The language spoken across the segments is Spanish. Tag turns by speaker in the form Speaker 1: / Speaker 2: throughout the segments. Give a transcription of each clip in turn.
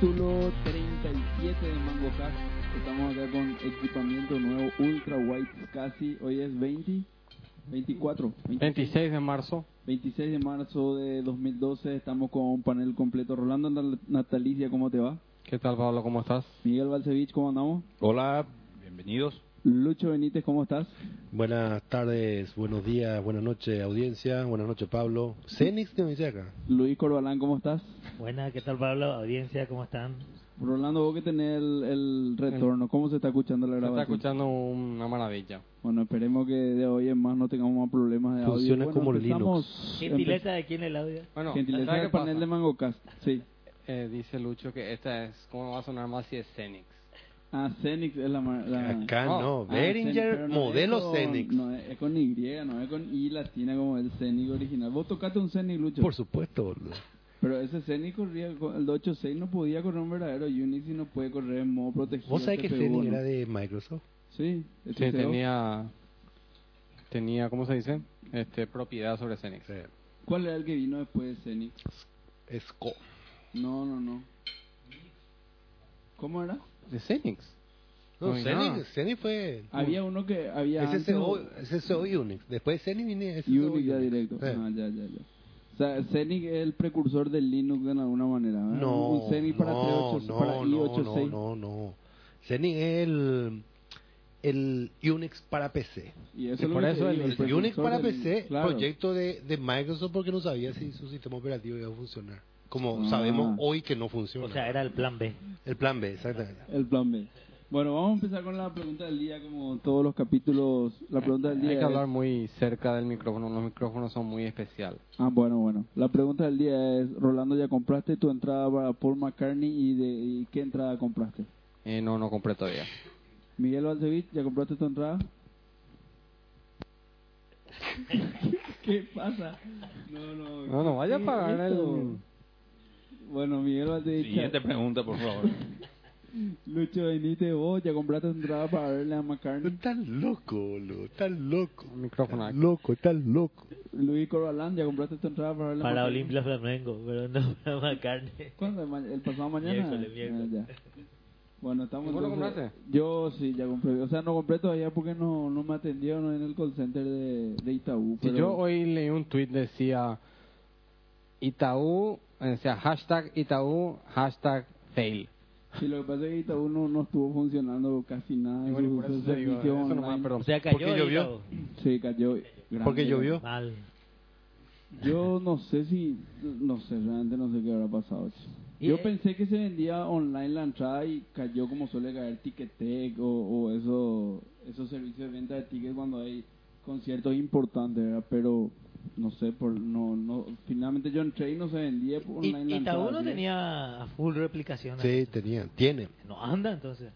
Speaker 1: número 37 de Mango Cast. Estamos acá con equipamiento nuevo Ultra White Casi. Hoy es 20, 24,
Speaker 2: 26 de marzo.
Speaker 1: 26 de marzo de 2012. Estamos con un panel completo. Rolando Natal- Natalicia, ¿cómo te va?
Speaker 2: ¿Qué tal, Pablo? ¿Cómo estás?
Speaker 1: Miguel Balcevich, ¿cómo andamos?
Speaker 3: Hola, bienvenidos.
Speaker 1: Lucho Benítez, ¿cómo estás?
Speaker 4: Buenas tardes, buenos días, buenas noches, audiencia. Buenas noches, Pablo. Cenix de acá.
Speaker 1: Luis Corbalán, ¿cómo estás?
Speaker 5: Buenas, ¿qué tal Pablo? Audiencia, ¿cómo están?
Speaker 1: Rolando, vos que tenés el, el retorno, ¿cómo se está escuchando la
Speaker 2: Se está
Speaker 1: grabación?
Speaker 2: escuchando una maravilla.
Speaker 1: Bueno, esperemos que de hoy en más no tengamos más problemas de audio.
Speaker 4: Funciona
Speaker 1: Bueno,
Speaker 4: como
Speaker 1: empezamos-
Speaker 5: ¿Gentileza de quién el audio?
Speaker 2: Bueno,
Speaker 1: Gentileza
Speaker 2: ¿sabes
Speaker 1: del
Speaker 2: qué
Speaker 1: panel de
Speaker 2: pasa?
Speaker 1: MangoCast. Sí.
Speaker 2: Eh, dice Lucho que esta es, ¿cómo va a sonar más si es Cenix?
Speaker 1: Ah, Cenix es la. mar- la-
Speaker 4: Acá
Speaker 2: Oh,
Speaker 4: no,
Speaker 1: Ah, Cenix,
Speaker 4: Behringer,
Speaker 1: pero no es
Speaker 4: modelo
Speaker 1: con-
Speaker 4: Cenix.
Speaker 1: No es, es con Y, no es con I latina como el Cenix original. Vos tocaste un Cenix, Lucho.
Speaker 4: Por supuesto, boludo.
Speaker 1: Pero ese Cenix corría. con- El 286 no podía correr un verdadero Unix y no puede correr en modo protegido.
Speaker 4: ¿Vos sabés que
Speaker 1: CPU, ¿no?
Speaker 4: Cenix era de Microsoft?
Speaker 1: Sí, el
Speaker 2: Sí,
Speaker 1: CCO.
Speaker 2: tenía, tenía, ¿cómo se dice? Este, propiedad sobre Cenix.
Speaker 1: ¿Cuál era el que vino después de Cenix?
Speaker 4: Esco.
Speaker 1: No, no, no. ¿Cómo era?
Speaker 2: ¿De Cenix?
Speaker 4: No,
Speaker 2: No, y nada.
Speaker 4: Cenix, Cenix fue.
Speaker 1: Había uno que había. antes-
Speaker 4: SSO, SSO Unix. Después Cenix viene SSO
Speaker 1: Unix ya directo.
Speaker 4: Sí.
Speaker 1: Ah, ya, ya, ya. O sea, Zenix es el precursor del Linux de alguna manera. ¿verdad?
Speaker 4: No,
Speaker 1: un Zenix para,
Speaker 4: no,
Speaker 1: 386, para
Speaker 4: no, no,
Speaker 1: i86.
Speaker 4: no, no, no. Zenix es el, el Unix para PC.
Speaker 1: Y
Speaker 2: Y
Speaker 1: eso es lo
Speaker 2: por
Speaker 1: que
Speaker 2: eso
Speaker 1: te
Speaker 2: el
Speaker 1: digo,
Speaker 2: Unix
Speaker 1: precursor
Speaker 4: Unix para
Speaker 1: del
Speaker 4: PC,
Speaker 1: Linux, claro.
Speaker 4: proyecto de, de Microsoft porque no sabía si su sistema operativo iba a funcionar. Como
Speaker 1: Ah.
Speaker 4: sabemos hoy que no funciona.
Speaker 5: O sea, era el plan B.
Speaker 4: el plan B, exactamente.
Speaker 1: El plan B. Bueno, vamos a empezar con la pregunta del día, como todos los capítulos. La pregunta del día
Speaker 2: Hay que
Speaker 1: es-
Speaker 2: hablar muy cerca del micrófono, los micrófonos son muy especial.
Speaker 1: Ah, bueno, bueno. La pregunta del día es, Rolando, ¿ya compraste tu entrada para Paul McCartney y, de, y qué entrada compraste?
Speaker 2: Eh, no, no compré todavía.
Speaker 1: Miguel Valdevich, ¿ya compraste tu entrada? ¿Qué pasa? No, no.
Speaker 2: No, no, vaya a
Speaker 1: ¿qué
Speaker 2: pagar
Speaker 1: es esto?
Speaker 2: el-
Speaker 1: Bueno, Miguel Valdevich,
Speaker 3: Siguiente
Speaker 5: este-
Speaker 1: ya-
Speaker 3: pregunta, por favor.
Speaker 1: Lucho Benítez, vos ya compraste tu entrada para verle a McCartney.
Speaker 4: Tan loco, boludo, tan loco.
Speaker 2: Micrófono
Speaker 4: Tan
Speaker 2: aquí.
Speaker 4: loco, tan loco.
Speaker 1: Luis Corbalán, ¿ya compraste tu entrada para verle a
Speaker 5: Para
Speaker 1: McCartney?
Speaker 5: Olimpia Flamengo, pero no para McCartney.
Speaker 1: ¿Cuándo? ¿Ma- ¿El pasado mañana?
Speaker 5: Miércoles, miércoles.
Speaker 1: Ah, ya. Bueno, estamos...
Speaker 2: ¿Y vos lo
Speaker 1: entonces-
Speaker 2: compraste?
Speaker 1: Yo sí, ya compré. O sea, no compré todavía porque no, no me atendieron en el call center de, de Itaú.
Speaker 2: Si
Speaker 3: Pues
Speaker 1: pero-
Speaker 2: yo hoy leí un tweet decía Itaú, eh, decía hashtag Itaú, hashtag fail.
Speaker 1: Sí, lo que pasa es que Itaú no, no estuvo funcionando casi nada.
Speaker 2: Y bueno,
Speaker 1: su-
Speaker 2: por eso
Speaker 1: su
Speaker 2: te digo,
Speaker 1: servicio
Speaker 2: eso nomás,
Speaker 1: online.
Speaker 2: pero-
Speaker 5: O sea, cayó
Speaker 4: ¿Por qué llovió?
Speaker 5: Itaú.
Speaker 1: Sí, cayó. grande.
Speaker 4: Porque llovió.
Speaker 5: Mal.
Speaker 1: Yo no sé si, no sé, realmente no sé qué habrá pasado. che.
Speaker 5: Y,
Speaker 1: Yo
Speaker 5: eh,
Speaker 1: pensé que se vendía online la entrada y cayó como suele caer Ticketek o, o eso, esos servicios de venta de tickets cuando hay conciertos importantes, ¿verdad? Pero no sé, por no, no, finalmente yo entré y no se vendía por
Speaker 5: Y-
Speaker 1: online la entrada.
Speaker 5: Itaú no
Speaker 1: che.
Speaker 5: tenía a full replicación.
Speaker 4: Sí,
Speaker 5: ¿no?
Speaker 4: tenía, tiene.
Speaker 5: No anda entonces.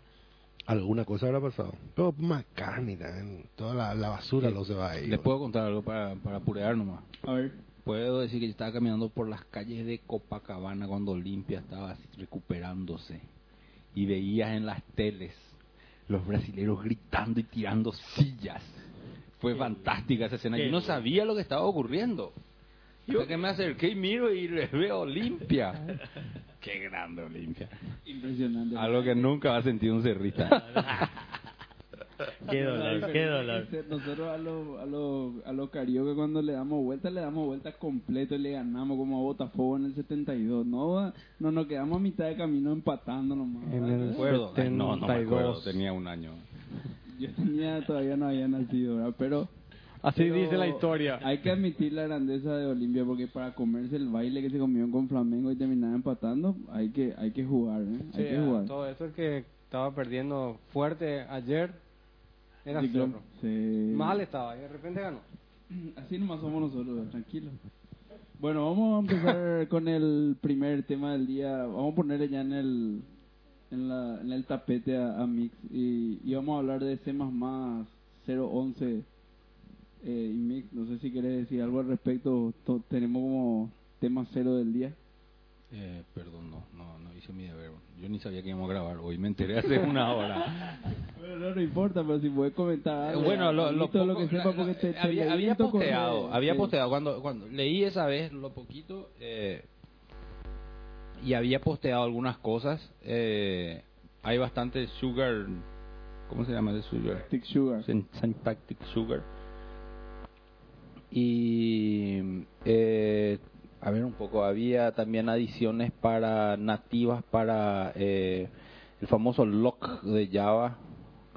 Speaker 4: Alguna cosa habrá pasado. Pero más carne, también. toda la, la basura lo se va ahí.
Speaker 3: Les puedo contar algo para, para apurar nomás.
Speaker 1: A ver,
Speaker 3: Puedo decir que yo estaba caminando por las calles de Copacabana cuando Olimpia estaba así recuperándose. Y veías en las teles los brasileños gritando y tirando sillas. Fue
Speaker 5: Qué
Speaker 3: fantástica esa escena.
Speaker 5: Qué
Speaker 3: Yo no
Speaker 5: lindo.
Speaker 3: sabía lo que estaba ocurriendo. Yo que me acerqué y miro y les veo Olimpia. Qué grande Olimpia.
Speaker 1: impresionante.
Speaker 3: Algo que nunca va a sentir un cerrita.
Speaker 5: Qué
Speaker 1: La
Speaker 5: dolor, qué
Speaker 1: diferencia
Speaker 5: dolor.
Speaker 1: es que Nosotros a los a los a los carioca cuando le damos vuelta, le damos vuelta completo y le ganamos como a Botafogo en el 72. No, no nos quedamos a mitad de camino empatando nomás.
Speaker 2: En
Speaker 3: ¿Me
Speaker 2: el-
Speaker 3: acuerdo? Ay, No, no me acuerdo.
Speaker 2: 72.
Speaker 3: Tenía un año.
Speaker 1: Yo tenía, todavía no había nacido, ¿verdad? Pero...
Speaker 2: Así
Speaker 1: pero
Speaker 2: dice la historia.
Speaker 1: Hay que admitir la grandeza de Olimpia porque para comerse el baile que se comieron con Flamengo y terminar empatando, hay que hay que jugar, ¿eh? Hay
Speaker 2: Sí,
Speaker 1: que
Speaker 2: a
Speaker 1: jugar.
Speaker 2: Todo eso es que estaba perdiendo fuerte ayer. Era
Speaker 1: Sí, claro.
Speaker 2: Cerro.
Speaker 1: Sí.
Speaker 2: Mal estaba y de repente ganó.
Speaker 1: Así nomás somos nosotros, tranquilo. Bueno, vamos a empezar con el primer tema del día. Vamos a ponerle ya en el en, la, en el tapete a, a Mix y, y vamos a hablar de C++ 011 eh, y Mix. No sé si quieres decir algo al respecto. To- tenemos como tema cero del día.
Speaker 3: Eh, perdón, no, no, no hice mi deber. Yo ni sabía que íbamos a grabar hoy, me enteré hace una hora.
Speaker 1: Bueno, no, no importa, pero si puedes comentar.
Speaker 3: Eh,
Speaker 1: algo,
Speaker 3: bueno, lo, lo
Speaker 1: poquito de
Speaker 3: poco-
Speaker 1: que sepa,
Speaker 3: la-
Speaker 1: porque te, te
Speaker 3: había, había
Speaker 1: aliento con-
Speaker 3: posteado, había
Speaker 1: sí.
Speaker 3: posteado cuando, cuando leí esa vez lo poquito, eh, y había posteado algunas cosas. eh, hay bastante sugar. ¿Cómo se llama el sugar?
Speaker 6: Tick Sugar.
Speaker 3: Syn- Syntactic Sugar. Y eh, a ver un poco, había también adiciones para nativas para eh, el famoso lock de Java,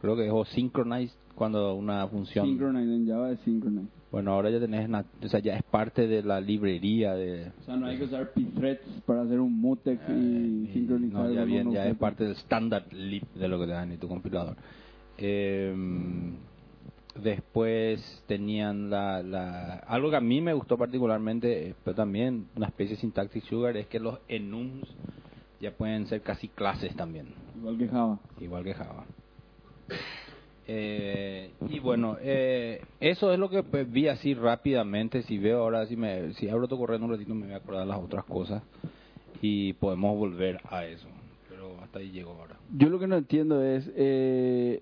Speaker 3: creo que es o synchronize cuando una función.
Speaker 6: Synchronize, en Java es Synchronize.
Speaker 3: Bueno, ahora ya tenés, na- o sea, ya es parte de la librería de.
Speaker 6: O sea, no hay que usar pthreads para hacer un mutex y
Speaker 3: Eh,
Speaker 6: sincronizar.
Speaker 3: no, ya,
Speaker 6: el
Speaker 3: bien, ya
Speaker 6: mono-
Speaker 3: es parte del standard lib de lo que te dan en tu compilador. Eh, después tenían la, la- Algo que a mí me gustó particularmente, eh, pero también una especie de syntactic sugar, es que los enums ya pueden ser casi clases también,
Speaker 6: Igual que Java.
Speaker 3: igual que Java. Eh, y bueno, eh, eso es lo que pues, vi así rápidamente. Si veo ahora, si, me, si abro tu correo en un ratito, me voy a acordar las otras cosas y podemos volver a eso. Pero hasta ahí llego ahora.
Speaker 1: Yo lo que no entiendo es eh,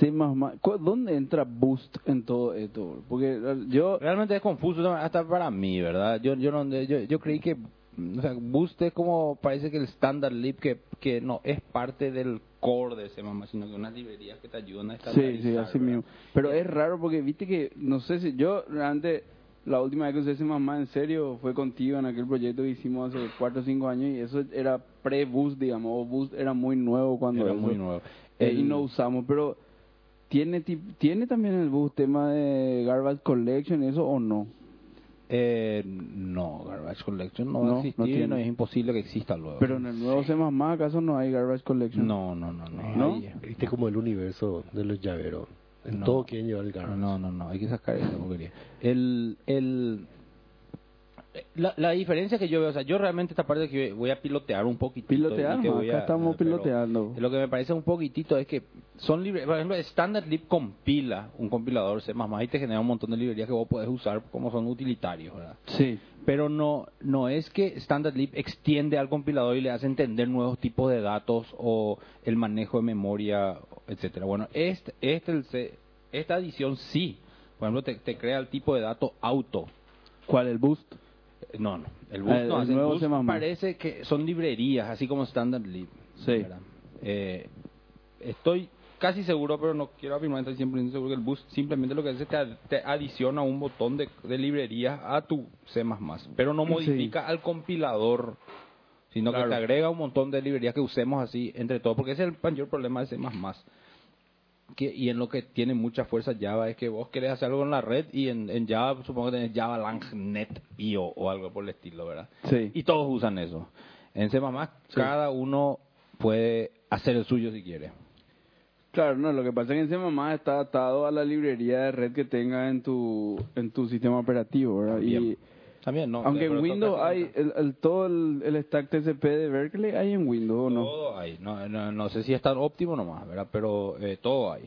Speaker 1: C++, ¿cu- ¿dónde entra Boost en todo esto? bro? Porque eh, yo
Speaker 3: Realmente es confuso ¿no? hasta para mí, ¿verdad? Yo yo no, yo, yo creí que o sea, Boost es como parece que el standard lib que, que no es parte del core de ese mamá, sino que unas librerías que te ayudan a
Speaker 1: Sí,
Speaker 3: estandarizar.
Speaker 1: sí, así
Speaker 3: ¿verdad?
Speaker 1: mismo. Pero es raro porque viste que, no sé si yo realmente, la última vez que usé ese mamá en serio fue contigo en aquel proyecto que hicimos hace 4 o 5 años y eso era pre-Boost, digamos, o Boost era muy nuevo cuando
Speaker 3: Era
Speaker 1: eso,
Speaker 3: muy nuevo.
Speaker 1: eh, y
Speaker 3: El-
Speaker 1: no usamos, pero ¿tiene, ti- ¿tiene también el Boost tema de Garbage Collection y eso o no?
Speaker 3: Eh, no, Garbage Collection no,
Speaker 1: No,
Speaker 3: va
Speaker 1: no
Speaker 3: a existir,
Speaker 1: tiene.
Speaker 3: no, es imposible que exista luego.
Speaker 1: Pero en el nuevo C++ acaso no hay Garbage Collection.
Speaker 3: no, no, no, no.
Speaker 1: ¿No?
Speaker 3: hay-
Speaker 4: Viste como el universo de los llaveros. En
Speaker 3: No.
Speaker 4: todo quieren llevar el carro.
Speaker 3: No, no, no, hay que sacar esa porquería. El, el, la, la diferencia que yo veo, o sea, yo realmente esta parte que voy a pilotear un poquitito.
Speaker 1: Pilotear,
Speaker 3: y que
Speaker 1: ma,
Speaker 3: voy
Speaker 1: acá
Speaker 3: a-
Speaker 1: estamos
Speaker 3: pero
Speaker 1: piloteando.
Speaker 3: Lo que me parece un poquitito es que son librerías, por ejemplo, Standard Lib compila un compilador C++ y te genera un montón de librerías que vos podés usar como son utilitarios, ¿verdad?
Speaker 1: Sí.
Speaker 3: pero no no es que Standard Lib extiende al compilador y le hace entender nuevos tipos de datos o el manejo de memoria, etcétera. Bueno, este, este el C- esta adición sí, por ejemplo, te, te crea el tipo de dato auto.
Speaker 1: ¿Cuál, el Boost?
Speaker 3: Eh, No, no, el bus,
Speaker 1: Ah, el
Speaker 3: no, hace- el
Speaker 1: nuevo
Speaker 3: bus
Speaker 1: se mamó.
Speaker 3: parece que son librerías, así como Standard Lib.
Speaker 1: Sí.
Speaker 3: ¿verdad? Eh, estoy casi seguro, pero no quiero afirmar, estoy siempre seguro que el bus simplemente lo que hace es te, ad- te adiciona un botón de, de librerías a tu C++, pero no
Speaker 1: Sí.
Speaker 3: modifica al compilador, sino que te agrega un montón de librerías que usemos así entre todos, porque ese es el mayor problema de C++. Que, y en lo que tiene mucha fuerza Java es que vos querés hacer algo en la red y en, en Java supongo que tenés Java Langnet IO o algo por el estilo, ¿verdad?
Speaker 1: Sí.
Speaker 3: Y todos usan eso. En C++ cada uno puede hacer el suyo si quiere.
Speaker 1: Claro, no, lo que pasa es que en C++ está atado a la librería de red que tenga en tu, en tu sistema operativo, ¿verdad?
Speaker 3: Bien.
Speaker 1: Y
Speaker 3: También no.
Speaker 1: aunque en
Speaker 3: pero
Speaker 1: Windows
Speaker 3: toca-
Speaker 1: hay, el, el- todo el, el stack TCP de Berkeley hay en Windows, ¿o no?
Speaker 3: Todo hay. No, no, no sé si es tan óptimo nomás, ¿verdad? Pero eh, todo hay.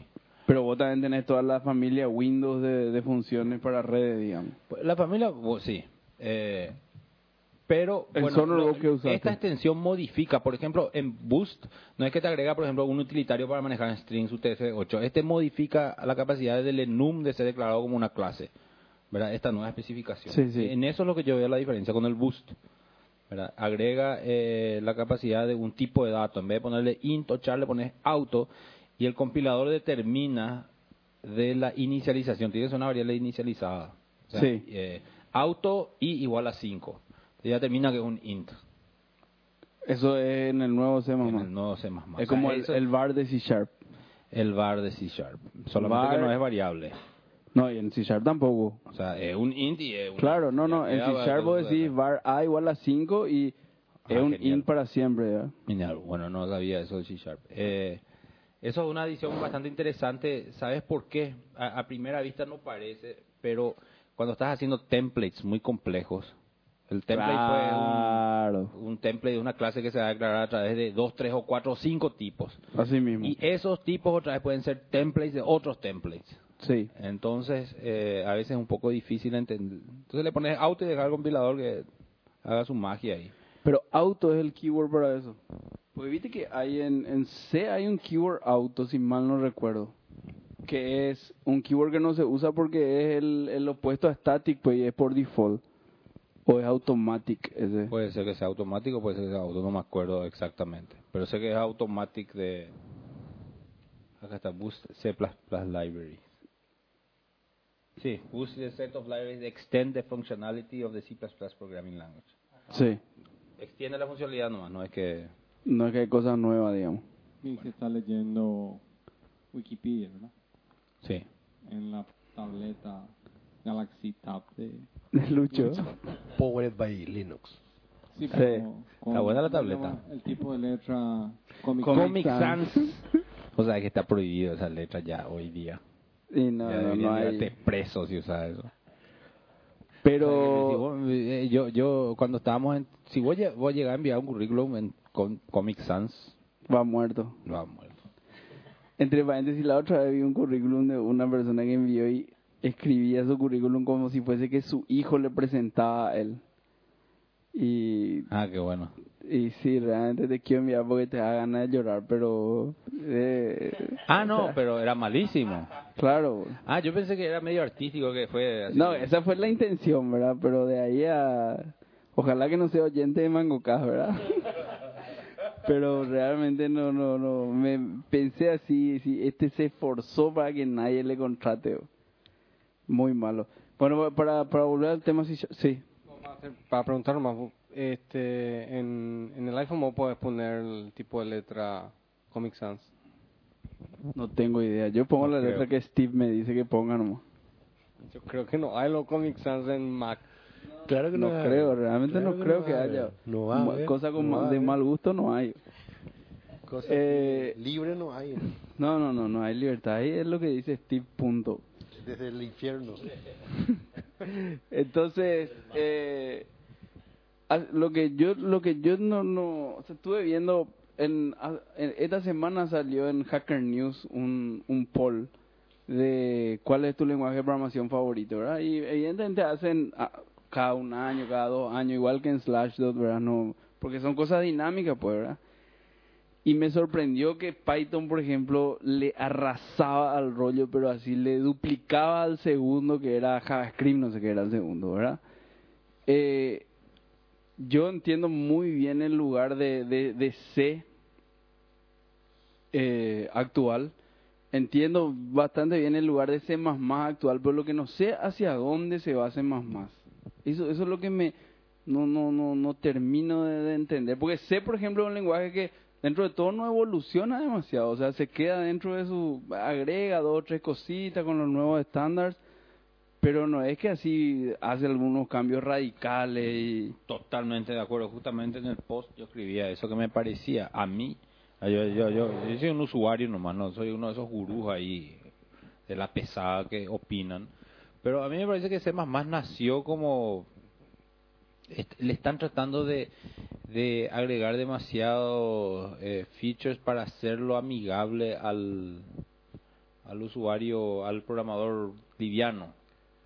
Speaker 1: Pero vos también tenés toda la familia Windows de, de funciones para redes, digamos.
Speaker 3: Pues, La familia, bueno, sí. Eh, pero
Speaker 1: El
Speaker 3: bueno,
Speaker 1: Sonor vos que usaste.
Speaker 3: esta extensión modifica, por ejemplo, en Boost no es que te agrega, por ejemplo, un utilitario para manejar strings UTF-8. Este modifica la capacidad del enum de ser declarado como una clase, ¿verdad? Esta nueva especificación.
Speaker 1: Sí, sí.
Speaker 3: En eso es lo que yo veo la diferencia con el Boost. ¿verdad? Agrega eh, la capacidad de un tipo de dato. En vez de ponerle int o char, le pones auto y el compilador determina de la inicialización. Tienes una variable inicializada. O sea,
Speaker 1: Sí.
Speaker 3: eh, auto y igual a 5. Ya termina que es un int
Speaker 1: Eso es en el nuevo C++.
Speaker 3: en el nuevo C++. O sea,
Speaker 1: Es como el,
Speaker 3: eso-
Speaker 1: el bar de C Sharp.
Speaker 3: el bar de C Sharp. Solamente
Speaker 1: Bar-
Speaker 3: que no es variable.
Speaker 1: No, y en C Sharp tampoco.
Speaker 3: O sea, es un int y es un
Speaker 1: Claro,
Speaker 3: int.
Speaker 1: no,
Speaker 3: Ya
Speaker 1: no, en
Speaker 3: queda
Speaker 1: C Sharp vos
Speaker 3: bastante-
Speaker 1: decís bar A igual a 5 y es
Speaker 3: Ah,
Speaker 1: un
Speaker 3: genial.
Speaker 1: int para siempre, ¿verdad?
Speaker 3: Genial. Bueno, no sabía eso de C Sharp. Eh, eso es una adición bastante interesante. ¿Sabes por qué? A, a primera vista no parece, pero cuando estás haciendo templates muy complejos, el template
Speaker 1: Claro.
Speaker 3: fue un, un template de una clase que se va a declarar a través de dos, tres o cuatro o cinco tipos.
Speaker 1: Así mismo.
Speaker 3: Y eh, esos tipos otra vez pueden ser templates de otros templates.
Speaker 1: Sí.
Speaker 3: Entonces, eh, a veces es un poco difícil entender. Entonces le pones auto y dejas al compilador que haga su magia ahí.
Speaker 1: Pero auto es el keyword para eso. Porque viste que hay en, en C hay un keyword auto, si mal no recuerdo. Que es un keyword que no se usa porque es el, el opuesto a static, pues y es por default. ¿O es automatic ese?
Speaker 3: Puede ser que sea automático, puede ser que sea auto, no me acuerdo exactamente. Pero sé que es automatic de... Acá está, Boost C++ Library. Sí, Boost is a set of libraries that extend the functionality of the C++ programming language.
Speaker 1: Sí.
Speaker 3: Extiende la funcionalidad nomás, no es que...
Speaker 1: No es que hay cosas nuevas, digamos.
Speaker 2: Y se está leyendo Wikipedia, ¿verdad?
Speaker 3: Sí.
Speaker 2: En la tableta Galaxy Tab de...
Speaker 1: Lucho.
Speaker 4: Powered by Linux.
Speaker 2: Sí,
Speaker 3: Está buena la
Speaker 2: ¿cómo se llama?
Speaker 3: tableta.
Speaker 2: El tipo de letra Comic,
Speaker 3: Comic
Speaker 2: Sans.
Speaker 3: Sans. O sea, que está prohibido esa letra ya hoy día.
Speaker 1: Y no,
Speaker 3: ya
Speaker 1: no,
Speaker 3: deberían
Speaker 1: no
Speaker 3: llevarte
Speaker 1: hay.
Speaker 3: preso si usas eso. O sea, que si
Speaker 1: Pero.
Speaker 3: vos- eh, yo, yo, cuando estábamos en... Si vos, lle- vos llegás a enviar un currículum en Com- Comic Sans,
Speaker 1: Va muerto.
Speaker 3: lo has muerto.
Speaker 1: Entre paréntesis, la otra vez vi un currículum de una persona que envió y escribía su currículum como si fuese que su hijo le presentaba a él. Y,
Speaker 3: Ah, qué bueno.
Speaker 1: y sí, realmente te quiero enviar porque te da ganas de llorar, pero... eh,
Speaker 3: Ah, no, pero era malísimo.
Speaker 1: claro.
Speaker 3: Ah, yo pensé que era medio artístico, que fue... así.
Speaker 1: No, esa fue la intención, ¿verdad? Pero de ahí a... Ojalá que no sea oyente de Mangocas, ¿verdad? Pero realmente no, no, no. Me pensé así, sí, este se esforzó para que nadie le contrate. o. Muy malo. Bueno, para, para volver al tema, sí. sí.
Speaker 7: Para preguntar más, este, en, en el iPhone vos podés poner el tipo de letra Comic Sans.
Speaker 1: No tengo idea. Yo pongo
Speaker 3: No
Speaker 1: la
Speaker 3: creo.
Speaker 1: letra que Steve me dice que ponga nomás.
Speaker 7: Yo creo que no hay los Comic Sans en Mac.
Speaker 4: Claro que
Speaker 1: No
Speaker 4: no, hay.
Speaker 1: creo, realmente
Speaker 4: Claro
Speaker 1: no creo que
Speaker 4: va a
Speaker 1: haya.
Speaker 4: haber. No va a haber.
Speaker 1: Cosa con
Speaker 4: No
Speaker 1: ma-
Speaker 4: va a
Speaker 1: de
Speaker 4: haber.
Speaker 1: mal gusto no hay.
Speaker 4: Cosa
Speaker 1: Eh,
Speaker 4: libre no hay.
Speaker 1: No, no, no, no hay libertad. Ahí es lo que dice Steve, punto.
Speaker 4: Desde el infierno.
Speaker 1: Entonces, eh, a- lo que yo, lo que yo no, no, o sea, estuve viendo en, a- en- esta semana salió en Hacker News un, un poll de cuál es tu lenguaje de programación favorito, ¿verdad? Y evidentemente hacen ah, cada un año, cada dos años, igual que en Slashdot, ¿verdad? No, porque son cosas dinámicas, pues, ¿verdad? Y me sorprendió que Python, por ejemplo, le arrasaba al rollo, pero así le duplicaba al segundo, que era JavaScript, no sé qué era el segundo, ¿verdad? Eh, yo entiendo muy bien el lugar de, de, de C eh, actual. Entiendo bastante bien el lugar de C actual, pero lo que no sé hacia dónde se va a C. Eso, eso es lo que me no, no, no, no termino de, de entender. Porque C, por ejemplo, es un lenguaje que dentro de todo no evoluciona demasiado. O sea, se queda dentro de su. agrega dos o tres cositas con los nuevos estándares. Pero no es que así hace algunos cambios radicales y.
Speaker 3: Totalmente de acuerdo. Justamente en el post yo escribía eso que me parecía a mí. Yo, yo, yo, yo soy un usuario nomás, no soy uno de esos gurús ahí de la pesada que opinan. Pero a mí me parece que C++ nació como... est- le están tratando de, de agregar demasiado eh, features para hacerlo amigable al, al usuario, al programador liviano.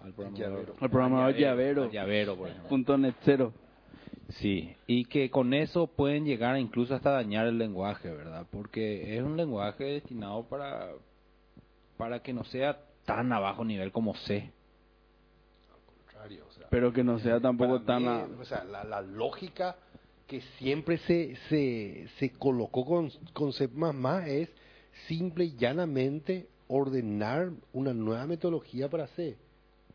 Speaker 3: Al programador,
Speaker 1: Al programador llavero.
Speaker 3: al llavero, por ejemplo.
Speaker 1: punto net cero.
Speaker 3: Sí, y que con eso pueden llegar a incluso hasta dañar el lenguaje, ¿verdad? Porque es un lenguaje destinado para, para que no sea tan a bajo nivel como C.
Speaker 4: Contrario, o sea,
Speaker 1: Pero que no sea tampoco
Speaker 4: para
Speaker 1: tan.
Speaker 4: mí,
Speaker 1: a-
Speaker 4: O sea, la, la lógica que siempre se, se, se colocó con, con C++ es simple y llanamente ordenar una nueva metodología para C.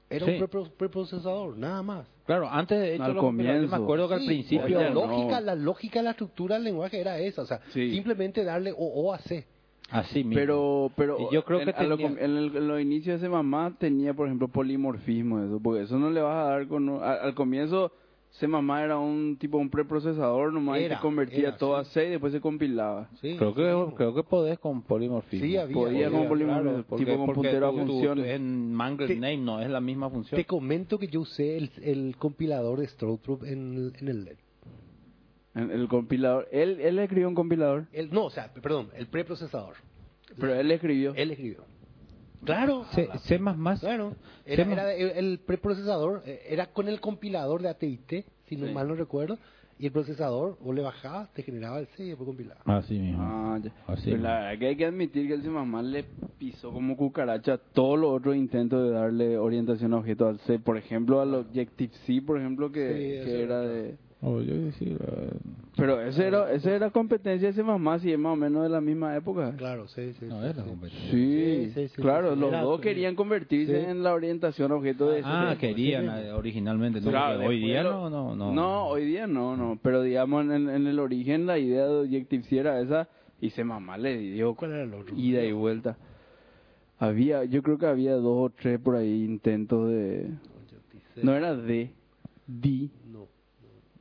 Speaker 4: Era
Speaker 3: Sí.
Speaker 4: un prepro- preprocesador, nada más.
Speaker 3: Claro, antes de hecho,
Speaker 1: Al
Speaker 3: lo- pero yo
Speaker 1: comienzo.
Speaker 3: me acuerdo que al
Speaker 4: Sí,
Speaker 3: principio...
Speaker 4: pero la
Speaker 1: no.
Speaker 4: lógica, la lógica, la estructura del lenguaje era esa, o sea,
Speaker 1: Sí.
Speaker 4: simplemente darle OO a C.
Speaker 3: Así mismo.
Speaker 1: Pero, pero
Speaker 3: Y yo creo
Speaker 1: en,
Speaker 3: que
Speaker 1: a lo
Speaker 3: tenía-
Speaker 1: com- en el- en los inicios de ese mamá tenía, por ejemplo, polimorfismo, eso, porque eso no le vas a dar con... un- a- al comienzo, ese mamá era un tipo, un preprocesador nomás, y
Speaker 4: Era,
Speaker 1: se convertía
Speaker 4: era,
Speaker 1: todo
Speaker 4: sí.
Speaker 1: a 6 y después se compilaba.
Speaker 4: Sí,
Speaker 3: creo,
Speaker 4: sí.
Speaker 3: que, creo que podés con polimorfismo.
Speaker 4: Sí, había,
Speaker 1: Podía
Speaker 4: podía,
Speaker 1: con polimorfismo,
Speaker 3: Claro, porque-
Speaker 1: tipo con
Speaker 3: porque
Speaker 1: puntero a
Speaker 3: tú- tú-
Speaker 1: funciones.
Speaker 3: En Mangler
Speaker 4: Te-
Speaker 3: Name no es la misma función.
Speaker 4: Te comento que yo usé el, el compilador de Strobe en, en el LED.
Speaker 1: En- El compilador, él, él escribió un compilador,
Speaker 4: El- no, o sea, perdón, el preprocesador.
Speaker 1: pero él escribió.
Speaker 4: Él escribió. Claro.
Speaker 3: C, C++,
Speaker 4: Claro.
Speaker 3: C++.
Speaker 4: Era, era el, el preprocesador eh, era con el compilador de AT&T, si no
Speaker 1: Sí.
Speaker 4: mal no recuerdo. Y el procesador, o le bajabas, te generaba el C y después compilaba.
Speaker 3: Así mismo.
Speaker 1: Ah, ya.
Speaker 3: Así
Speaker 1: Pero
Speaker 3: mismo.
Speaker 1: la verdad que hay que admitir que el Simamá le pisó como cucaracha todos los otros intentos de darle orientación a objetos al C. Por ejemplo, al Objective-C, por ejemplo, que,
Speaker 4: Sí,
Speaker 1: que
Speaker 4: ese
Speaker 1: era
Speaker 4: otro.
Speaker 1: de...
Speaker 3: Oh, yo decir, eh,
Speaker 1: Pero ese era, ese era competencia de Simamá, si es más o menos de la misma época.
Speaker 4: Claro, sí, sí.
Speaker 3: no
Speaker 4: sí,
Speaker 3: es la
Speaker 4: sí.
Speaker 3: competencia.
Speaker 1: Sí,
Speaker 5: Sí, sí, sí,
Speaker 1: claro,
Speaker 5: sí, sí.
Speaker 1: los
Speaker 5: Era-
Speaker 1: dos querían convertirse
Speaker 4: Sí.
Speaker 1: en la orientación a objetos de
Speaker 3: Ah,
Speaker 1: C.
Speaker 3: querían eh, originalmente. No,
Speaker 1: Claro,
Speaker 3: Porque hoy
Speaker 1: después
Speaker 3: día
Speaker 1: lo-
Speaker 3: no, no, no.
Speaker 1: No, hoy día no, no. Pero digamos, en, en el origen la idea de Objective-C era esa y se mamá le dio
Speaker 4: ¿Cuál era el otro?
Speaker 1: ida y vuelta. Había, yo creo que había dos o tres por ahí intentos de... No era D, D.
Speaker 4: No.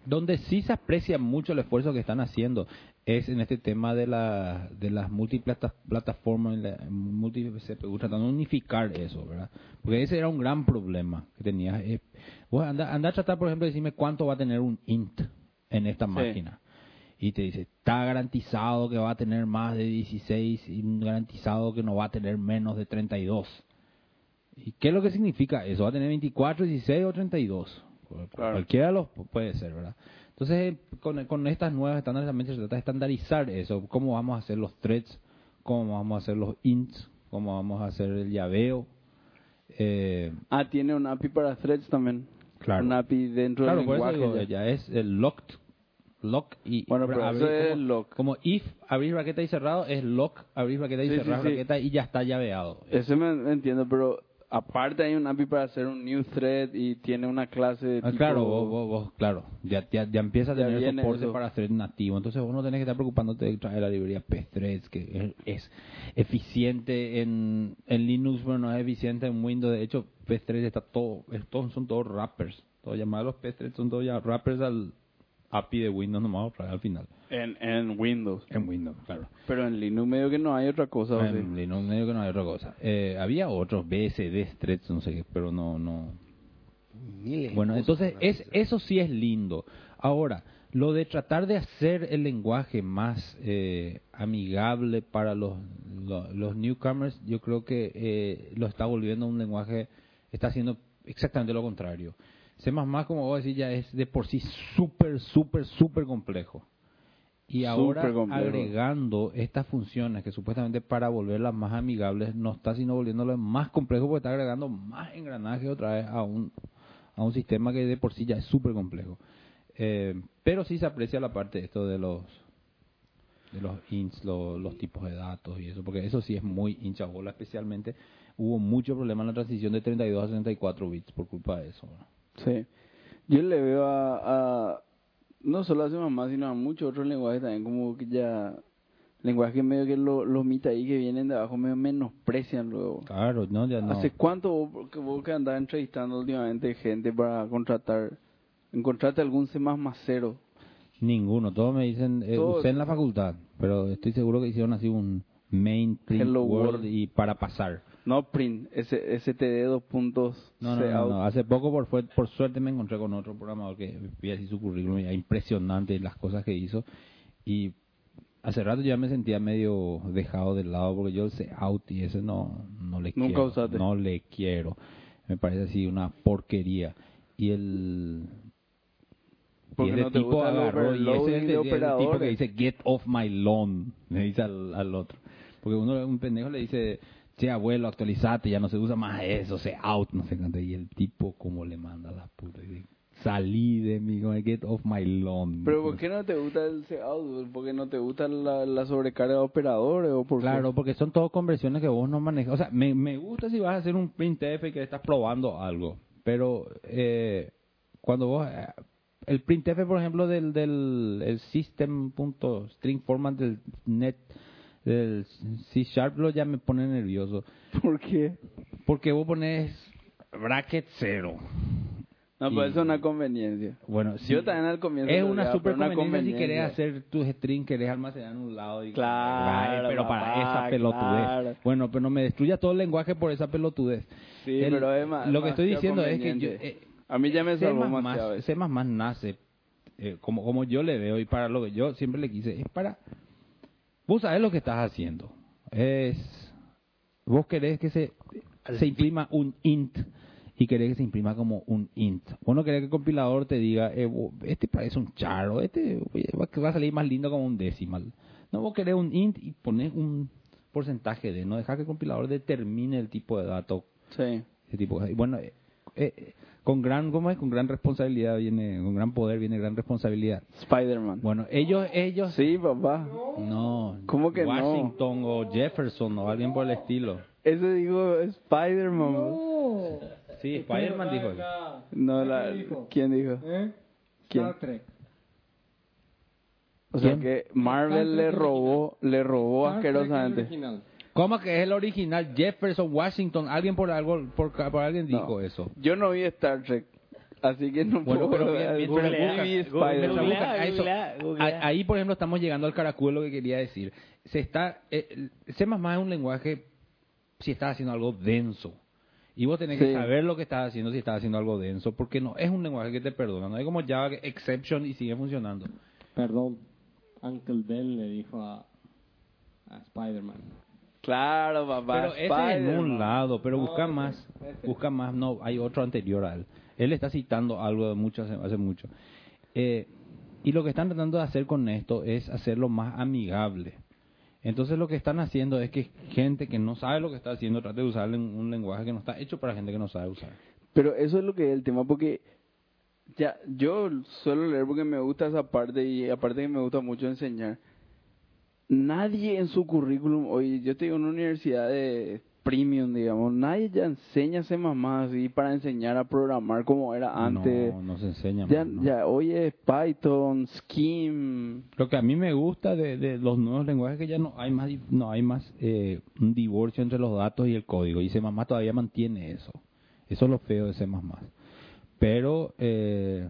Speaker 3: Donde sí se aprecia mucho el esfuerzo que están haciendo es en este tema de, la, de las múltiples plata- plataformas, la- multi CPU, tratando de unificar eso, ¿verdad? Porque ese era un gran problema que tenías. Eh, vos anda, anda a tratar, por ejemplo, de decirme cuánto va a tener un int en esta máquina. Y te dice, está garantizado que va a tener más de 16 y garantizado que no va a tener menos de 32. ¿Y qué es lo que significa eso? ¿Va a tener 24, 16 o 32? Cual-
Speaker 1: Claro.
Speaker 3: Pues, Cualquiera de los pu- puede ser, ¿verdad? Entonces, con, con estas nuevas estándares también se trata de estandarizar eso. ¿Cómo vamos a hacer los threads? ¿Cómo vamos a hacer los ints? ¿Cómo vamos a hacer el llaveo? Eh,
Speaker 1: Ah, tiene un API para threads también.
Speaker 3: Claro.
Speaker 1: Un API dentro
Speaker 3: claro,
Speaker 1: del
Speaker 3: por eso
Speaker 1: lenguaje.
Speaker 3: digo,
Speaker 1: ya.
Speaker 3: ya. es el locked. Lock y
Speaker 1: Bueno, pero
Speaker 3: abrir-
Speaker 1: eso es
Speaker 3: como,
Speaker 1: lock.
Speaker 3: como if abrir braqueta y cerrado es lock, abrir braqueta y
Speaker 1: Sí, sí,
Speaker 3: cerrar
Speaker 1: sí. Este
Speaker 3: braqueta y ya está llaveado.
Speaker 1: Ese me me entiendo, pero aparte hay un API para hacer un new thread y tiene una clase de
Speaker 3: Ah,
Speaker 1: tipo-
Speaker 3: claro, vos, vos- vos, claro, ya, ya, ya empieza a
Speaker 1: Ya
Speaker 3: tener
Speaker 1: viene
Speaker 3: soporte
Speaker 1: eso.
Speaker 3: para thread nativo, entonces vos no tenés que estar preocupándote de traer la librería pthreads que es, es eficiente en, en Linux, pero no es eficiente en Windows, de hecho pthreads está todo, es todo- son todos wrappers, todos llamados pthreads son todos ya wrappers al API de Windows nomás otra vez al final,
Speaker 1: En, en Windows.
Speaker 3: en Windows, claro.
Speaker 1: Pero en Linux medio que no hay otra cosa. ¿o sí?
Speaker 3: En Linux medio que no hay otra cosa. Eh, había otros BSD threads, no sé qué, pero no, no,
Speaker 4: Miles de
Speaker 3: Bueno,
Speaker 4: cosas
Speaker 3: entonces
Speaker 4: para
Speaker 3: es,
Speaker 4: hacer.
Speaker 3: eso sí es lindo. Ahora, lo de tratar de hacer el lenguaje más eh, amigable para los, lo- los, newcomers, yo creo que eh, lo está volviendo un lenguaje, está haciendo exactamente lo contrario. C++, como vos decís, ya es de por sí súper, súper, súper complejo. Y ahora
Speaker 1: Súper complejo.
Speaker 3: agregando estas funciones que supuestamente para volverlas más amigables no está sino volviéndolas más complejo porque está agregando más engranaje otra vez a un, a un sistema que de por sí ya es súper complejo. Eh, pero sí se aprecia la parte de esto de los de los ints, lo- los tipos de datos y eso, porque eso sí es muy hincha bola especialmente. Hubo mucho problema en la transición de 32 a 64 bits por culpa de eso. ¿no?
Speaker 1: Sí. Yo le veo a, a- no solo a su mamá, sino a muchos otros lenguajes también, como que ya. Lenguajes medio que lo- los mitas ahí que vienen de abajo medio menosprecian luego.
Speaker 3: Claro, no, ya no.
Speaker 1: ¿Hace cuánto vos, que vos que andás entrevistando últimamente gente para contratar? ¿Encontraste algún C más más cero?
Speaker 3: Ninguno, todos me dicen, eh,
Speaker 1: Todos.
Speaker 3: usé en la facultad, pero estoy seguro que hicieron así un main print
Speaker 1: Hello
Speaker 3: world,
Speaker 1: World.
Speaker 3: y para pasar.
Speaker 1: No, print, S- STD dos puntos.
Speaker 3: No, no,
Speaker 1: C
Speaker 3: no,
Speaker 1: out.
Speaker 3: no. hace poco por, fue- por suerte me encontré con otro programador que vi así su currículum y era impresionante las cosas que hizo y hace rato ya me sentía medio dejado de lado porque yo ese out y ese no, no le
Speaker 1: Nunca
Speaker 3: quiero,
Speaker 1: usaste.
Speaker 3: no le quiero, me parece así una porquería y el
Speaker 1: Porque
Speaker 3: y ese
Speaker 1: no te
Speaker 3: tipo
Speaker 1: gusta el
Speaker 3: agarró y ese
Speaker 1: overloading
Speaker 3: es el,
Speaker 1: de
Speaker 3: el tipo que
Speaker 1: operadores.
Speaker 3: dice get off my lawn, le dice al, al otro. Porque uno, un pendejo le dice, che abuelo, actualizate, ya no se usa más eso, se out, no sé cuánto. Y el tipo como le manda la puta, dice, salí de mí, como, get off my lawn.
Speaker 1: Pero ¿por qué no te gusta el C out? ¿Por qué no te gusta la, la sobrecarga de operadores? ¿O por qué?
Speaker 3: Claro, porque son todo conversiones que vos no manejas. O sea, me, me gusta si vas a hacer un printf y que estás probando algo. Pero eh, cuando vos... eh, el printf, por ejemplo, del, del el system.string format del net del C Sharp lo ya me pone nervioso.
Speaker 1: ¿Por qué?
Speaker 3: Porque vos pones bracket cero.
Speaker 1: No,
Speaker 3: Y-
Speaker 1: pero eso es una conveniencia.
Speaker 3: Bueno, sí.
Speaker 1: Yo también al comienzo
Speaker 3: Es
Speaker 1: lo
Speaker 3: una
Speaker 1: odiaba,
Speaker 3: super
Speaker 1: pero una
Speaker 3: conveniencia, si querés
Speaker 1: conveniencia.
Speaker 3: hacer tus strings, querés almacenar en un lado. Y,
Speaker 1: Claro,
Speaker 3: pero para
Speaker 1: papá,
Speaker 3: esa pelotudez.
Speaker 1: claro.
Speaker 3: Bueno, pero no me destruya todo el lenguaje por esa pelotudez.
Speaker 1: Sí,
Speaker 3: El-
Speaker 1: pero es más-
Speaker 3: Lo que estoy
Speaker 1: demasiado
Speaker 3: diciendo es que yo,
Speaker 1: conveniente.
Speaker 3: eh,
Speaker 1: A mí ya me
Speaker 3: C++
Speaker 1: salvó demasiado eso.
Speaker 3: C++ nace, eh, como, como yo le veo y para lo que yo siempre le quise, es para... Vos sabés lo que estás haciendo. Es... Vos querés que se, se imprima un int y querés que se imprima como un int. Vos no querés que el compilador te diga, eh, vos- este parece un char o este oye, va va a salir más lindo como un decimal. No, vos querés un int y ponés un porcentaje de, no dejar que el compilador determine el tipo de dato
Speaker 1: Sí.
Speaker 3: ese tipo de cosas. Y bueno, eh, eh, eh, con gran, ¿cómo es? Con gran responsabilidad viene, con gran poder viene gran responsabilidad.
Speaker 1: Spider-Man.
Speaker 3: Bueno, ellos, ellos,
Speaker 1: Sí, papá.
Speaker 3: no,
Speaker 1: ¿Cómo que no?
Speaker 3: Washington o Jefferson o alguien por el estilo.
Speaker 1: Ese dijo Spider-Man. No,
Speaker 3: Sí, Spider-Man dijo. eso.
Speaker 1: la...
Speaker 8: ¿Quién dijo?
Speaker 1: ¿Quién dijo?
Speaker 8: ¿Eh?
Speaker 1: ¿Quién?
Speaker 8: Star Trek.
Speaker 1: O sea
Speaker 3: ¿Quién?
Speaker 1: que Marvel le robó, le robó
Speaker 8: Star Trek es
Speaker 1: Oh, asquerosamente.
Speaker 8: original.
Speaker 3: ¿Cómo que es el original Jefferson Washington? Alguien por algo, por, ca- por alguien
Speaker 1: No.
Speaker 3: dijo eso.
Speaker 1: Yo no vi Star Trek, así que no
Speaker 3: Bueno,
Speaker 1: puedo
Speaker 3: pero bien,
Speaker 1: dar-
Speaker 3: bien,
Speaker 1: pero
Speaker 3: pero
Speaker 1: sí vi
Speaker 5: busca-
Speaker 1: Spider-Man.
Speaker 5: Googlea,
Speaker 3: Busca- a eso.
Speaker 5: googlea, googlea.
Speaker 3: A- Ahí, por ejemplo, estamos llegando al caraculo que quería decir. Se está, eh, el- C++ es un lenguaje si estás haciendo algo denso. Y vos tenés que
Speaker 1: Sí.
Speaker 3: saber lo que estás haciendo si estás haciendo algo denso, porque no es un lenguaje que te perdona. No es como Java que exception y sigue funcionando.
Speaker 8: Perdón. Uncle Ben le dijo a, a Spider-Man.
Speaker 1: Claro, papá.
Speaker 3: Pero ese es en
Speaker 1: Spider-Man.
Speaker 3: un lado, pero busca más, busca más, no, hay otro anterior a él. Él está citando algo de mucho, hace, hace mucho. Eh, y lo que están tratando de hacer con esto es hacerlo más amigable. Entonces lo que están haciendo es que gente que no sabe lo que está haciendo trate de usar un un lenguaje que no está hecho para gente que no sabe usar.
Speaker 1: Pero eso es lo que es el tema, porque ya yo suelo leer porque me gusta esa parte y aparte que me gusta mucho enseñar. Nadie en su currículum, hoy yo estoy en una universidad de premium, digamos, nadie ya enseña a más así para enseñar a programar como era antes.
Speaker 3: no, no se enseña.
Speaker 1: ya,
Speaker 3: man, no.
Speaker 1: ya, hoy es Python, Scheme,
Speaker 3: Lo que a mí me gusta de, de los nuevos lenguajes es que ya no hay más di- no hay más eh, un divorcio entre los datos y el código. Y C++ todavía mantiene eso. Eso es lo feo de C++. Pero eh,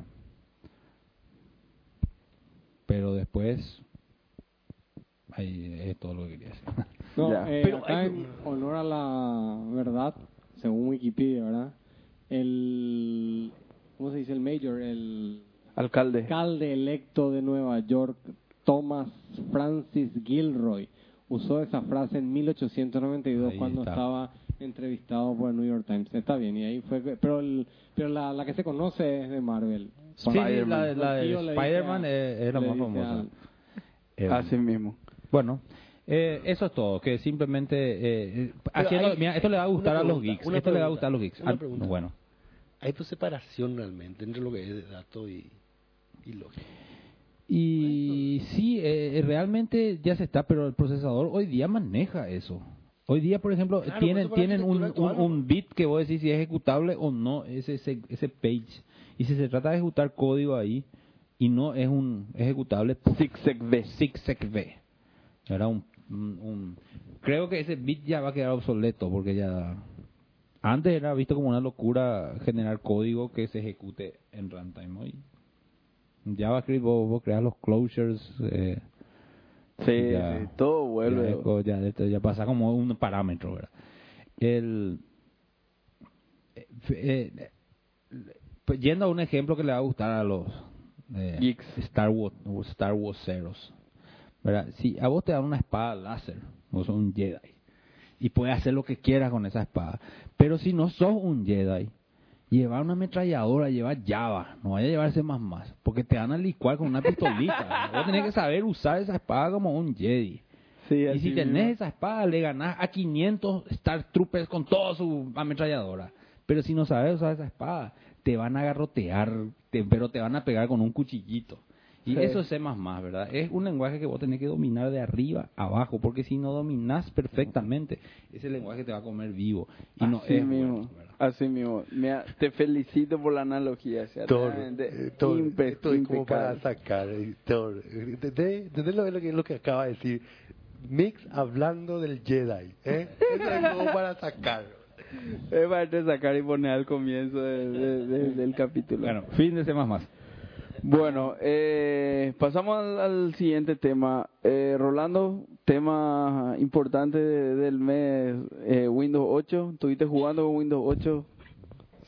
Speaker 3: pero después ahí es todo lo que quería decir.
Speaker 8: No,
Speaker 1: Ya.
Speaker 8: eh,
Speaker 5: Pero
Speaker 8: acá
Speaker 5: hay-
Speaker 8: en honor a la verdad, según Wikipedia, ¿verdad? El. ¿Cómo se dice el mayor? El
Speaker 1: alcalde.
Speaker 8: alcalde electo de Nueva York, Thomas Francis Gilroy, usó esa frase en 1892
Speaker 3: Ahí
Speaker 8: cuando
Speaker 3: está.
Speaker 8: estaba entrevistado por el New York Times. Está bien, y ahí fue. que- Pero, el, pero la, la que se conoce es de Marvel.
Speaker 3: Sí, la, la de
Speaker 8: El tío le dice
Speaker 3: Spider-Man
Speaker 8: a-
Speaker 3: es, es la
Speaker 8: le
Speaker 3: más
Speaker 8: dice
Speaker 3: famosa.
Speaker 8: al- Ah,
Speaker 3: Eh,
Speaker 1: Así mismo.
Speaker 3: Bueno, eh, eso es todo. Que simplemente eh, haciendo,
Speaker 4: hay-
Speaker 3: mira, esto le va a
Speaker 4: una
Speaker 3: gustar a los
Speaker 4: pregunta,
Speaker 3: geeks. Esto
Speaker 4: una
Speaker 3: le va a
Speaker 4: pregunta,
Speaker 3: gustar a los geeks.
Speaker 4: una
Speaker 3: Ah,
Speaker 4: pregunta.
Speaker 3: bueno.
Speaker 4: Hay pues separación realmente entre lo que es de dato y, y lógica.
Speaker 3: Y sí, eh, realmente ya se está, pero el procesador hoy día maneja eso. Hoy día, por ejemplo,
Speaker 4: Claro,
Speaker 3: tienen,
Speaker 4: por eso para
Speaker 3: tienen un,
Speaker 4: arquitectura
Speaker 3: un,
Speaker 4: actual,
Speaker 3: un bit que vos decís si es ejecutable o no, ese, ese, ese page. Y si se trata de ejecutar código ahí y no es un ejecutable,
Speaker 1: ZigZagV.
Speaker 3: ZigZagV. Era un, un- un- Creo que ese bit ya va a quedar obsoleto porque ya... Antes era visto como una locura generar código que se ejecute en runtime. Hoy JavaScript, vos, vos creas los closures, eh,
Speaker 1: Sí,
Speaker 3: Ya.
Speaker 1: sí, todo
Speaker 3: ya,
Speaker 1: vuelve.
Speaker 3: es co- ya, esto ya pasa como un parámetro, ¿verdad? El, eh, fe- eh, pues, yendo a un ejemplo que le va a gustar a los eh,
Speaker 1: Geeks.
Speaker 3: Star Wars Star Wars Zeros, ¿verdad? Si a vos te dan una espada láser, vos sos un Jedi y puedes hacer lo que quieras con esa espada, pero si no sos un Jedi Llevar una ametralladora, llevar Java, no vaya a llevarse más más, porque te van a licuar con una pistolita. Vos tenés que saber usar esa espada como un Jedi.
Speaker 1: Sí,
Speaker 3: Y
Speaker 1: así
Speaker 3: si
Speaker 1: mismo.
Speaker 3: tenés esa espada, le ganás a 500 Star Troopers con toda su ametralladora. Pero si no sabes usar esa espada, te van a garrotear, te- pero te van a pegar con un cuchillito. Y
Speaker 1: Sí.
Speaker 3: eso es C++, ¿verdad? Es un lenguaje que vos tenés que dominar de arriba a abajo, porque si no dominás perfectamente, ese lenguaje te va a comer vivo. Y no
Speaker 1: así
Speaker 3: es bueno,
Speaker 1: mismo,
Speaker 3: ¿verdad?
Speaker 1: así mismo. Mira, te felicito por la analogía. o sea,
Speaker 4: Thor,
Speaker 1: realmente
Speaker 4: eh, Thor,
Speaker 1: impe-
Speaker 4: esto es como para
Speaker 1: impecable.
Speaker 4: sacar. eh, Thor, entendés entendés lo, lo que, lo que acaba de decir. Mix hablando del Jedi. ¿eh? Eso es como para sacar.
Speaker 1: Es para te sacar y poner al comienzo de- de- de- del capítulo.
Speaker 3: Bueno, fin de C++.
Speaker 1: Bueno, eh, pasamos al, al siguiente tema. Eh, Rolando, tema importante de- del mes, eh, Windows 8. ¿Estuviste jugando con Windows 8?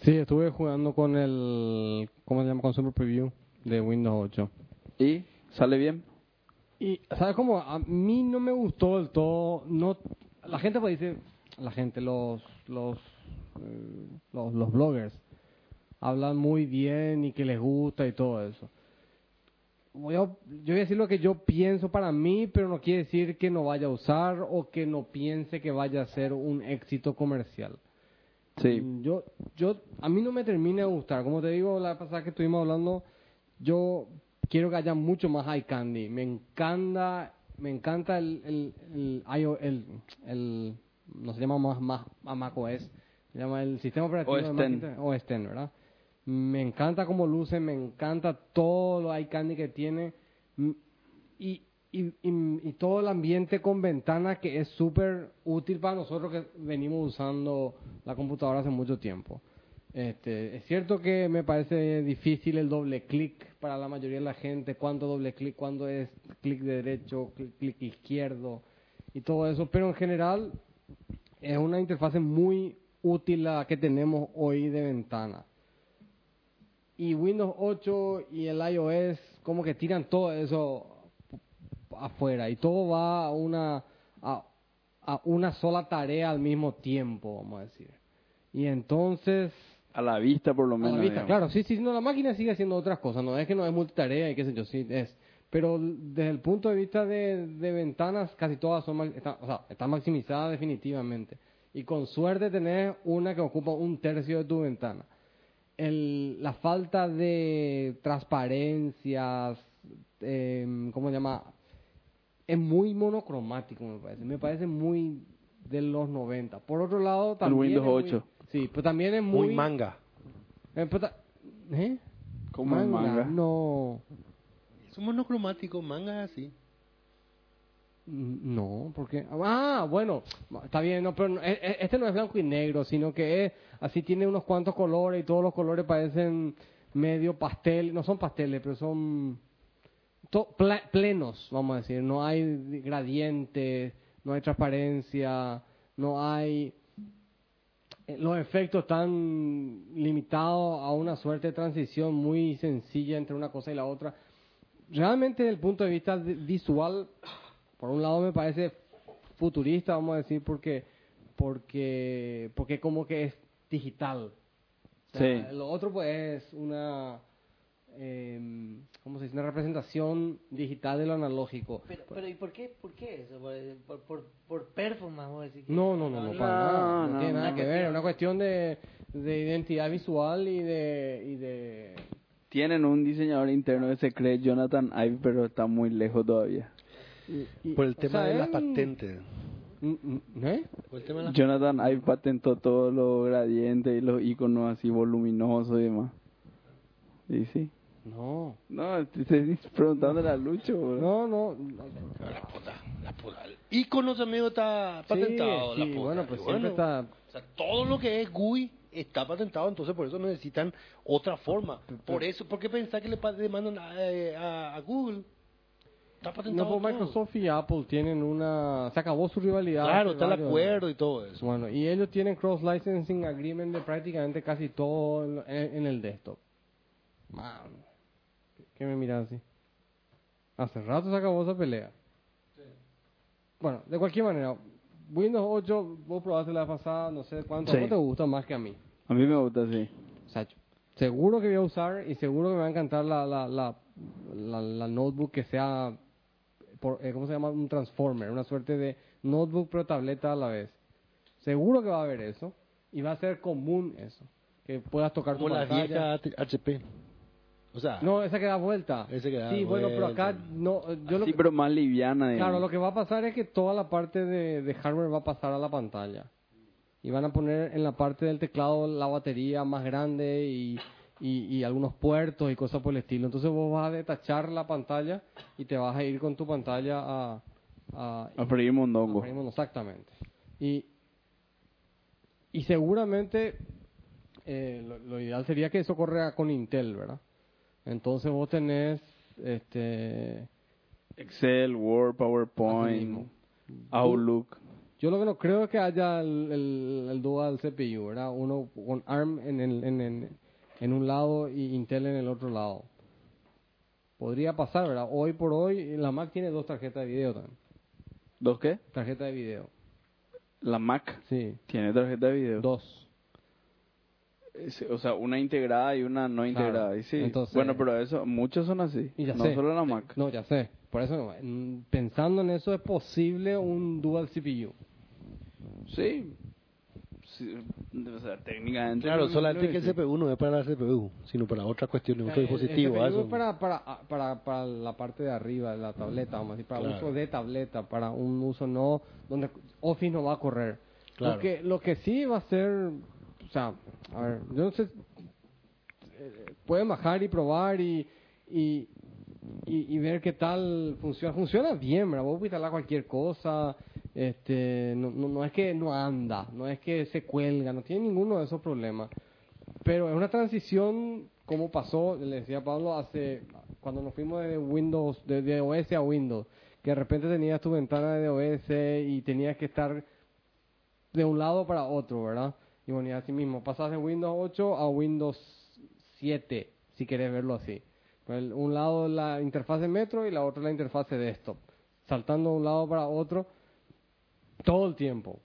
Speaker 8: Sí, estuve jugando con el. ¿Cómo se llama? Consumer Preview de Windows 8.
Speaker 1: ¿Y sale bien?
Speaker 8: Y, ¿sabes cómo? A mí no me gustó del todo. No, la gente pues dice, la gente, los, los eh, los, los bloggers. Hablan muy bien y que les gusta y todo eso. Voy a- yo voy a decir lo que yo pienso para mí, pero no quiere decir que no vaya a usar o que no piense que vaya a ser un éxito comercial.
Speaker 1: Sí.
Speaker 8: Mm, Yo, yo, a mí no me termina de gustar. Como te digo, la pasada que estuvimos hablando, yo quiero que haya mucho más eye candy. Me encanta, me encanta el, el, el, IO el, el- no se llama más, más a macOS, se llama el sistema operativo
Speaker 1: OS
Speaker 8: de
Speaker 1: X.
Speaker 8: Macintosh, OS X, ¿verdad? Me encanta cómo luce, me encanta todo lo eye candy que tiene. Mm, y, y, y, y todo el ambiente con ventanas que es súper útil para nosotros que venimos usando la computadora hace mucho tiempo. Este, es cierto que me parece difícil el doble clic para la mayoría de la gente, cuánto doble clic, cuándo es clic derecho, clic, clic izquierdo y todo eso, pero en general es una interfase muy útil la que tenemos hoy de ventana y Windows 8 y el iOS como que tiran todo eso afuera y todo va a una a, a una sola tarea al mismo tiempo vamos a decir y entonces
Speaker 1: A la vista, por lo
Speaker 8: a la
Speaker 1: menos.
Speaker 8: vista,
Speaker 1: digamos.
Speaker 8: claro sí sí no la máquina sigue haciendo otras cosas no es que no es multitarea y qué sé yo sí es pero desde el punto de vista de, de ventanas casi todas son ma- están, o sea, están maximizadas definitivamente y con suerte tenés una que ocupa un tercio de tu ventana el, la falta de transparencias, em, ¿cómo se llama? Es muy monocromático, me parece. Me parece muy de los 90. Por otro lado, también.
Speaker 1: Windows
Speaker 8: es muy-
Speaker 1: 8.
Speaker 8: sí, pero también es muy.
Speaker 4: Muy manga.
Speaker 8: eh, pero ta- ¿eh?
Speaker 1: Como en manga.
Speaker 8: No.
Speaker 4: Es un monocromático, manga es así.
Speaker 8: No, porque. Ah, bueno, está bien, no, pero no- e- e- este no es blanco y negro, sino que es así, tiene unos cuantos colores y todos los colores parecen medio pastel, no son pasteles, pero son to- pla- plenos, vamos a decir. No hay gradientes, no hay transparencia, no hay. eh, Los efectos están limitados a una suerte de transición muy sencilla entre una cosa y la otra. Realmente, desde el punto de vista de- visual, por un lado me parece futurista, vamos a decir, porque porque porque como que es digital. O sea,
Speaker 1: Sí.
Speaker 8: Lo otro pues es una eh, ¿cómo se dice? Una representación digital de lo analógico.
Speaker 5: Pero, pero ¿y por qué, por qué eso? Por- Por, por, por performance, vamos a decir. que-
Speaker 8: No, no, no, no, para
Speaker 1: No,
Speaker 8: nada. No,
Speaker 1: no,
Speaker 8: tiene nada
Speaker 5: no.
Speaker 8: que ver. Es una cuestión de, de identidad visual y de y de
Speaker 1: Tienen un diseñador interno que se cree Jonathan Ive, pero está muy lejos todavía.
Speaker 8: y-
Speaker 4: Por el
Speaker 8: o
Speaker 4: tema
Speaker 8: sea,
Speaker 4: de las
Speaker 8: es-
Speaker 4: patentes.
Speaker 8: Mm, mm, ¿Eh?
Speaker 4: Por el tema de las
Speaker 1: Jonathan Ive patentó todos los gradientes y los iconos así voluminosos y demás. Y sí.
Speaker 8: No.
Speaker 1: No, te estoy preguntando a Lucho, bro.
Speaker 8: No, no. no.
Speaker 4: Ah, Icono también está patentado.
Speaker 8: Sí,
Speaker 4: la
Speaker 8: sí,
Speaker 4: puta.
Speaker 8: bueno, pues
Speaker 4: Y
Speaker 8: siempre está-
Speaker 4: O sea, todo lo que es GUI está patentado, entonces por eso necesitan otra forma. Por eso, ¿por qué pensar que le pa- demandan a, eh, a- a Google? Está
Speaker 8: No,
Speaker 4: patentado.
Speaker 8: pues
Speaker 4: todo.
Speaker 8: Microsoft y Apple tienen una... Se acabó su rivalidad.
Speaker 4: Claro,
Speaker 8: hace
Speaker 4: está el
Speaker 8: varios-
Speaker 4: acuerdo y todo eso.
Speaker 8: Bueno, y ellos tienen cross-licensing agreement de prácticamente casi todo en, en- en el desktop. Man. ¿Qué, qué me miras así? Hace rato se acabó esa pelea. Bueno, de cualquier manera, Windows 8, vos probaste la pasada, no sé cuánto,
Speaker 1: Sí.
Speaker 8: ¿a vos te gusta más que a mí?
Speaker 1: A mí me gusta así.
Speaker 8: Sacho. Seguro que voy a usar y seguro que me va a encantar la, la, la, la, la notebook que sea, por, eh, ¿cómo se llama? Un transformer, una suerte de notebook pero tableta a la vez. Seguro que va a haber eso y va a ser común eso, que puedas tocar tu
Speaker 4: Como la
Speaker 8: pantalla.
Speaker 4: vieja HP. O sea,
Speaker 8: No, esa que da vuelta.
Speaker 4: Esa que da
Speaker 8: sí, bueno, pero
Speaker 4: vuelta.
Speaker 8: acá no, eh, yo lo
Speaker 1: sí,
Speaker 8: que-
Speaker 1: pero más liviana, digamos.
Speaker 8: Claro, lo que va a pasar es que toda la parte de, de hardware va a pasar a la pantalla. Y van a poner en la parte del teclado la batería más grande y, y, y algunos puertos y cosas por el estilo. Entonces vos vas a detachar la pantalla y te vas a ir con tu pantalla a... a-
Speaker 1: A freír mondongo.
Speaker 8: a freír mondongo, Exactamente. Y, y seguramente eh, lo, lo ideal sería que eso corra con Intel, ¿verdad? Entonces vos tenés... este
Speaker 1: Excel, Word,
Speaker 8: Así
Speaker 1: PowerPoint,
Speaker 8: mismo.
Speaker 1: Outlook.
Speaker 8: Yo lo que no creo es que haya el, el, el dual CPU, ¿verdad? Uno con ARM en, el- en, en, en un lado y Intel en el otro lado. Podría pasar, ¿verdad? Hoy por hoy la Mac tiene dos tarjetas de video también.
Speaker 1: ¿Dos qué?
Speaker 8: Tarjeta de video.
Speaker 1: La Mac
Speaker 8: Sí,
Speaker 1: tiene tarjeta de video.
Speaker 8: dos.
Speaker 1: es- o sea, una integrada y una no integrada. y sí.
Speaker 8: Entonces-
Speaker 1: bueno, pero eso, muchos son así.
Speaker 8: Y ya
Speaker 1: no
Speaker 8: sé.
Speaker 1: solo la Mac.
Speaker 8: No, ya sé. Por eso, mm, pensando en eso, es posible un dual CPU.
Speaker 1: Sí. sí. O sea, técnicamente.
Speaker 4: Claro,
Speaker 1: lo-
Speaker 4: solamente
Speaker 1: lo
Speaker 4: que el
Speaker 1: hice.
Speaker 4: CPU no es para la CPU, sino para otras cuestiones, otro
Speaker 8: El- Eh, el
Speaker 4: dispositivo.
Speaker 8: CPU
Speaker 4: ¿ah?
Speaker 8: es
Speaker 4: Eso-
Speaker 8: para, para, para, para la parte de arriba de la tableta, vamos a decir, para
Speaker 4: Claro.
Speaker 8: uso de tableta, para un uso no, donde Office no va a correr.
Speaker 4: Claro.
Speaker 8: Lo, que, lo que sí va a ser, o sea, a ver, yo no sé, eh, pueden bajar y probar y, y, y, y ver qué tal funciona. Funciona bien, ¿verdad? Vos puedes instalar cualquier cosa, este, no, no, no es que no anda, no es que se cuelga, no tiene ninguno de esos problemas. Pero es una transición como pasó, le decía a Pablo, hace cuando nos fuimos de Windows, de, de OS a Windows, que de repente tenías tu ventana de OS y tenías que estar de un lado para otro, ¿verdad? Y bueno, y así mismo, pasas de Windows 8 a Windows 7, si querés verlo así. Por el- un lado la interfaz de Metro y la otra la interfaz de desktop. Saltando de un lado para otro todo el tiempo.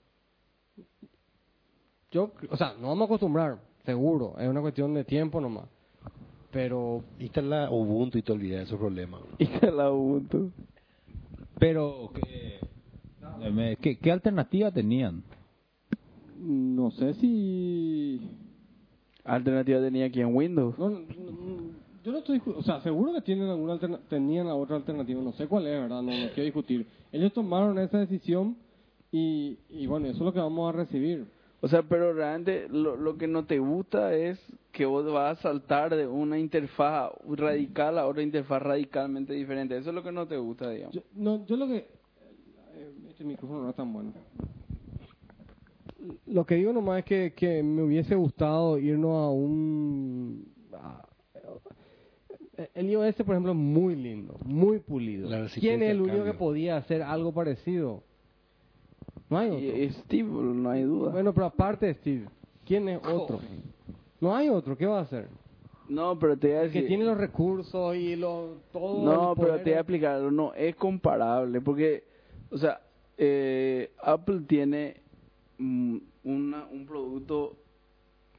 Speaker 8: Yo, o sea, no vamos a acostumbrar, seguro. Es una cuestión de tiempo nomás. Pero
Speaker 4: Instala Ubuntu y te olvidas de esos problemas.
Speaker 1: Y que la Ubuntu.
Speaker 3: Pero, ¿qué, me- qué- qué alternativa tenían?
Speaker 9: No sé si...
Speaker 1: Alternativa tenía aquí en Windows.
Speaker 8: No, no, no, yo no estoy, discu- o sea, seguro que tienen alguna alterna- tenían la otra alternativa, no sé cuál es, verdad, no, no quiero discutir. Ellos tomaron esa decisión y, y bueno, eso es lo que vamos a recibir.
Speaker 1: O sea, pero realmente lo, lo que no te gusta es que vos vas a saltar de una interfaz radical a otra interfaz radicalmente diferente. Eso es lo que no te gusta, digamos.
Speaker 8: Yo, no, yo lo que eh, este micrófono no es tan bueno. Lo que digo nomás es que, que me hubiese gustado irnos a un a- el iOS, por ejemplo, es muy lindo, muy pulido.
Speaker 4: La resistencia
Speaker 8: ¿Quién es el
Speaker 4: al
Speaker 8: único que
Speaker 4: cambio.
Speaker 8: podía hacer algo parecido? No hay otro.
Speaker 1: Y- y Steve, no hay duda.
Speaker 8: Bueno, pero aparte de Steve, ¿quién es otro? No hay otro, ¿qué va a hacer?
Speaker 1: no, pero te voy a
Speaker 8: El que
Speaker 1: decir-
Speaker 8: tiene los recursos y los todo
Speaker 1: No,
Speaker 8: el
Speaker 1: pero
Speaker 8: poder
Speaker 1: te voy a
Speaker 8: es-
Speaker 1: explicar, no es comparable, porque, o sea, eh, Apple tiene mm, una, un producto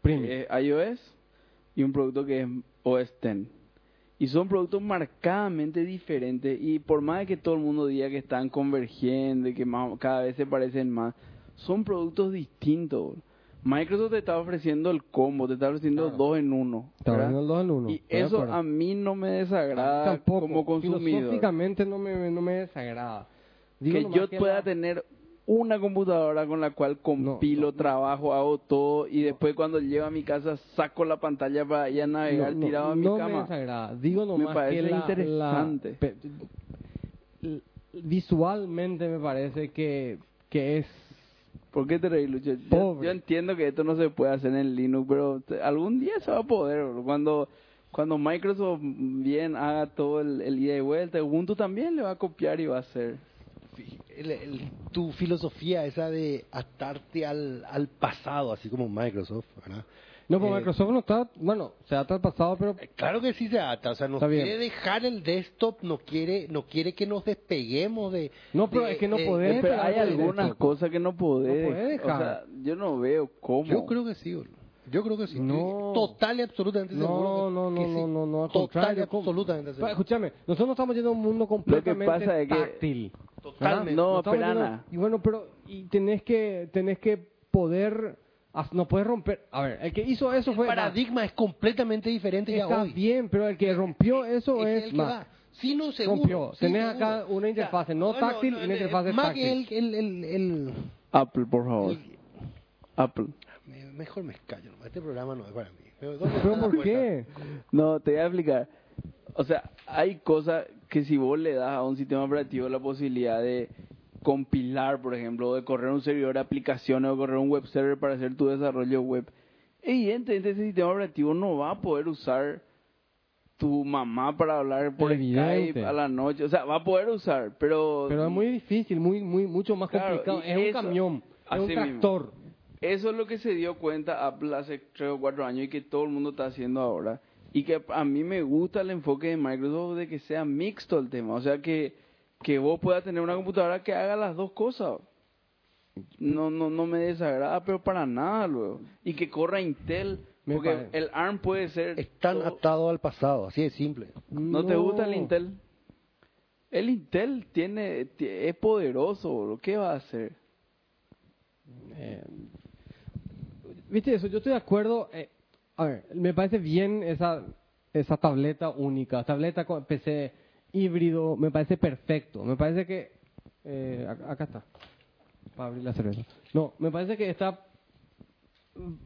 Speaker 8: Premium.
Speaker 1: que es iOS y un producto que es OS X. Y son productos marcadamente diferentes y por más de que todo el mundo diga que están convergiendo y que más- cada vez se parecen más, son productos distintos. Microsoft te está ofreciendo el combo, te está ofreciendo dos en uno.
Speaker 8: Está
Speaker 1: ¿verdad?
Speaker 8: vendiendo el dos en uno,
Speaker 1: Y
Speaker 8: estoy de
Speaker 1: eso
Speaker 8: acuerdo.
Speaker 1: a mí no me desagrada
Speaker 8: Ah, Tampoco.
Speaker 1: como consumidor.
Speaker 8: Filosóficamente no me, no me desagrada. Digo
Speaker 1: Que
Speaker 8: nomás
Speaker 1: yo
Speaker 8: que
Speaker 1: pueda
Speaker 8: la-
Speaker 1: tener una computadora con la cual compilo,
Speaker 8: no, no.
Speaker 1: trabajo, hago todo y después cuando llego a mi casa saco la pantalla para ir a
Speaker 8: no,
Speaker 1: navegar
Speaker 8: no,
Speaker 1: tirado a mi
Speaker 8: no me
Speaker 1: cama.
Speaker 8: desagrada. Digo nomás
Speaker 1: parece
Speaker 8: que la- la-
Speaker 1: interesante.
Speaker 8: pe- l- visualmente me parece que, que es...
Speaker 1: ¿Por qué te reí, Lucho? Yo,
Speaker 8: Pobre.
Speaker 1: yo entiendo que esto no se puede hacer en Linux, pero te- algún día se va a poder. bro. Cuando cuando Microsoft bien haga todo el, el ida y vuelta, Ubuntu también le va a copiar y va a hacer.
Speaker 4: El- el- tu filosofía esa de atarte al, al pasado, así como Microsoft, ¿verdad?
Speaker 8: No, pero
Speaker 4: Eh,
Speaker 8: Microsoft no está... Bueno, se ha traspasado, pero...
Speaker 4: Eh, Claro que sí se ata, o sea, no
Speaker 8: Está bien.
Speaker 4: quiere dejar el desktop, no quiere, no quiere que nos despeguemos de.
Speaker 8: No, pero
Speaker 4: de- eh,
Speaker 8: es que no
Speaker 4: de-
Speaker 8: podés,
Speaker 4: de-
Speaker 1: Eh, Pero hay
Speaker 8: algo de
Speaker 1: algunas
Speaker 8: esto.
Speaker 1: cosas que no podés.
Speaker 8: No podés
Speaker 1: o
Speaker 8: dejar.
Speaker 1: sea, yo no veo cómo.
Speaker 4: Yo creo que sí, boludo. yo creo que sí.
Speaker 8: No.
Speaker 4: Estoy Total y absolutamente
Speaker 8: No,
Speaker 4: seguro. que-
Speaker 8: no, no,
Speaker 4: que sí.
Speaker 8: no, no, no, al
Speaker 4: Total y
Speaker 8: contrario, ¿cómo?
Speaker 4: absolutamente
Speaker 8: Pero,
Speaker 4: seguro.
Speaker 8: escúchame, nosotros estamos yendo a un mundo completamente
Speaker 1: pasa es que-
Speaker 8: táctil.
Speaker 4: Totalmente.
Speaker 1: No,
Speaker 8: No, estamos
Speaker 1: espera,
Speaker 8: viendo-
Speaker 1: Ana.
Speaker 8: Y bueno, pero y tenés que tenés que poder as- no puedes romper. A ver, el que hizo eso
Speaker 4: El
Speaker 8: fue Bach.
Speaker 4: paradigma es completamente diferente ya
Speaker 8: Está
Speaker 4: hoy.
Speaker 8: bien, pero el que rompió eso
Speaker 4: Ese
Speaker 8: es,
Speaker 4: el que
Speaker 8: Mac.
Speaker 4: va. Sí, no, seguro.
Speaker 8: Rompió.
Speaker 4: sí,
Speaker 8: Tenés
Speaker 4: seguro.
Speaker 8: acá una interfaz no
Speaker 4: bueno,
Speaker 8: táctil y una
Speaker 4: eh,
Speaker 8: interfaz
Speaker 4: Mac
Speaker 8: táctil.
Speaker 4: es el- el- el- el,
Speaker 1: Apple, por favor. Apple.
Speaker 4: Me- Mejor me callo, nomás. este programa no es para mí. ¿Pero
Speaker 8: Pero ¿por qué?
Speaker 1: No, te voy a explicar. O sea, hay cosas que si vos le das a un sistema operativo la posibilidad de compilar, por ejemplo, o de correr un servidor de aplicaciones o correr un web server para hacer tu desarrollo web, evidentemente ese sistema operativo no va a poder usar tu mamá para hablar por
Speaker 8: Evidente.
Speaker 1: Skype a la noche. O sea, va a poder usar, pero...
Speaker 8: Pero es muy difícil, muy muy mucho más
Speaker 1: Claro,
Speaker 8: complicado.
Speaker 1: y
Speaker 8: Es un
Speaker 1: eso-
Speaker 8: camión, es un
Speaker 1: así mismo.
Speaker 8: tractor.
Speaker 1: Eso es lo que se dio cuenta Apple hace tres o cuatro años y que todo el mundo está haciendo ahora. Y que a mí me gusta el enfoque de Microsoft de que sea mixto el tema. O sea, que, que vos puedas tener una computadora que haga las dos cosas. No, no, no me desagrada, pero para nada luego. Y que corra Intel
Speaker 8: Me
Speaker 1: Porque
Speaker 8: parece.
Speaker 1: el ARM puede ser...
Speaker 4: Están
Speaker 1: todo-
Speaker 4: atados al pasado, así de simple.
Speaker 1: ¿No te gusta el
Speaker 8: No.
Speaker 1: Intel? El Intel tiene, ti- es poderoso, bro. ¿Qué va a hacer?
Speaker 8: Eh, Viste eso, yo estoy de acuerdo. eh, a ver, me parece bien esa, esa tableta única, tableta con PC híbrido, me parece perfecto. Me parece que. eh, ac- acá está. Para abrir la cerveza. No, me parece que está.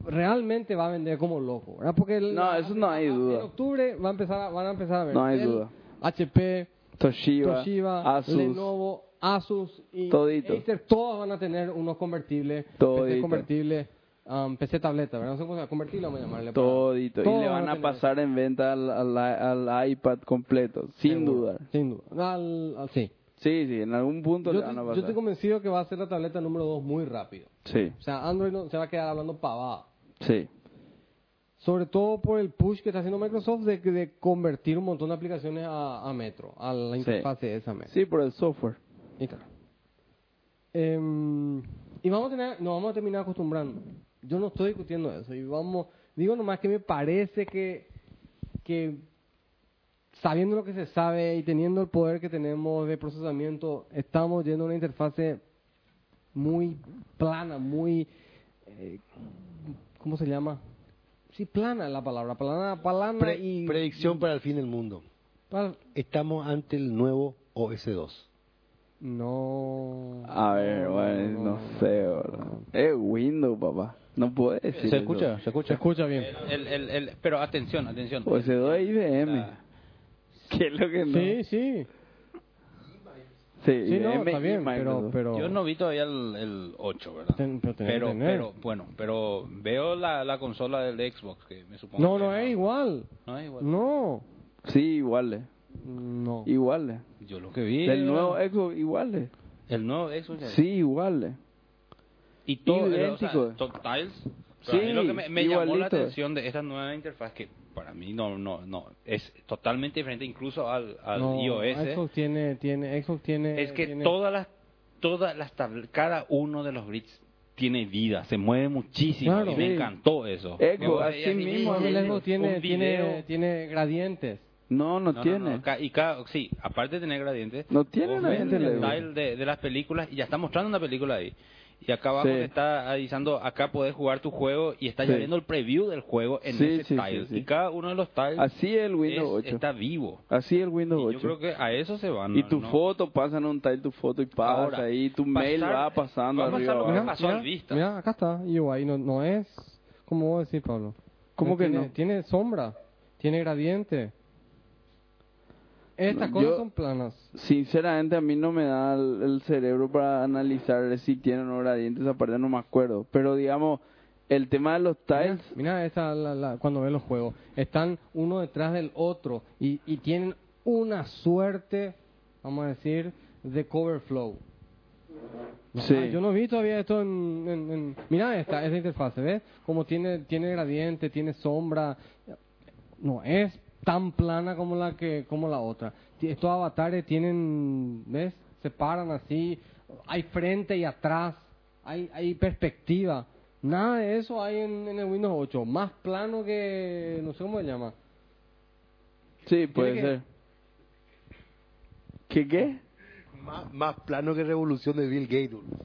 Speaker 8: Realmente va a vender como loco, ¿verdad? Porque el-
Speaker 1: No, eso no hay duda.
Speaker 8: En octubre va a empezar a- van a empezar a ver.
Speaker 1: No hay
Speaker 8: Dell,
Speaker 1: duda.
Speaker 8: HP,
Speaker 1: Toshiba,
Speaker 8: Toshiba,
Speaker 1: Asus.
Speaker 8: Lenovo, Asus y
Speaker 1: Todito.
Speaker 8: Acer, todos van a tener unos convertibles, PC
Speaker 1: Todito.
Speaker 8: convertible, um, PC tableta, ¿verdad? No sé cómo se llama, convertible vamos a llamarle. para-
Speaker 1: Todito.
Speaker 8: todos
Speaker 1: y le van a
Speaker 8: tener
Speaker 1: pasar en venta al, al, al iPad completo,
Speaker 8: eso,
Speaker 1: sin
Speaker 8: seguro,
Speaker 1: dudar.
Speaker 8: Sin duda. Al- al- sí.
Speaker 1: Sí, sí, en algún punto
Speaker 8: Yo,
Speaker 1: le
Speaker 8: te-
Speaker 1: van a
Speaker 8: yo
Speaker 1: pasar.
Speaker 8: estoy convencido que va a ser la tableta número 2 muy rápido.
Speaker 1: Sí,
Speaker 8: O sea, Android no, se va a quedar hablando pavada.
Speaker 1: sí.
Speaker 8: Sobre todo por el push que está haciendo Microsoft de, de convertir un montón de aplicaciones a, a Metro, a la
Speaker 1: Sí.
Speaker 8: interfaz de esa Metro.
Speaker 1: Sí, por el software.
Speaker 8: Y claro. Em, y vamos a tener, nos vamos a terminar acostumbrando. Yo no estoy discutiendo eso. Y vamos, digo nomás que me parece que, que sabiendo lo que se sabe y teniendo el poder que tenemos de procesamiento, estamos yendo a una interfase muy plana, muy eh, ¿cómo se llama? Sí, plana es la palabra, plana, plana
Speaker 4: Pre-
Speaker 8: y
Speaker 4: predicción para el fin del mundo.
Speaker 8: pal-
Speaker 4: Estamos ante el nuevo OS2.
Speaker 8: no.
Speaker 1: A ver, bueno, no sé, bro. Es Windows, papá. No puede decir
Speaker 3: se
Speaker 1: eso.
Speaker 3: escucha, se
Speaker 8: Se
Speaker 3: escucha.
Speaker 8: escucha bien.
Speaker 3: El- el- el- pero atención, atención.
Speaker 1: O Pues se doy IBM.
Speaker 3: La-
Speaker 1: ¿Qué es lo que no?
Speaker 8: Sí, sí.
Speaker 1: Sí,
Speaker 8: Sí, no,
Speaker 1: IBM
Speaker 8: está
Speaker 1: y
Speaker 8: bien, pero,
Speaker 1: Microsoft.
Speaker 8: pero...
Speaker 3: Yo no vi todavía el, 8, ¿verdad?
Speaker 8: Ten- pero tenés que
Speaker 3: pero,
Speaker 8: tener.
Speaker 3: pero, bueno, pero veo la, la consola del Xbox, que me supongo
Speaker 8: No,
Speaker 3: que
Speaker 8: no es igual.
Speaker 3: No es igual.
Speaker 8: No.
Speaker 1: Sí, iguales.
Speaker 8: No.
Speaker 1: Iguales.
Speaker 3: Yo lo que vi...
Speaker 1: Del
Speaker 3: era-
Speaker 1: nuevo Xbox, iguales.
Speaker 3: El nuevo Xbox. ya-
Speaker 1: Sí, iguales.
Speaker 3: Y todo,
Speaker 1: idéntico.
Speaker 3: idéntico. tiles. Pero a mí
Speaker 1: Sí,
Speaker 3: lo que me, me llamó la
Speaker 1: igualito.
Speaker 3: atención de esta nueva interfaz que para mí no no no es totalmente diferente incluso al, al
Speaker 8: No,
Speaker 3: iOS.
Speaker 8: Xbox tiene, tiene, Xbox tiene.
Speaker 3: ¿eh? es que
Speaker 8: tiene-
Speaker 3: todas las todas las tabl- cada uno de los grids tiene vida, se mueve muchísimo
Speaker 8: Claro.
Speaker 3: y me
Speaker 8: Sí.
Speaker 3: encantó eso.
Speaker 1: Eco,
Speaker 3: Que vos
Speaker 1: así
Speaker 3: veías y
Speaker 1: mismo,
Speaker 3: ves
Speaker 8: El Xbox tiene,
Speaker 3: un video.
Speaker 8: tiene, tiene gradientes.
Speaker 1: No, no,
Speaker 3: No, no,
Speaker 1: tiene.
Speaker 3: no, ca- y cada, sí, aparte de tener gradientes,
Speaker 1: No tiene
Speaker 3: vos
Speaker 1: gradiente
Speaker 3: ves el
Speaker 1: el
Speaker 3: tile de, de las películas y ya está mostrando una película ahí. Y acá abajo
Speaker 1: Sí.
Speaker 3: te está avisando, acá podés jugar tu juego y está
Speaker 1: Sí.
Speaker 3: ya viendo el preview del juego en
Speaker 1: Sí,
Speaker 3: ese
Speaker 1: sí,
Speaker 3: tile.
Speaker 1: sí, sí.
Speaker 3: Y cada uno de los tiles
Speaker 1: Así el
Speaker 3: es-
Speaker 1: Windows 8.
Speaker 3: está vivo.
Speaker 1: Así el
Speaker 3: Y
Speaker 1: Windows
Speaker 3: yo
Speaker 1: 8.
Speaker 3: creo que a eso se van.
Speaker 8: Ah,
Speaker 1: y tu
Speaker 3: ¿no?
Speaker 1: foto, pasan un tile tu foto y pasa
Speaker 3: Ahora,
Speaker 1: ahí, tu
Speaker 3: pasar-
Speaker 1: mail va pasando
Speaker 3: va a pasar
Speaker 1: arriba.
Speaker 3: lo que
Speaker 1: abajo.
Speaker 3: pasa. pasó al Vista.
Speaker 8: mira, acá está. Y yo ahí no, no es. ¿Cómo vos decís, Pablo?
Speaker 1: ¿Cómo que
Speaker 8: tiene,
Speaker 1: no?
Speaker 8: Tiene sombra. Tiene gradiente. Estas
Speaker 1: No,
Speaker 8: cosas
Speaker 1: yo-
Speaker 8: son planas.
Speaker 1: Sinceramente, a mí no me da el, el cerebro para analizar si tienen o no gradientes, aparte no me acuerdo. Pero digamos, el tema de los tiles,
Speaker 8: Mira esa, la- la- cuando ve los juegos. Están uno detrás del otro y, y tienen una suerte, vamos a decir, de cover flow. No,
Speaker 1: Sí.
Speaker 8: ah, yo no vi todavía esto en... en- en- Mira esta, esta interfase, ¿ves? Como tiene, tiene gradiente, tiene sombra. No es tan plana como la, que, como la otra. Ti- Estos avatares tienen, ¿ves? Se paran así. Hay frente y atrás. Hay, hay perspectiva. Nada de eso hay en, en el Windows 8. Más plano que... No sé cómo se llama.
Speaker 1: sí, puede
Speaker 8: que-
Speaker 1: ser. ¿Qué qué?
Speaker 4: Más, más plano que revolución de Bill Gates. boludo.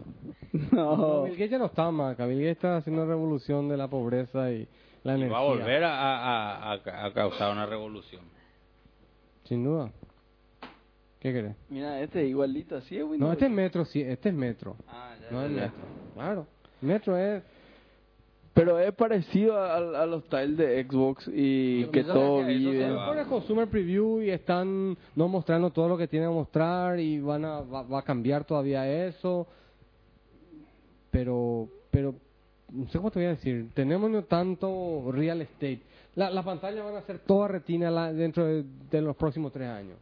Speaker 8: No,
Speaker 1: No.
Speaker 8: Bill Gates ya no está más acá. Bill Gates está haciendo una revolución de la pobreza y la
Speaker 3: Y
Speaker 8: energía.
Speaker 3: va a volver a, a- a- a causar una revolución.
Speaker 8: Sin duda. ¿Qué querés?
Speaker 1: Mira, este es igualito, así es Windows.
Speaker 8: No, este es
Speaker 1: 8.
Speaker 8: Metro, sí, este es Metro.
Speaker 3: Ah, ya,
Speaker 8: No es
Speaker 3: ya, ya.
Speaker 8: Metro. Claro. Metro es...
Speaker 1: Pero es parecido a, a- a los tiles de Xbox y
Speaker 3: Pero
Speaker 1: que
Speaker 3: me
Speaker 1: todo
Speaker 3: suena que eso se
Speaker 1: vive.
Speaker 3: va.
Speaker 8: Ahora es consumer preview y están no mostrando todo lo que tienen a mostrar y van a, va, va a cambiar todavía eso. Pero, pero, no sé cómo te voy a decir, tenemos no tanto real estate. La- Las pantallas van a ser toda retina la- dentro de, de los próximos tres años.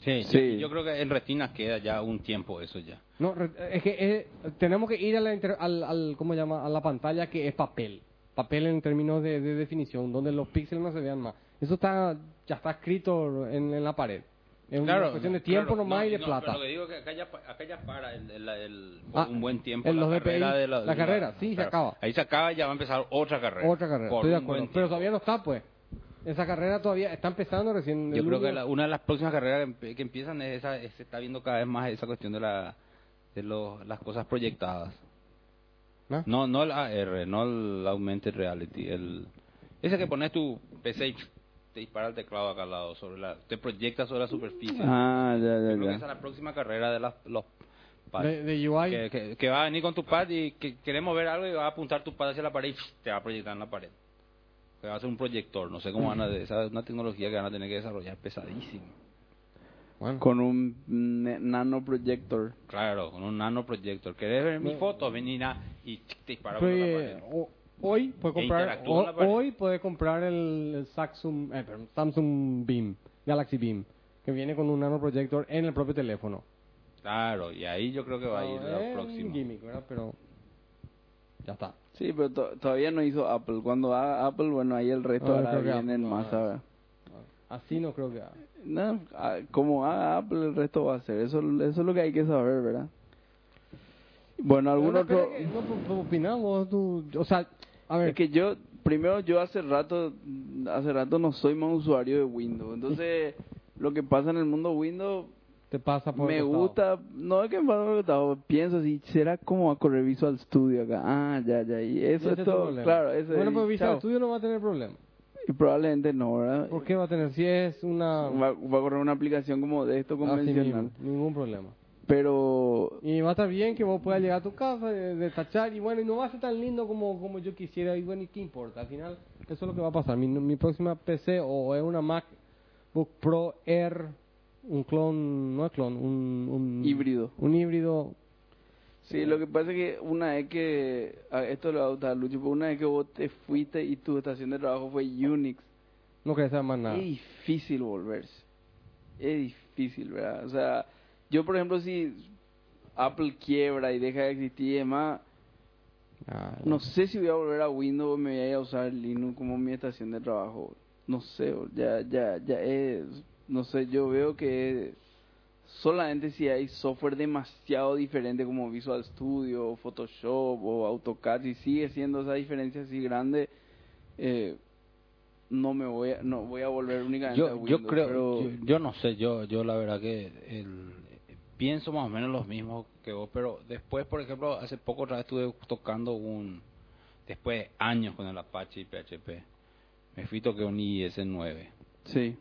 Speaker 3: Sí,
Speaker 1: Sí.
Speaker 3: Yo, yo creo que en retina queda ya un tiempo eso ya.
Speaker 8: No, re- es que eh, tenemos que ir a la, inter- al, al- ¿cómo se llama? A la pantalla que es papel. Papel en términos de, de definición, donde los píxeles no se vean más. Eso está, ya está escrito en, en la pared. Es una
Speaker 3: Claro,
Speaker 8: cuestión de
Speaker 3: no,
Speaker 8: tiempo
Speaker 3: claro,
Speaker 8: nomás
Speaker 3: no,
Speaker 8: y de
Speaker 3: no,
Speaker 8: plata.
Speaker 3: pero Lo que digo es que acá ya, pa- acá ya para el, el- el- por
Speaker 8: Ah,
Speaker 3: un buen tiempo.
Speaker 8: en los DPI,
Speaker 3: la,
Speaker 8: la carrera, sí, se acaba.
Speaker 3: Ahí se acaba y ya va a empezar otra carrera.
Speaker 8: Otra carrera,
Speaker 3: Por
Speaker 8: estoy de
Speaker 3: un buen
Speaker 8: acuerdo. Pero
Speaker 3: tiempo.
Speaker 8: todavía no está, pues. Esa carrera todavía está empezando recién.
Speaker 3: Yo
Speaker 8: el
Speaker 3: creo que
Speaker 8: lunes.
Speaker 3: la- una de las próximas carreras em, que, empe- que empiezan es esa, es- se está viendo cada vez más esa cuestión de, la, de los- las cosas proyectadas.
Speaker 8: ¿Ah?
Speaker 3: No, no el AR, no el Augmented Reality. El, ese que pones tu PC y te dispara el teclado acá al lado, sobre la, te proyecta sobre la superficie.
Speaker 1: Ah,
Speaker 3: Yo
Speaker 1: ya,
Speaker 3: creo que
Speaker 1: ya,
Speaker 3: esa
Speaker 1: ya.
Speaker 3: es la próxima carrera de las, los pads.
Speaker 8: de, de UI.
Speaker 3: que, que- que va a venir con tu pad y que queremos ver algo y va a apuntar tu pad hacia la pared y te va a proyectar en la pared. Que va a ser un proyector, no sé cómo
Speaker 8: Mm.
Speaker 3: van a... Esa es una tecnología que van a tener que desarrollar pesadísima.
Speaker 1: Con un ne- nanoproyector.
Speaker 3: Claro, con un nanoproyector. ¿Querés ver mi foto? Ven y, na- y te dispara
Speaker 8: Pero,
Speaker 3: con la
Speaker 8: eh,
Speaker 3: pared.
Speaker 8: ho- hoy puede
Speaker 3: Que
Speaker 8: comprar
Speaker 3: interactúa con la
Speaker 8: ho-
Speaker 3: pared.
Speaker 8: hoy puede comprar el, el Samsung eh, perdón, Samsung Beam Galaxy Beam que viene con un nanoprojector en el propio teléfono Ah,
Speaker 3: Claro, y ahí yo creo que va a ir
Speaker 8: Es
Speaker 3: la
Speaker 8: un
Speaker 3: próxima.
Speaker 8: gimmick, ¿verdad? pero ya está
Speaker 1: Sí, pero to- todavía no hizo Apple. Cuando haga Apple, bueno, ahí el resto
Speaker 8: No, yo
Speaker 1: hará
Speaker 8: creo que
Speaker 1: bien
Speaker 8: Apple
Speaker 1: en
Speaker 8: no
Speaker 1: masa.
Speaker 8: haga
Speaker 1: ¿verdad?
Speaker 8: así no creo que haga.
Speaker 1: No, ah, como haga Apple, el resto va a ser. Eso, eso es lo que hay que saber, ¿verdad? Bueno, algún
Speaker 8: Pero espera
Speaker 1: otro...
Speaker 8: que- no pues, pues, opinás vos, tú- o sea a ver
Speaker 1: Es que yo, primero, yo hace rato, hace rato no soy más usuario de Windows. Entonces, lo que pasa en el mundo Windows,
Speaker 8: te pasa por
Speaker 1: me
Speaker 8: el costado.
Speaker 1: gusta, no es que me pasa por el costado, pienso si será como a correr Visual Studio acá. Ah, ya, ya, y
Speaker 8: Y ese
Speaker 1: eso es
Speaker 8: tu
Speaker 1: todo,
Speaker 8: este problema.
Speaker 1: claro, eso
Speaker 8: bueno
Speaker 1: y
Speaker 8: pues Visual
Speaker 1: chao.
Speaker 8: Studio no va a tener problema
Speaker 1: Y probablemente no, ¿verdad?
Speaker 8: ¿por qué va a tener si es una
Speaker 1: Va, va a correr una aplicación como de esto
Speaker 8: así Ah, mismo,
Speaker 1: convencional.
Speaker 8: ningún problema
Speaker 1: Pero
Speaker 8: Y va a estar bien que vos puedas llegar a tu casa, eh, detachar, y bueno, y no va a ser tan lindo como, como yo quisiera, y bueno, ¿y qué importa? Al final, eso es lo que va a pasar. Mi, mi próxima PC o es una MacBook Pro Air, un clon, no es clon, un, un
Speaker 1: Híbrido.
Speaker 8: Mm. Un híbrido.
Speaker 1: Sí, lo que pasa es que una vez que, a- esto lo va a gustar Lucho, pero una vez que vos te fuiste y tu estación de trabajo fue Unix,
Speaker 8: No querés saber más nada.
Speaker 1: es difícil volverse. Es difícil, ¿verdad? O sea, yo por ejemplo si Apple quiebra y deja de existir y demás,
Speaker 8: Ah,
Speaker 1: no sé si voy a volver a Windows o me voy a ir a usar Linux como mi estación de trabajo. No sé, ya, ya, ya es, no sé, yo veo que solamente si hay software demasiado diferente como Visual Studio, o Photoshop o AutoCAD y sigue siendo esa diferencia así grande, eh, no me voy a, no voy a volver únicamente a
Speaker 3: Yo,
Speaker 1: Windows.
Speaker 3: yo creo,
Speaker 1: pero-
Speaker 3: yo, yo no sé, yo, yo la verdad que el- pienso más o menos los mismos que vos, pero después, por ejemplo, hace poco otra vez estuve tocando un, después de años con el Apache y PHP, me fui toqué un IS9,
Speaker 1: sí.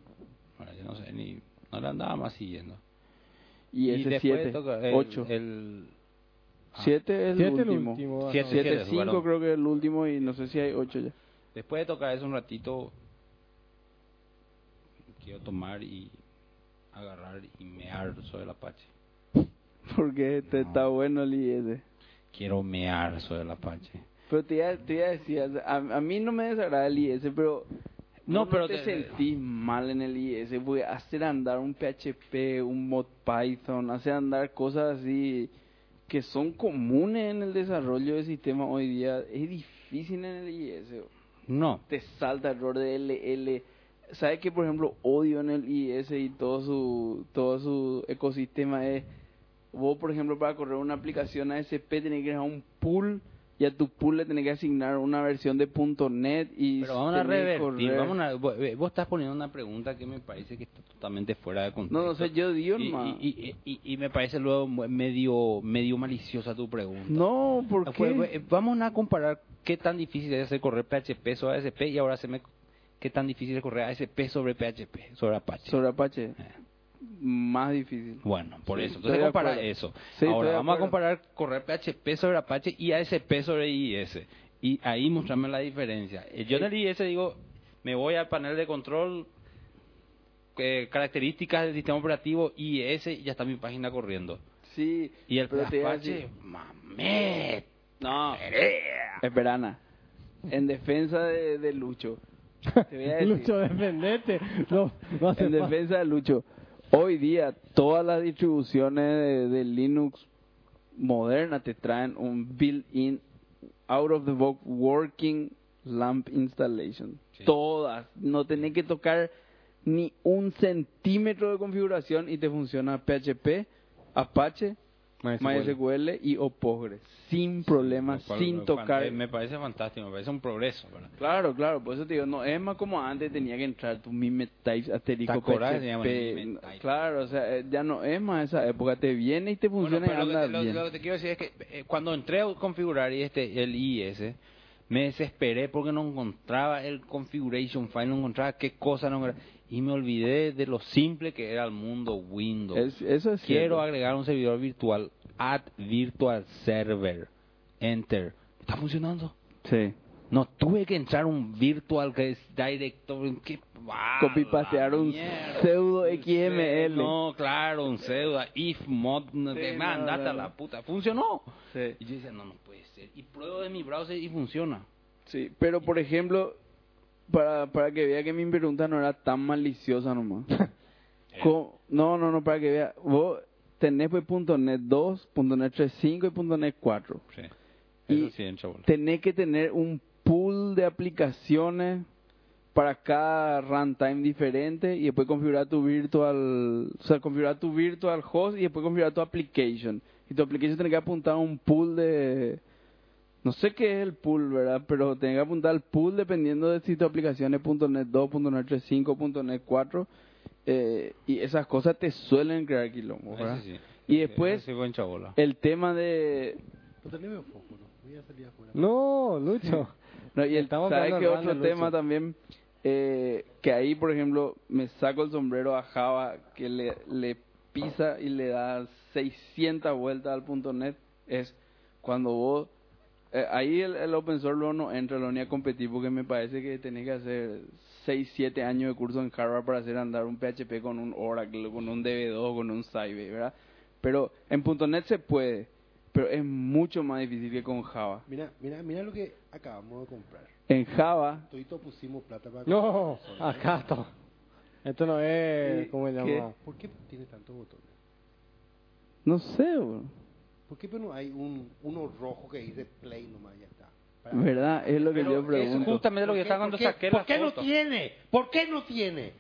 Speaker 3: Ahora, yo no sé, ni, no le andaba más siguiendo.
Speaker 1: Y ese
Speaker 3: después
Speaker 1: 7,
Speaker 3: toca el-
Speaker 1: 8.
Speaker 3: el- ah,
Speaker 1: 7 es el
Speaker 8: siete este el
Speaker 1: último. este,
Speaker 8: último, ah,
Speaker 3: Siete.
Speaker 8: no.
Speaker 1: 7,
Speaker 3: Siete,
Speaker 1: 5
Speaker 3: bueno.
Speaker 1: creo que es el último y no sé si hay 8 ya.
Speaker 3: Después de tocar eso un ratito, quiero tomar y agarrar y mear sobre el Apache.
Speaker 1: Porque este
Speaker 3: No.
Speaker 1: está bueno el IS.
Speaker 3: Quiero mear sobre el Apache.
Speaker 1: Pero te iba, te iba a decir, o sea, a, a mí no me desagrada el IS, pero...
Speaker 3: No,
Speaker 1: vos
Speaker 3: pero
Speaker 1: te,
Speaker 3: te-
Speaker 1: sentís mal en el IS, porque hacer andar un PHP, un mod Python, hacer andar cosas así que son comunes en el desarrollo de sistemas hoy día, es difícil en el IS.
Speaker 3: No,
Speaker 1: te salta error de LL. ¿Sabes que por ejemplo, odio en el IS y todo su, todo su ecosistema es... Vos, por ejemplo, para correr una aplicación ASP tenés que ir a un pool y a tu pool le tenés que asignar una versión de .NET y...
Speaker 3: pero vamos a
Speaker 1: tenés que
Speaker 3: revertir.
Speaker 1: correr.
Speaker 3: Vamos a, vos vos estás poniendo una pregunta que me parece que está totalmente fuera de contexto.
Speaker 1: No, no sé, yo digo,
Speaker 3: y,
Speaker 1: hermano.
Speaker 3: y, y- y- y me parece luego mu- medio, medio maliciosa tu pregunta.
Speaker 1: No, ¿por
Speaker 3: Pues, pues,
Speaker 1: qué?
Speaker 3: eh, Vamos a comparar qué tan difícil es hacer correr PHP sobre ASP y ahora se me qué tan difícil es correr ASP sobre PHP, sobre Apache.
Speaker 1: Sobre Apache. Más difícil.
Speaker 3: Bueno, por
Speaker 1: Sí,
Speaker 3: eso.
Speaker 1: estoy
Speaker 3: Entonces
Speaker 1: de
Speaker 3: compara
Speaker 1: acuerdo.
Speaker 3: eso.
Speaker 1: Sí, estoy
Speaker 3: ahora
Speaker 1: de
Speaker 3: vamos a
Speaker 1: acuerdo.
Speaker 3: comparar correr PHP sobre Apache y ASP sobre IIS. Y ahí mostrarme la diferencia. Eh, Yo en el IIS digo, me voy al panel de control, eh, características del sistema operativo IIS y ya está mi página corriendo.
Speaker 1: Sí,
Speaker 3: Y el
Speaker 1: pero te iba a decir-
Speaker 3: Apache, mamé.
Speaker 1: No. Esperana. En defensa de, de Lucho. este, Te voy a decir.
Speaker 8: Lucho, defendete. No, no hace
Speaker 1: en
Speaker 8: falta.
Speaker 1: defensa de Lucho, hoy día todas las distribuciones de, de Linux moderna te traen un built-in, out of the box, working LAMP installation.
Speaker 3: Sí.
Speaker 1: Todas. No tenés que tocar ni un centímetro de configuración y te funciona PHP, Apache, MySQL y o Postgres. Sin problemas,
Speaker 3: Lo cual-
Speaker 1: sin
Speaker 3: lo cual,
Speaker 1: tocar.
Speaker 3: eh, Me parece fantástico, me parece un progreso. ¿verdad?
Speaker 1: Claro, claro, por eso te digo, no, es más como antes tenía que entrar tu mime types asterisco
Speaker 3: Tacoraje se llama el mime
Speaker 1: PHP.
Speaker 3: type.
Speaker 1: Claro, o sea, eh, ya no es más esa época, te viene y te funciona
Speaker 3: Bueno, pero
Speaker 1: y
Speaker 3: lo que-
Speaker 1: anda
Speaker 3: lo,
Speaker 1: bien.
Speaker 3: lo que te quiero decir es que eh, cuando entré a configurar y este, el IS, me desesperé porque no encontraba el configuration file, no encontraba qué cosa, no encontraba- y me olvidé de lo simple que era el mundo Windows.
Speaker 1: Es- eso es
Speaker 3: Quiero
Speaker 1: cierto.
Speaker 3: agregar un servidor virtual, add virtual server, enter. ¿Está funcionando?
Speaker 1: Sí.
Speaker 3: No, tuve que entrar un virtual que es directory. ¿Qué? ¡Ah,
Speaker 1: Copipastear
Speaker 3: la
Speaker 1: un
Speaker 3: mierda!
Speaker 1: pseudo
Speaker 3: Un
Speaker 1: XML.
Speaker 3: No, claro, un pseudo if mod. no
Speaker 1: Sí,
Speaker 3: te
Speaker 1: no,
Speaker 3: mandaste
Speaker 1: no,
Speaker 3: a la
Speaker 1: no.
Speaker 3: puta. Funcionó.
Speaker 1: Sí.
Speaker 3: Y yo decía, no, no puede ser. Y pruebo de mi browser y funciona.
Speaker 1: Sí, pero por ejemplo, para, para que vea que mi pregunta no era tan maliciosa nomás.
Speaker 3: Eh.
Speaker 1: Co- no, no, no, para que vea. Vos tenés pues .NET 2, .NET 3.5 y .NET 4.
Speaker 3: Sí.
Speaker 1: Y-
Speaker 3: Eso sí, en chabola.
Speaker 1: Tenés que tener un pool de aplicaciones para cada runtime diferente y después configurar tu virtual, o sea, configurar tu virtual host y después configurar tu application. Y tu application tiene que apuntar a un pool de no sé qué es el pool, ¿verdad? Pero tiene que apuntar al pool dependiendo de si tu aplicación es .NET 2, .NET 3.5, .NET 4 eh, y esas cosas te suelen crear quilombo,
Speaker 3: Eso
Speaker 1: ¿verdad?
Speaker 3: sí.
Speaker 1: Y después-
Speaker 3: Eso Sí, fue en chabola.
Speaker 1: El tema de
Speaker 8: No, Lucho.
Speaker 1: No, y el,
Speaker 8: Estamos
Speaker 1: ¿sabes
Speaker 8: hablando
Speaker 1: qué
Speaker 8: del
Speaker 1: otro
Speaker 8: Banner,
Speaker 1: tema
Speaker 8: Lucho?
Speaker 1: también? Eh, que ahí, por ejemplo, me saco el sombrero a Java, que le, le pisa y le da 600 vueltas al punto .NET, es cuando vos... eh, ahí el, el open source luego no entra lo ni a competir porque me parece que tenés que hacer 6, 7 años de curso en Harvard para hacer andar un PHP con un Oracle, con un DB2, con un Sybase, ¿verdad? Pero en punto .NET se puede, pero es mucho más difícil que con Java.
Speaker 4: Mira, mira, mira lo que acabamos de comprar.
Speaker 1: En Java
Speaker 4: Todito pusimos plata para
Speaker 8: No,
Speaker 4: comprar.
Speaker 8: acá está. Esto no es.
Speaker 1: ¿Y
Speaker 8: ¿Cómo se
Speaker 1: qué?
Speaker 8: llama?
Speaker 4: ¿Por qué tiene tantos botones?
Speaker 1: No sé, bro.
Speaker 4: ¿Por qué pero no hay un, uno rojo que dice play nomás ya está? Para-
Speaker 1: ¿Verdad? Es lo que yo
Speaker 3: es
Speaker 1: pregunto.
Speaker 3: justamente lo que
Speaker 4: ¿Por
Speaker 3: yo
Speaker 4: qué-
Speaker 3: estaba
Speaker 4: por
Speaker 3: cuando
Speaker 4: qué-
Speaker 3: saqué
Speaker 4: ¿Por
Speaker 3: la
Speaker 4: qué no
Speaker 3: foto.
Speaker 4: tiene? ¿Por qué no tiene?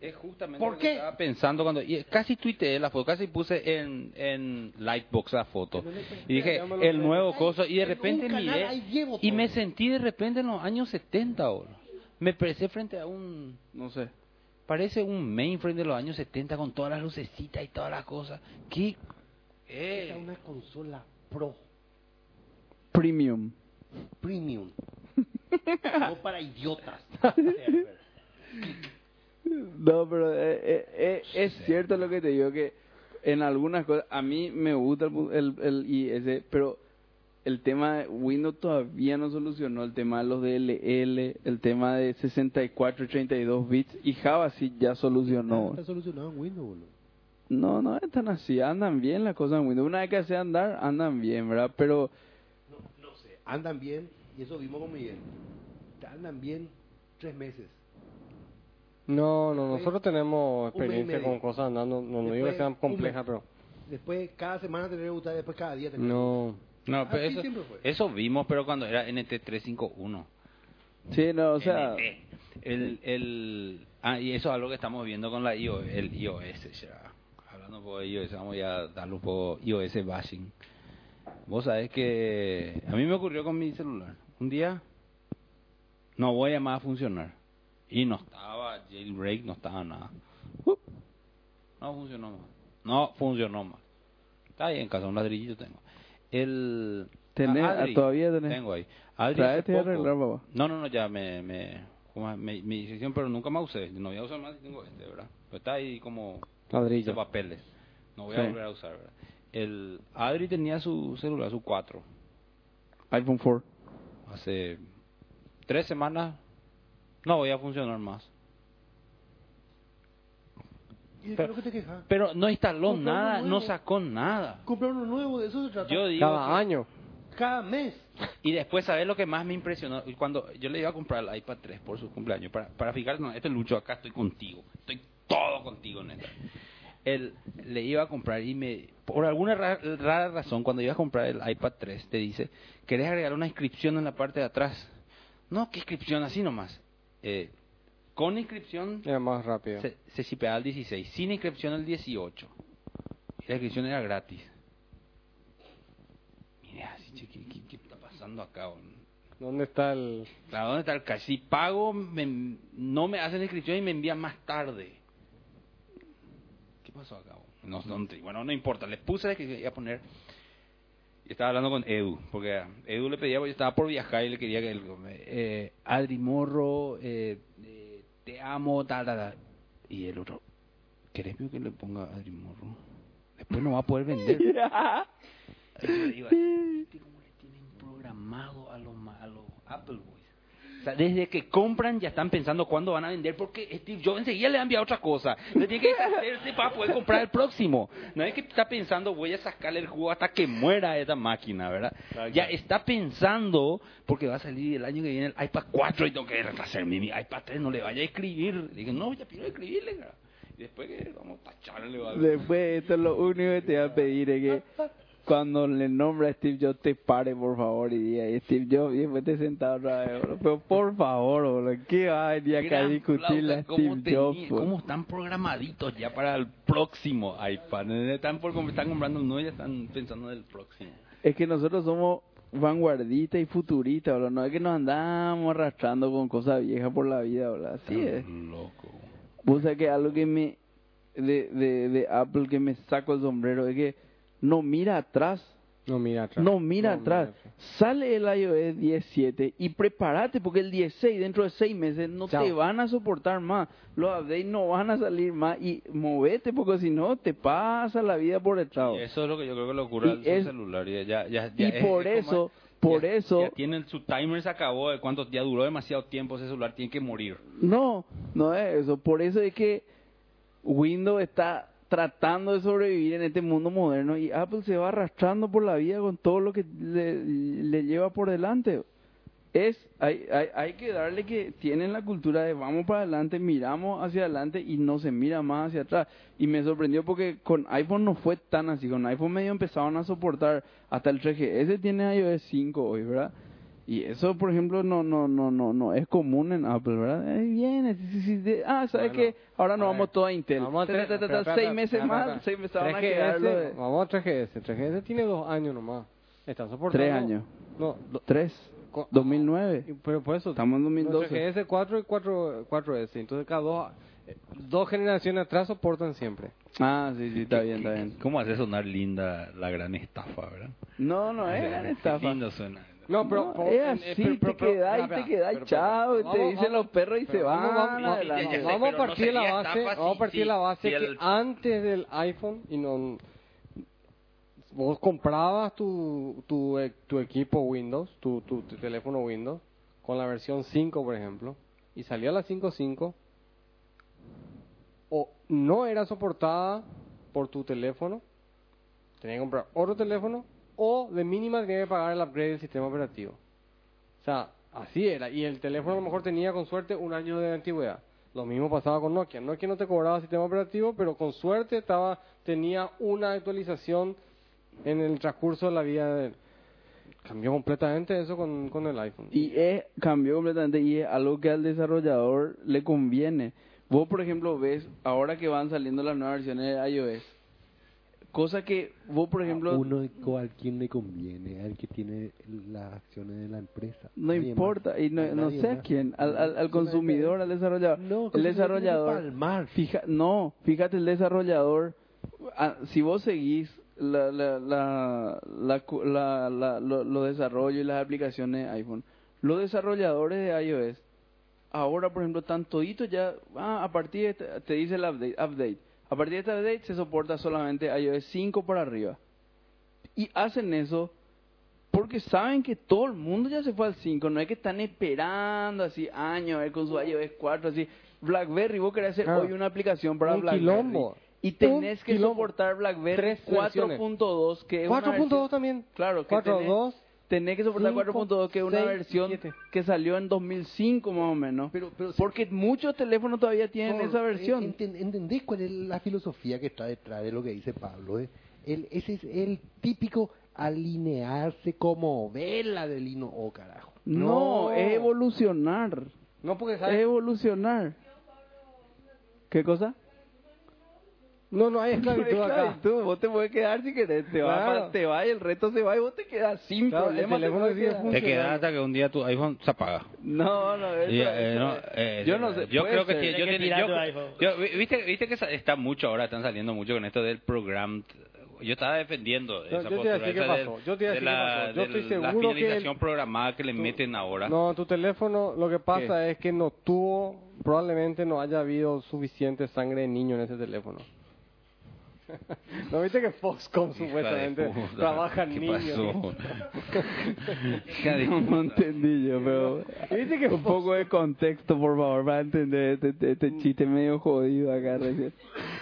Speaker 3: Es justamente
Speaker 4: ¿Por
Speaker 3: lo
Speaker 4: qué?
Speaker 3: que estaba pensando cuando y casi tuiteé la foto, casi puse en, en Lightbox la foto. Y dije, el nuevo coso, y de
Speaker 4: En un
Speaker 3: repente
Speaker 4: canal hay
Speaker 3: miré,
Speaker 4: diez botones.
Speaker 3: y me sentí de repente en los años 70, boludo. Me parecé frente a un,
Speaker 1: No sé.
Speaker 3: parece un mainframe de los años 70 con todas las lucecitas y todas las cosas. ¿Qué?
Speaker 4: Era
Speaker 3: Eh,
Speaker 4: una consola pro
Speaker 1: Premium.
Speaker 4: premium. no para idiotas. Server.
Speaker 1: No, pero eh, eh, eh, es cierto lo que te digo, que en algunas cosas, a mí me gusta el, pu- el, el IS, pero el tema de Windows todavía no solucionó el tema de los DLL, el tema de 64 y 32 bits, y Java sí ya solucionó.
Speaker 4: Está solucionado en Windows, boludo.
Speaker 1: No, no es tan así, andan bien las cosas en Windows. Una vez que se andar, andan bien, ¿verdad? Pero
Speaker 4: No sé, andan bien, y eso vimos con Miguel. Andan bien tres meses.
Speaker 8: No, no, nosotros tenemos
Speaker 4: Un mes y
Speaker 8: experiencia
Speaker 4: medio.
Speaker 8: con cosas andando. No, no digo que
Speaker 4: Después,
Speaker 8: sean
Speaker 4: un
Speaker 8: complejas,
Speaker 4: mes.
Speaker 8: pero.
Speaker 4: Después, cada semana tener que gustar, después cada día tener
Speaker 8: No.
Speaker 3: no, pero
Speaker 4: Así
Speaker 3: eso,
Speaker 4: siempre fue.
Speaker 3: eso vimos, pero cuando era NT351.
Speaker 1: sí, no, o sea...
Speaker 3: NT. el, el, ah, y eso es algo que estamos viendo con la IO, el iOS. Ya. Hablando un poco de iOS, vamos ya a darle un poco iOS bashing. Vos sabés que a mí me ocurrió con mi celular. Un día no voy a más a funcionar. Y no estaba jailbreak, no estaba nada. Uh, No funcionó más. No funcionó más. Está ahí en casa, un ladrillito tengo. El...
Speaker 1: Tenés- ah,
Speaker 3: a- Adri,
Speaker 1: todavía tenés.
Speaker 3: Tengo ahí. Adri,
Speaker 1: Traete
Speaker 3: hace
Speaker 1: y
Speaker 3: poco-
Speaker 1: arreglar, papá.
Speaker 3: no, no, no, ya me, me, ¿cómo es? me, me hicieron, pero nunca más usé. No voy a usar más, tengo este, ¿verdad? Pero está ahí como de
Speaker 8: Ladrillo.
Speaker 3: papeles. No voy
Speaker 1: Sí.
Speaker 3: a volver a usar, ¿verdad? El Adri tenía su celular, su 4,
Speaker 1: iPhone 4.
Speaker 3: hace tres semanas. No voy a funcionar más.
Speaker 4: ¿Y de qué es lo que te quejas?
Speaker 3: Pero no instaló
Speaker 4: Compró uno
Speaker 3: nada, no
Speaker 4: nuevo.
Speaker 3: sacó nada.
Speaker 4: Comprar uno nuevo, de eso se trata.
Speaker 3: Yo digo
Speaker 8: Cada
Speaker 3: que-
Speaker 8: año.
Speaker 4: Cada mes.
Speaker 3: Y después, ¿sabes lo que más me impresionó? Y Cuando yo le iba a comprar el iPad 3 por su cumpleaños, para, para fijar, no, este Lucho, acá estoy contigo, estoy todo contigo, neta. Él le iba a comprar y me, por alguna ra- rara razón, cuando iba a comprar el iPad 3, te dice, ¿querés agregar una inscripción en la parte de atrás? No, ¿qué inscripción? Así nomás. Eh, Con inscripción
Speaker 8: Era más rápido.
Speaker 3: se, se shipeaba el 16, sin inscripción el 18. Y la inscripción era gratis. Mira, así, che, ¿qué, qué, qué está pasando acá? boludo?
Speaker 8: ¿Dónde está el...?
Speaker 3: Claro, ¿dónde está el cash? Si pago, me- no me hacen la inscripción y me envían más tarde. ¿Qué pasó acá? bo? No, no, te- bueno, no importa. Les puse la inscripción iba a poner... Y estaba hablando con Edu, porque a Edu le pedía, porque yo estaba por viajar y le quería que él... eh, Adri Morro, eh, eh, te amo, ta, ta, ta. Y el otro, ¿querés que le ponga Adri Morro? Después no va a poder vender. Y yo digo, "Gente, ¿cómo le tienen programado a los, ma- a los Apple Boys? O sea, desde que compran ya están pensando cuándo van a vender porque Steve Jobs enseguida le envía otra cosa. Le tiene que "Este, hacerse para poder comprar el próximo. No es que está pensando voy a sacarle el jugo hasta que muera esta máquina, ¿verdad? Ya está pensando porque va a salir el año que viene el iPad 4 y tengo que retrasarme. Mi iPad 3 no le vaya a escribir. Le dije, no, ya quiero escribirle. cara". Y después que vamos a tacharle. va a-
Speaker 1: Después, esto es lo único que te va a pedir es que cuando le nombra a Steve Jobs, te pare, por favor, y diga "Y Steve Jobs, y después te sentado otra vez, boludo. Pero por favor, boludo, ¿qué va a venir acá a
Speaker 3: Gran
Speaker 1: discutir
Speaker 3: flauta,
Speaker 1: a
Speaker 3: ¿cómo
Speaker 1: Steve
Speaker 3: tenía-
Speaker 1: Jobs? pues. boludo?
Speaker 3: ¿Cómo están programaditos ya para el próximo iPad? Están, por,
Speaker 1: Mm.
Speaker 3: están comprando el nuevo y ya están pensando en el próximo.
Speaker 1: Es que nosotros somos vanguardistas y futuristas, boludo. No es que nos andamos arrastrando con cosas viejas por la vida, boludo. Así es.
Speaker 3: Loco.
Speaker 1: Vos sabés que algo que me. De, de, de Apple que me saco el sombrero es que no mira atrás.
Speaker 8: No, mira atrás.
Speaker 1: No mira pues. atrás. Sale el iOS 17 y prepárate porque el 16 dentro de seis meses no
Speaker 8: Chao.
Speaker 1: te van a soportar más. Los updates no van a salir más y movete porque si no te pasa la vida por el lado.
Speaker 3: Y eso es lo que yo creo que le ocurre al
Speaker 1: Y es-
Speaker 3: celular. Ya, ya, ya, ya
Speaker 1: y
Speaker 3: es-
Speaker 1: por
Speaker 3: es como-
Speaker 1: eso, por
Speaker 3: ya-
Speaker 1: eso-
Speaker 3: Ya tienen su timer, se acabó. De cuántos días duró demasiado tiempo ese celular, tiene que morir.
Speaker 1: No, no es eso. Por eso es que Windows está tratando de sobrevivir en este mundo moderno y Apple se va arrastrando por la vida con todo lo que le, le lleva por delante. Es, hay, hay, hay que darle que tienen la cultura de vamos para adelante, miramos hacia adelante y no se mira más hacia atrás. Y me sorprendió porque con iPhone no fue tan así, con iPhone medio empezaban a soportar hasta el 3GS tiene iOS 5 hoy, ¿verdad? Y eso, por ejemplo, no no no no no es común en Apple, ¿verdad? Ahí viene, sí, sí, sí, de- ah, ¿sabes
Speaker 8: Bueno,
Speaker 1: qué? Ahora nos
Speaker 8: a ver,
Speaker 1: vamos todo a Intel.
Speaker 8: Vamos a
Speaker 1: Ta, ta,
Speaker 8: tres-
Speaker 1: ta, ta,
Speaker 8: espera, espera,
Speaker 1: seis
Speaker 8: espera,
Speaker 1: meses
Speaker 8: espera,
Speaker 1: más,
Speaker 8: espera.
Speaker 1: seis meses van a
Speaker 8: 3GS,
Speaker 1: quedar lo de-
Speaker 8: Vamos a 3GS. 3GS tiene dos años nomás. Está soportando.
Speaker 1: Tres años.
Speaker 8: No, do-
Speaker 1: Tres,
Speaker 8: co-
Speaker 1: 2009.
Speaker 8: Pero por eso.
Speaker 1: Estamos en 2012.
Speaker 8: 3GS 4 y 4, 4S. Entonces cada dos, eh, dos generaciones atrás soportan siempre.
Speaker 1: Ah, sí, sí, está bien, está bien.
Speaker 3: ¿Cómo hace sonar linda la gran estafa, verdad?
Speaker 1: No, no
Speaker 8: Ah,
Speaker 1: es gran estafa.
Speaker 3: Lindo suena.
Speaker 8: No, pero.
Speaker 1: No,
Speaker 8: pero-
Speaker 1: es
Speaker 8: eh,
Speaker 1: así,
Speaker 8: pero- pero-
Speaker 1: te
Speaker 8: pero-
Speaker 1: quedás y
Speaker 8: espera,
Speaker 1: te quedás,
Speaker 8: espera,
Speaker 1: chao,
Speaker 8: espera.
Speaker 1: te
Speaker 8: Vamos-
Speaker 1: dicen los perros y se
Speaker 8: pero
Speaker 1: van.
Speaker 8: Vamos, vamos-
Speaker 1: adelante.
Speaker 3: ya sé,
Speaker 8: vamos a
Speaker 3: pero no
Speaker 8: partir de la
Speaker 3: sería
Speaker 8: base,
Speaker 3: estafa
Speaker 8: vamos
Speaker 3: si-
Speaker 8: a partir de
Speaker 3: si-
Speaker 8: la base
Speaker 3: si
Speaker 8: que
Speaker 3: el-
Speaker 8: antes del iPhone y no vos comprabas tu, tu, e- tu equipo Windows, tu, tu, tu teléfono Windows con la versión 5, por ejemplo, y salía la 5.5 o no era soportada por tu teléfono, tenías que comprar otro teléfono o de mínima tenías que pagar el upgrade del sistema operativo. O sea, así era. Y el teléfono a lo mejor tenía con suerte un año de antigüedad. Lo mismo pasaba con Nokia. Nokia no te cobraba sistema operativo, pero con suerte estaba, tenía una actualización en el transcurso de la vida de él. Cambió completamente eso con, con el iPhone.
Speaker 1: Y es, cambió completamente y es algo que al desarrollador le conviene. Vos, por ejemplo, ves ahora que van saliendo las nuevas versiones de iOS, cosa que vos, por ejemplo,
Speaker 4: uno al quien le conviene, al que tiene las acciones de la empresa.
Speaker 1: no importa, y no, no sé a quién, al, al, al consumidor, al desarrollador. el desarrollador, Fija, no, fíjate el desarrollador. ah, si vos seguís la, la, la, la cu- la- la- lo- los desarrollos y las aplicaciones de iPhone, los desarrolladores de iOS, ahora por ejemplo, están toditos ya. ah, a partir de este- te dice el update, update. A partir de este update se soporta solamente iOS 5 para arriba. Y hacen eso porque saben que todo el mundo ya se fue al 5, no es que están esperando así años, a ver con su iOS 4, así. BlackBerry, vos querés hacer
Speaker 8: Claro.
Speaker 1: hoy una aplicación para
Speaker 8: Ah. Un
Speaker 1: BlackBerry.
Speaker 8: quilombo.
Speaker 1: Y tenés
Speaker 8: Un
Speaker 1: que
Speaker 8: quilombo.
Speaker 1: soportar BlackBerry
Speaker 8: Tres versiones.
Speaker 1: 4.2, que es una
Speaker 8: 4.2
Speaker 1: versión-
Speaker 8: también.
Speaker 1: Claro, que
Speaker 8: 4.2.
Speaker 1: Tenés, tenés que soportar
Speaker 8: cinco,
Speaker 1: 4.2, que es una
Speaker 8: seis,
Speaker 1: versión
Speaker 8: siete.
Speaker 1: que salió en 2005 más o menos.
Speaker 4: Pero- pero si-
Speaker 1: porque muchos teléfonos todavía tienen esa versión.
Speaker 4: eh, Enten- ¿Entendés cuál es la filosofía que está detrás de lo que dice Pablo? eh? El, ese es el típico alinearse como vela del lino. Oh, carajo.
Speaker 1: no,
Speaker 8: No.
Speaker 1: es evolucionar.
Speaker 10: No, porque
Speaker 1: Es
Speaker 10: sabes.
Speaker 1: evolucionar. ¿Qué cosa?
Speaker 10: No, no hay esclavitud acá.
Speaker 1: Tú, vos te puedes quedar si querés. Te va,
Speaker 10: Claro.
Speaker 1: pa- te va y el resto se va y vos te quedas sin
Speaker 10: Claro, el
Speaker 1: problema. te
Speaker 10: teléfono
Speaker 1: puedes
Speaker 10: sigue
Speaker 1: quedar.
Speaker 10: funcionando.
Speaker 3: Te quedas hasta que un día tu iPhone se apaga.
Speaker 1: No, no, eso,
Speaker 3: Y, eh,
Speaker 1: eso-
Speaker 3: no, eh,
Speaker 1: yo no sé.
Speaker 3: Yo
Speaker 1: puede
Speaker 3: creo que
Speaker 1: ser.
Speaker 3: sí,
Speaker 5: Hay
Speaker 3: yo
Speaker 5: que
Speaker 3: tiene-
Speaker 5: tirar
Speaker 3: yo-
Speaker 5: tu iPhone.
Speaker 3: yo- vi- viste, viste que sa- está mucho ahora, están saliendo mucho con esto del program. Yo estaba defendiendo
Speaker 10: No, yo
Speaker 3: esa
Speaker 10: te iba a
Speaker 3: postura.
Speaker 10: decir
Speaker 3: esa
Speaker 10: qué
Speaker 3: del-
Speaker 10: pasó, yo te iba a decir
Speaker 3: de
Speaker 10: qué
Speaker 3: la-
Speaker 10: pasó. Yo
Speaker 3: del-
Speaker 10: estoy
Speaker 3: la
Speaker 10: seguro que el-
Speaker 3: finalización programada que le meten ahora.
Speaker 10: No, tu teléfono, lo que pasa es que no tuvo, probablemente no haya habido suficiente sangre de niño en ese teléfono. ¿No viste que Foxconn
Speaker 3: Hija de
Speaker 10: supuestamente
Speaker 3: puta,
Speaker 10: trabajan
Speaker 3: ¿qué
Speaker 10: niños? ¿eh?
Speaker 3: pasó? Hija de
Speaker 1: No, no
Speaker 3: puta.
Speaker 1: entendí yo, pero.
Speaker 10: Viste que
Speaker 1: Un poco de contexto, por favor, para entender este, este-
Speaker 10: Mm.
Speaker 1: este chiste medio jodido acá recién.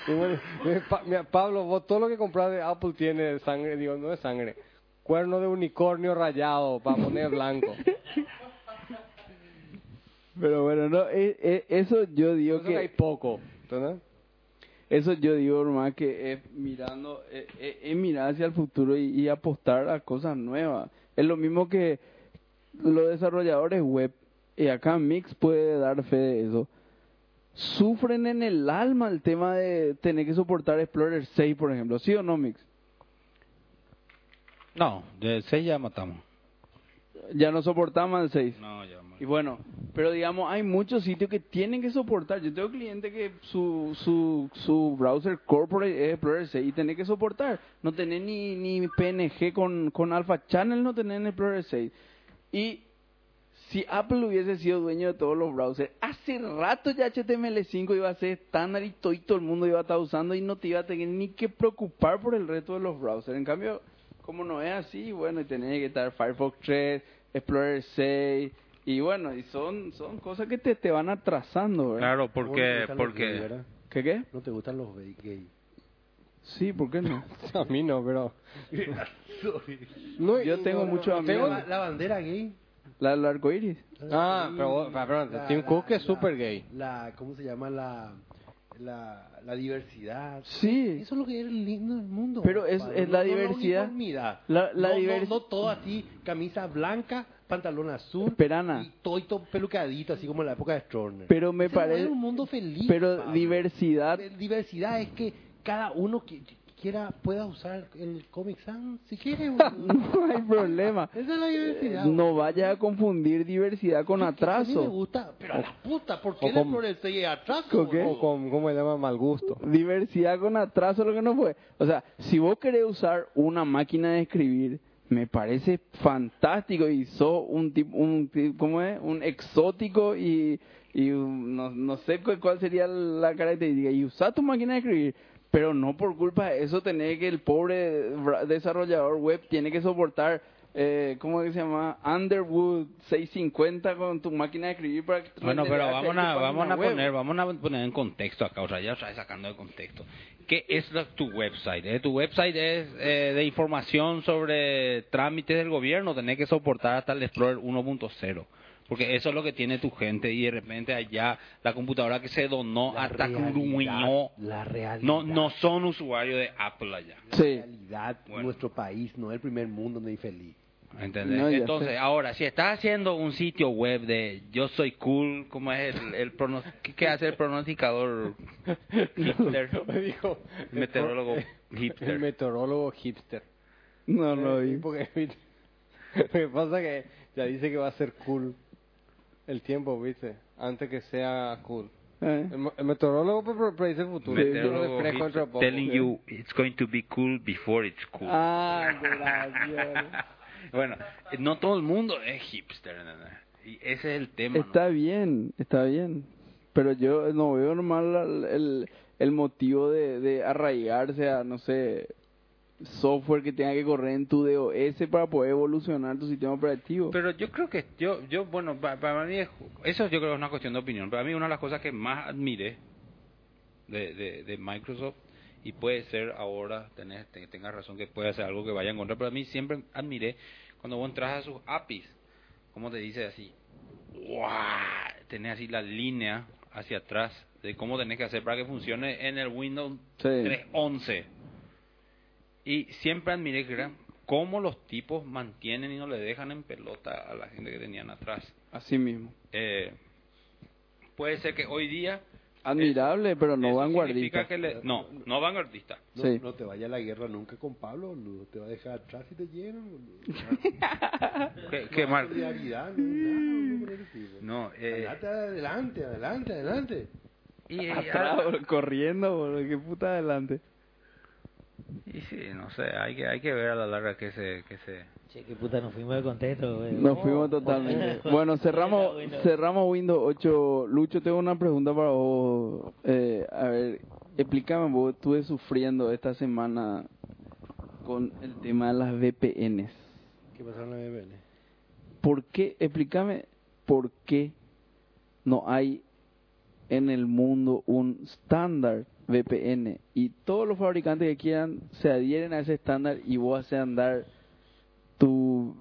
Speaker 10: Y bueno, mira, Pa- mira, Pablo, vos todo lo que compras de Apple tiene sangre, digo, no es sangre, cuerno de unicornio rayado para poner blanco.
Speaker 1: Pero bueno, no, eh, eh, eso yo digo
Speaker 10: Eso
Speaker 1: que.
Speaker 10: hay poco, ¿entendés?
Speaker 1: Eso yo digo, hermano, que es mirando, es, es- es mirar hacia el futuro y, y apostar a cosas nuevas. Es lo mismo que los desarrolladores web, y acá Mix puede dar fe de eso, sufren en el alma el tema de tener que soportar Explorer 6, por ejemplo. ¿Sí o no, Mix?
Speaker 3: No, de seis ya matamos.
Speaker 1: Ya no soportaban el 6.
Speaker 3: No, ya matamos.
Speaker 1: Y bueno, pero digamos, hay muchos sitios que tienen que soportar. Yo tengo clientes que su, su, su browser corporate es Explorer 6 y tenés que soportar. No tenés ni, ni PNG con, con Alpha Channel, no tenés en Explorer 6. Y si Apple hubiese sido dueño de todos los browsers, hace rato ya HTML5 iba a ser estándar y todo, y todo el mundo iba a estar usando y no te iba a tener ni que preocupar por el resto de los browsers. En cambio, como no es así, bueno, y tenés que estar Firefox 3, Explorer 6, y bueno, y son, son cosas que te, te van atrasando, ¿verdad?
Speaker 3: Claro, porque...
Speaker 4: ¿No te gustan los gay,
Speaker 3: porque
Speaker 4: verdad?
Speaker 1: ¿Qué qué?
Speaker 4: ¿No te gustan los gay- gay?
Speaker 1: Sí, ¿por qué no?
Speaker 10: A mí no, pero... No, y-
Speaker 1: Yo tengo muchos
Speaker 10: tengo-
Speaker 1: amigos.
Speaker 4: La, la bandera gay.
Speaker 1: La del arco iris.
Speaker 10: Ah, pero, vos- pero, pero,
Speaker 4: La-
Speaker 10: Tim
Speaker 4: la-
Speaker 10: Cook es
Speaker 4: la-
Speaker 10: súper gay.
Speaker 4: La, ¿Cómo se llama? La, la, la diversidad.
Speaker 1: Sí.
Speaker 4: Eso es lo que es lindo del mundo.
Speaker 1: Pero es-
Speaker 4: Pablo.
Speaker 1: es la diversidad.
Speaker 4: uniformidad.
Speaker 1: La- la
Speaker 4: no, no-
Speaker 1: divers-
Speaker 4: no todo así, camisa blanca, pantalón azul.
Speaker 1: Esperana.
Speaker 4: Y todo, y todo pelucadito, así como en la época de Stroessner.
Speaker 1: Pero me
Speaker 4: Ese no
Speaker 1: parece-
Speaker 4: Es un mundo feliz.
Speaker 1: Pero
Speaker 4: Pablo.
Speaker 1: diversidad
Speaker 4: Eh, Diversidad es que cada uno qui- quiera pueda usar el Comic Sans si quiere. boludo.
Speaker 1: no hay problema.
Speaker 4: Esa es la diversidad.
Speaker 1: No vaya a confundir diversidad con
Speaker 4: Que- que A mí me
Speaker 1: atraso.
Speaker 4: gusta, pero a la puta, ¿por qué
Speaker 10: O
Speaker 4: le
Speaker 10: con-
Speaker 4: pones este atraso?
Speaker 1: ¿Con qué?
Speaker 4: boludo?
Speaker 10: O con, ¿Cómo se llama? Mal gusto.
Speaker 1: Diversidad con atraso, lo que no fue. O sea, si vos querés usar una máquina de escribir, me parece fantástico y sos un tipo, un, ti- ¿cómo es? Un exótico y, y un- no, no sé cu- cuál sería la característica. Y usar tu máquina de escribir, pero no por culpa de eso tener que el pobre bra- desarrollador web tiene que soportar. Eh, ¿Cómo que se llama? Underwood 650 con tu máquina de escribir para que
Speaker 3: Bueno, pero
Speaker 1: renderease ahí
Speaker 3: vamos
Speaker 1: tu
Speaker 3: a, vamos
Speaker 1: página
Speaker 3: a
Speaker 1: web.
Speaker 3: poner, vamos a poner en contexto acá, o sea, ya otra vez sacando de contexto. ¿Qué es la- tu website? Eh, tu website es eh, de información sobre trámites del gobierno, tenés que soportar hasta el Explorer 1.0. Porque eso es lo que tiene tu gente y de repente allá la computadora que se donó
Speaker 4: La
Speaker 3: hasta
Speaker 4: realidad,
Speaker 3: gruñó.
Speaker 4: La realidad.
Speaker 3: No, no son usuarios de Apple allá.
Speaker 1: Sí.
Speaker 4: realidad,
Speaker 3: Bueno.
Speaker 4: nuestro país no es el primer mundo donde hay feliz.
Speaker 3: ¿Entendés?
Speaker 1: No, ya
Speaker 3: Entonces,
Speaker 1: sé.
Speaker 3: ahora, si estás haciendo un sitio web de yo soy cool, ¿cómo es el, el prono- qué- ¿Qué hace el pronosticador Hitler?
Speaker 10: Me dijo... el
Speaker 3: Meteorólogo
Speaker 10: pro- El
Speaker 3: hipster.
Speaker 10: meteorólogo hipster.
Speaker 1: No lo
Speaker 10: Eh,
Speaker 1: vi.
Speaker 10: Porque ¿viste? lo que pasa que ya dice que va a ser cool el tiempo, ¿viste? Antes que sea cool.
Speaker 1: Eh.
Speaker 10: El, mo- el meteorólogo pues, pre- pre- predice el futuro.
Speaker 3: Meteorólogo
Speaker 10: Yo refresco
Speaker 3: hipster
Speaker 10: entre poco.
Speaker 3: telling you it's going to be cool before it's cool.
Speaker 1: Ah, gracias.
Speaker 3: Bueno, eh, no todo el mundo es hipster. ¿entendés? Y ese es el tema. ¿no?
Speaker 1: está bien, está bien. Pero yo no veo normal al- el, el motivo de, de arraigarse a, no sé, software que tenga que correr en tu DOS para poder evolucionar tu sistema operativo.
Speaker 3: Pero yo creo que, yo, yo bueno, pa- para mí, es- eso yo creo que es una cuestión de opinión. Para mí, una de las cosas que más admiré de, de, de Microsoft, y puede ser ahora, tenés, te- tengas razón que puede ser algo que vaya en contra, pero a mí siempre admiré cuando vos entras a sus APIs, como te dice así, ¡guau! tenés así la línea hacia atrás de cómo tenés que hacer para que funcione en el Windows
Speaker 1: Sí.
Speaker 3: 3.11. Y siempre admiré que eran cómo los tipos mantienen y no le dejan en pelota a la gente que tenían atrás.
Speaker 1: Así mismo.
Speaker 3: Eh,
Speaker 11: puede ser que hoy día...
Speaker 1: Admirable, pero no
Speaker 11: eso
Speaker 1: vanguardista.
Speaker 11: significa que le- no, no vanguardista.
Speaker 4: No,
Speaker 1: Sí.
Speaker 4: no te vaya a la guerra nunca con Pablo, boludo. Te va a dejar atrás y te llenan, boludo.
Speaker 11: Qué, qué mal.
Speaker 4: Solidaridad, no, nada, boludo, por ese tipo.
Speaker 11: No, eh,
Speaker 4: Andate adelante, adelante, adelante.
Speaker 11: y, y-
Speaker 1: Atrás, bro, corriendo, bro, qué puta adelante.
Speaker 11: y sí, no sé, hay que, hay que ver a la larga que se... Que se
Speaker 5: Che, qué puta, nos fuimos de contexto, güey.
Speaker 1: Nos fuimos totalmente. Bueno, cerramos cerramos Windows 8. Lucho, tengo una pregunta para vos. Eh, a ver, explícame, vos estuve sufriendo esta semana con el tema de las VPNs.
Speaker 4: ¿Qué pasó en la BBL?
Speaker 1: ¿Por qué, explícame, por qué no hay en el mundo un estándar VPN? Y todos los fabricantes que quieran se adhieren a ese estándar y vos haces andar tu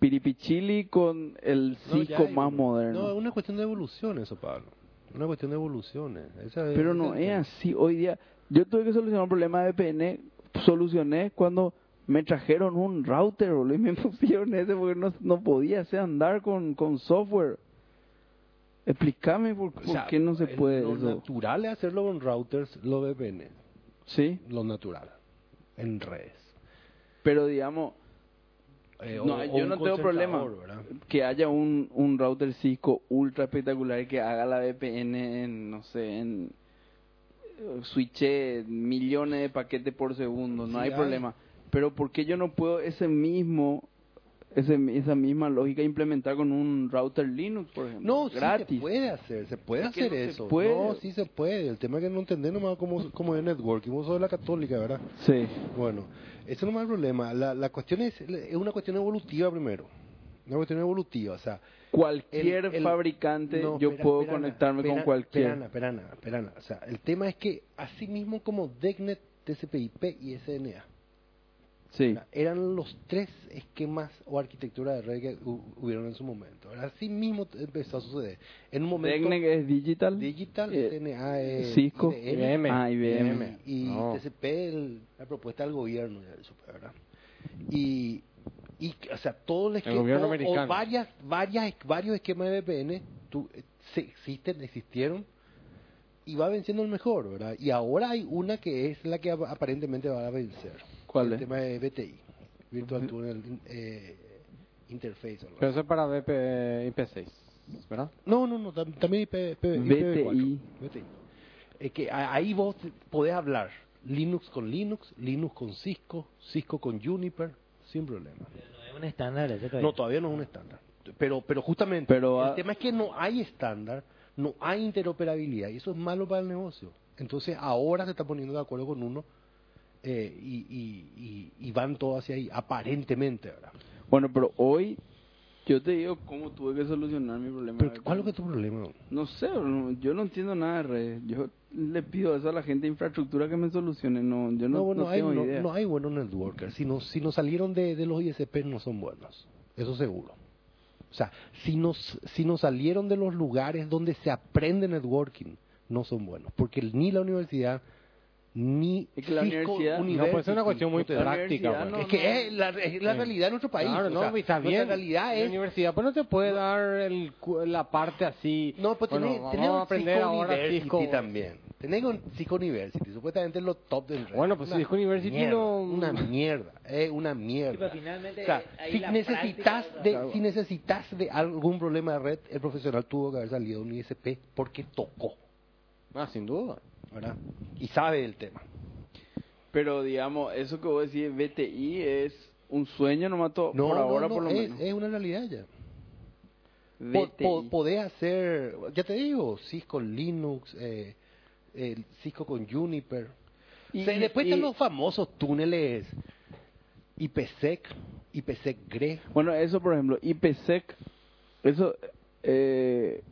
Speaker 1: piripichili con el
Speaker 4: No,
Speaker 1: Cisco
Speaker 4: ya,
Speaker 1: más
Speaker 4: no,
Speaker 1: moderno.
Speaker 4: No, es una cuestión de evolución eso, Pablo. Una cuestión de evoluciones. Esa
Speaker 1: Pero no
Speaker 4: ese
Speaker 1: es
Speaker 4: el
Speaker 1: así. Hoy día, yo tuve que solucionar un problema de VPN. Solucioné cuando me trajeron un router, boludo, y me pusieron ese porque no, no podía hacer andar con, con software. Explícame por,
Speaker 4: tema.
Speaker 1: por
Speaker 4: O sea,
Speaker 1: qué no se
Speaker 4: el-
Speaker 1: puede
Speaker 4: Lo
Speaker 1: eso.
Speaker 4: natural es hacerlo con routers, lo VPN.
Speaker 1: Sí,
Speaker 4: Lo natural. En redes.
Speaker 1: pero digamos
Speaker 4: Eh,
Speaker 1: No, yo
Speaker 4: un
Speaker 1: no tengo problema.
Speaker 4: conservador, ¿verdad?
Speaker 1: que haya un, un router Cisco ultra espectacular y que haga la VPN en, no sé, en eh, switche millones de paquetes por segundo, no
Speaker 4: Sí
Speaker 1: hay
Speaker 4: hay.
Speaker 1: problema. Pero ¿por qué yo no puedo ese mismo ese, esa misma lógica implementar con un router Linux, por ejemplo?
Speaker 4: No,
Speaker 1: gratis.
Speaker 4: sí se puede hacer, se puede
Speaker 1: Es que
Speaker 4: hacer
Speaker 1: no se
Speaker 4: eso.
Speaker 1: puede.
Speaker 4: No, sí se puede. El tema es que no entendés nomás cómo, cómo es networking. Vos sos de la católica, ¿verdad?
Speaker 1: Sí.
Speaker 4: Bueno, ese no es el problema. La, la cuestión es, es una cuestión evolutiva primero. Una cuestión evolutiva, o sea...
Speaker 1: Cualquier
Speaker 4: el- el-
Speaker 1: fabricante,
Speaker 4: No,
Speaker 1: yo
Speaker 4: espera,
Speaker 1: puedo
Speaker 4: espera,
Speaker 1: conectarme
Speaker 4: espera,
Speaker 1: con cualquier.
Speaker 4: Espera, espera, espera. O sea, el tema es que así mismo como DECnet, TCP/IP y SNA,
Speaker 1: Sí.
Speaker 4: ¿verdad? eran los tres esquemas o arquitectura de red que hu- hubieron en su momento. ¿verdad? Así mismo empezó a suceder. En un momento...
Speaker 1: Tecnic es digital.
Speaker 4: Digital,
Speaker 1: Eh,
Speaker 4: SNA, eh,
Speaker 1: Cisco,
Speaker 4: IBM,
Speaker 1: Ah, IBM.
Speaker 4: y
Speaker 10: No.
Speaker 4: TCP, el- la propuesta del gobierno, ya, eso, ¿verdad? Y, y, o sea, todo el esquema,
Speaker 10: gobierno
Speaker 4: o- o
Speaker 10: americano.
Speaker 4: varias, varias, varios esquemas de VPN tú, eh, se- existen, existieron, y va venciendo el mejor, ¿verdad? Y ahora hay una que es la que ap- aparentemente va a vencer.
Speaker 1: ¿Cuál
Speaker 4: el
Speaker 1: es?
Speaker 4: tema de BTI, Virtual Tunnel eh, Interface. o algo
Speaker 10: Pero
Speaker 4: así.
Speaker 10: eso es para BP,
Speaker 8: eh,
Speaker 10: IP6, ¿verdad?
Speaker 4: No, no, no, tam- también IP,
Speaker 1: VTI.
Speaker 4: VTI. Es que a- ahí vos te- podés hablar Linux con Linux, Linux con Cisco, Cisco con Juniper, sin problema.
Speaker 5: No es un estándar ese todavía.
Speaker 4: No, todavía no es un estándar. Pero, pero justamente,
Speaker 1: Pero,
Speaker 4: el
Speaker 1: ah,
Speaker 4: tema es que no hay estándar, no hay interoperabilidad y eso es malo para el negocio. Entonces ahora se está poniendo de acuerdo con uno eh, y, y- y- y van todos hacia ahí, aparentemente, ¿verdad?
Speaker 1: Bueno, pero hoy yo te digo cómo tuve que solucionar mi problema.
Speaker 4: Pero ¿cuál es lo que es tu problema?
Speaker 1: No sé, no, yo no entiendo nada de redes. Yo le pido eso a la gente de infraestructura que me solucione. No, yo no,
Speaker 4: No, bueno,
Speaker 1: no
Speaker 4: hay,
Speaker 1: tengo
Speaker 4: no,
Speaker 1: idea.
Speaker 4: no hay buenos networkers. Si no, si no salieron de, de los ISP, no son buenos. Eso seguro. O sea, si no, si no salieron de los lugares donde se aprende networking, no son buenos. Porque ni la universidad, ni
Speaker 1: Es que la
Speaker 4: Cisco
Speaker 1: universidad- No,
Speaker 10: No, pues es una
Speaker 4: University
Speaker 10: cuestión muy
Speaker 4: no te da-
Speaker 10: práctica,
Speaker 1: universidad
Speaker 10: güey.
Speaker 1: no-
Speaker 4: Es que es la, es la
Speaker 10: Sí.
Speaker 4: realidad de nuestro país.
Speaker 10: Claro,
Speaker 4: O
Speaker 10: no,
Speaker 4: sea,
Speaker 10: y está
Speaker 4: nuestra
Speaker 10: bien.
Speaker 4: realidad
Speaker 10: La
Speaker 4: es...
Speaker 10: universidad, pues no te puede dar el, cu- la parte así.
Speaker 4: No, pues
Speaker 10: bueno,
Speaker 4: tenés,
Speaker 10: vamos
Speaker 4: tenés
Speaker 10: a
Speaker 4: un
Speaker 10: aprender
Speaker 4: Cisco
Speaker 10: ahora
Speaker 4: University
Speaker 10: Cisco.
Speaker 4: también. Tenés un Cisco University, supuestamente es lo top del red.
Speaker 10: Bueno, pues
Speaker 4: Una
Speaker 10: Cisco University
Speaker 4: mierda,
Speaker 10: no-
Speaker 4: Una mierda, eh, una
Speaker 5: Sí, pero
Speaker 4: mierda.
Speaker 5: finalmente
Speaker 4: O sea,
Speaker 5: ahí
Speaker 4: si
Speaker 5: la
Speaker 4: necesitas,
Speaker 5: práctica-
Speaker 4: de, si necesitas de algún problema de red, el profesional tuvo que haber salido de un ISP porque tocó,
Speaker 10: Ah, sin duda.
Speaker 4: ¿verdad? Y sabe del tema.
Speaker 1: Pero digamos, eso que vos decís, BTI, es un sueño nomás todo,
Speaker 4: No,
Speaker 1: por
Speaker 4: no,
Speaker 1: ahora
Speaker 4: no,
Speaker 1: por lo
Speaker 4: es,
Speaker 1: menos.
Speaker 4: es una realidad ya. Po-
Speaker 1: BTI.
Speaker 4: po- podés hacer, ya te digo, Cisco Linux, eh, el Cisco con Juniper.
Speaker 1: Y-
Speaker 4: Se- después
Speaker 1: y-
Speaker 4: están los famosos túneles IPsec, IPsec GRE.
Speaker 1: Bueno, eso por ejemplo, IPsec, E eso, eh,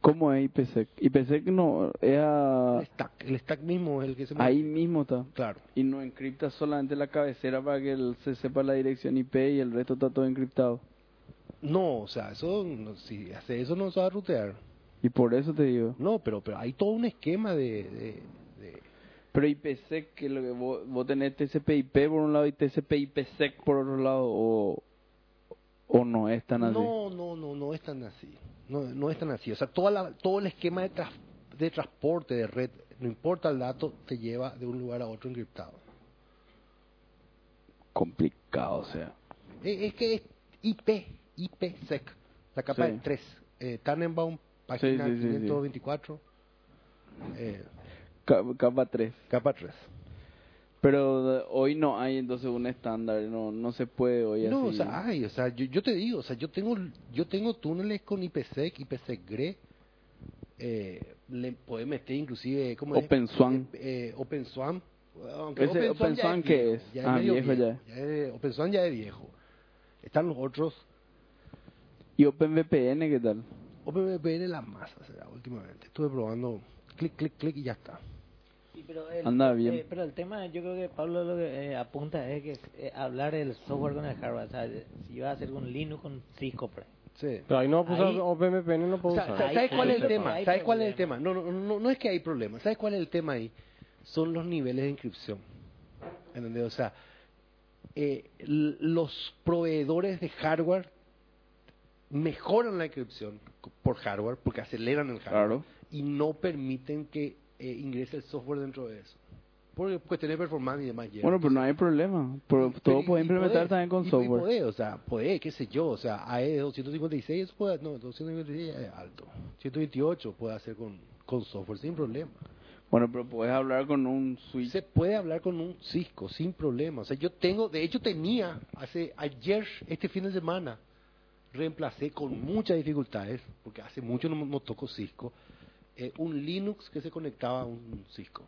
Speaker 1: ¿cómo es IPsec? IPsec E no, es a-
Speaker 4: El stack, el stack mismo es el que se
Speaker 1: Ah. ahí mismo está.
Speaker 4: Claro.
Speaker 1: y no encripta solamente la cabecera para que el- se sepa la dirección IP y el resto está todo encriptado.
Speaker 4: No, o sea, eso, no- si hace eso no se va a rutear.
Speaker 1: Y por eso te digo.
Speaker 4: No, pero, pero hay todo un esquema de... de- de-
Speaker 1: Pero IPsec, que lo que vos, vos tenés TCP/IP por un lado y TCP/IPsec por otro lado, o, ¿O no es tan así?
Speaker 4: No, no, no, no es tan así. No, no es tan así. O sea, toda la- todo el esquema de, tras- de transporte de red, no importa el dato, te lleva de un lugar a otro encriptado.
Speaker 1: Complicado, o sea.
Speaker 4: E, Es, es que es IP, IPsec, la capa
Speaker 1: Sí.
Speaker 4: de 3. Eh, Tannenbaum, página
Speaker 1: Sí, sí, sí, sí.
Speaker 4: 524, eh,
Speaker 1: Ca- Capa 3.
Speaker 4: capa 3.
Speaker 1: Pero eh, hoy no hay entonces un estándar, no, no se puede hoy
Speaker 4: No, o
Speaker 1: así.
Speaker 4: sea, ay, o sea, yo, yo te digo, o sea, yo tengo, yo tengo túneles con IPsec, IPsec GRE, eh, le puedes meter inclusive, ¿cómo es?
Speaker 1: OpenSwan.
Speaker 4: Eh, eh, OpenSwan. Aunque
Speaker 1: Ese
Speaker 4: OpenSwan ya
Speaker 1: OpenSwan, ¿qué
Speaker 4: viejo,
Speaker 1: es?
Speaker 4: Ya
Speaker 1: Ah,
Speaker 4: medio
Speaker 1: viejo
Speaker 4: ya. es- OpenSwan ya es viejo. Están los otros,
Speaker 1: ¿Y OpenVPN qué tal?
Speaker 4: OpenVPN es la masa, será, últimamente. Estuve probando, clic, clic, clic y ya está.
Speaker 5: Sí, pero el,
Speaker 1: Anda
Speaker 5: eh,
Speaker 1: bien.
Speaker 5: pero el tema, yo creo que Pablo lo que eh, apunta es que eh, hablar el software con el hardware. O sea, de- si vas a hacer con Linux, con Cisco, por ejemplo.
Speaker 4: Sí.
Speaker 10: Pero ahí no puedo
Speaker 5: Ahí-
Speaker 10: usar OpenVPN, no
Speaker 4: O
Speaker 10: puedo
Speaker 4: sea,
Speaker 10: usar.
Speaker 5: Ahí
Speaker 4: ¿Sabes cuál es el
Speaker 5: hay
Speaker 4: tema?
Speaker 5: problema.
Speaker 4: ¿Sabes cuál es el tema? No, no, no, no es que hay problema. ¿Sabes cuál es el tema ahí? Son los niveles de inscripción. ¿Entendés? O sea, eh, l- los proveedores de hardware mejoran la inscripción c- por hardware porque aceleran el hardware
Speaker 1: Claro.
Speaker 4: y no permiten que eh, ingrese el software dentro de eso. Porque pues tener performance y demás. lleva.
Speaker 1: Bueno, pero no hay problema. Pero todo
Speaker 4: Pero y-
Speaker 1: puede
Speaker 4: y
Speaker 1: implementar
Speaker 4: podés,
Speaker 1: también con
Speaker 4: y- y
Speaker 1: software.
Speaker 4: podés, o sea, puede, qué sé yo, o sea, E AE 256 eso puede, no, 256 es eh, alto. 128 puede hacer con, con software sin problema.
Speaker 1: Bueno, pero puedes hablar con un switch.
Speaker 4: Se puede hablar con un Cisco sin problema. O sea, yo tengo, de hecho tenía hace ayer este fin de semana reemplacé con muchas dificultades, porque hace mucho no, no toco Cisco, eh, un Linux que se conectaba a un Cisco.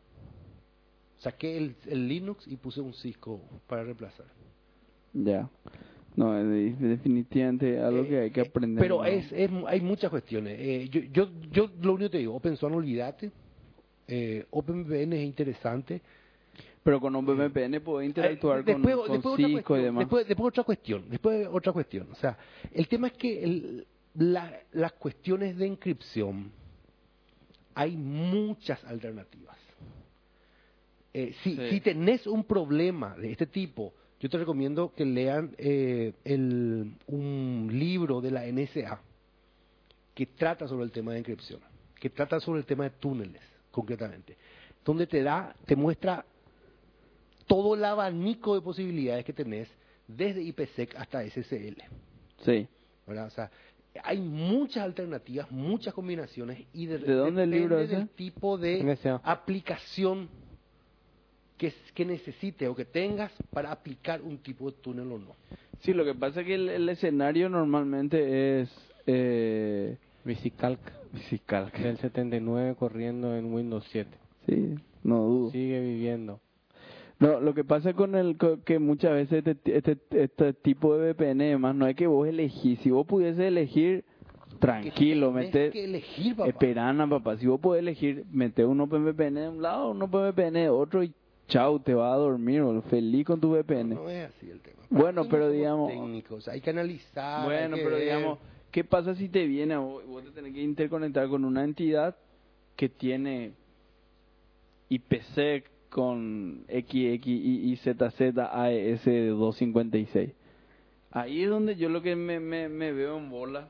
Speaker 4: Saqué el, el Linux y puse un Cisco para reemplazar.
Speaker 1: Ya. No, es de- definitivamente algo que hay que
Speaker 4: Eh,
Speaker 1: aprender.
Speaker 4: Pero
Speaker 1: ¿no?
Speaker 4: es, es- hay muchas cuestiones. Eh, yo, yo, yo lo único que te digo, OpenSwan, olvídate. Eh, OpenVPN es interesante.
Speaker 1: Pero con un VPN puedes interactuar
Speaker 4: Eh,
Speaker 1: con, con
Speaker 4: otra
Speaker 1: Cisco y
Speaker 4: cuestión,
Speaker 1: demás.
Speaker 4: Después, después otra cuestión, después otra cuestión. O sea, el tema es que el- la- las cuestiones de encripción hay muchas alternativas. Eh, si,
Speaker 1: Sí.
Speaker 4: si tenés un problema de este tipo, yo te recomiendo que lean eh, el- un libro de la NSA que trata sobre el tema de encripción, que trata sobre el tema de túneles, concretamente, donde te da, te muestra todo el abanico de posibilidades que tenés desde IPsec E hasta SSL.
Speaker 1: Sí.
Speaker 4: ¿verdad? O sea, hay muchas alternativas, muchas combinaciones y de,
Speaker 1: ¿De dónde el
Speaker 4: depende
Speaker 1: libro ese?
Speaker 4: del tipo de
Speaker 10: NSA.
Speaker 4: aplicación que, s- que necesites o que tengas para aplicar un tipo de túnel o no.
Speaker 1: Sí, lo que pasa es que el, el escenario normalmente es... Eh,
Speaker 10: VisiCalc
Speaker 1: Visicalc.
Speaker 10: del 79 corriendo en Windows 7.
Speaker 1: Sí, no dudo.
Speaker 10: Sigue viviendo.
Speaker 1: No, lo que pasa con el co- que muchas veces este, este, este tipo de VPN y demás, no es que vos elegís. Si vos pudiese elegir, tranquilo,
Speaker 4: Que tenés
Speaker 1: meter
Speaker 4: que elegir, papá.
Speaker 1: Esperana, papá. Si vos podés elegir, meter un OpenVPN de un lado, un OpenVPN de otro y chau, te vas a dormir, boludo. feliz con tu VPN.
Speaker 4: No es así el tema.
Speaker 1: Bueno,
Speaker 4: Nosotros
Speaker 1: pero
Speaker 4: somos
Speaker 1: digamos-
Speaker 4: técnicos, hay que analizar.
Speaker 1: bueno,
Speaker 4: hay que
Speaker 1: pero
Speaker 4: ver.
Speaker 1: digamos, ¿qué pasa si te viene a vos, vos te tenés que interconectar con una entidad que tiene IPsec con XXIZZ AES 256? Ahí es donde yo lo que me, me, me veo en bola,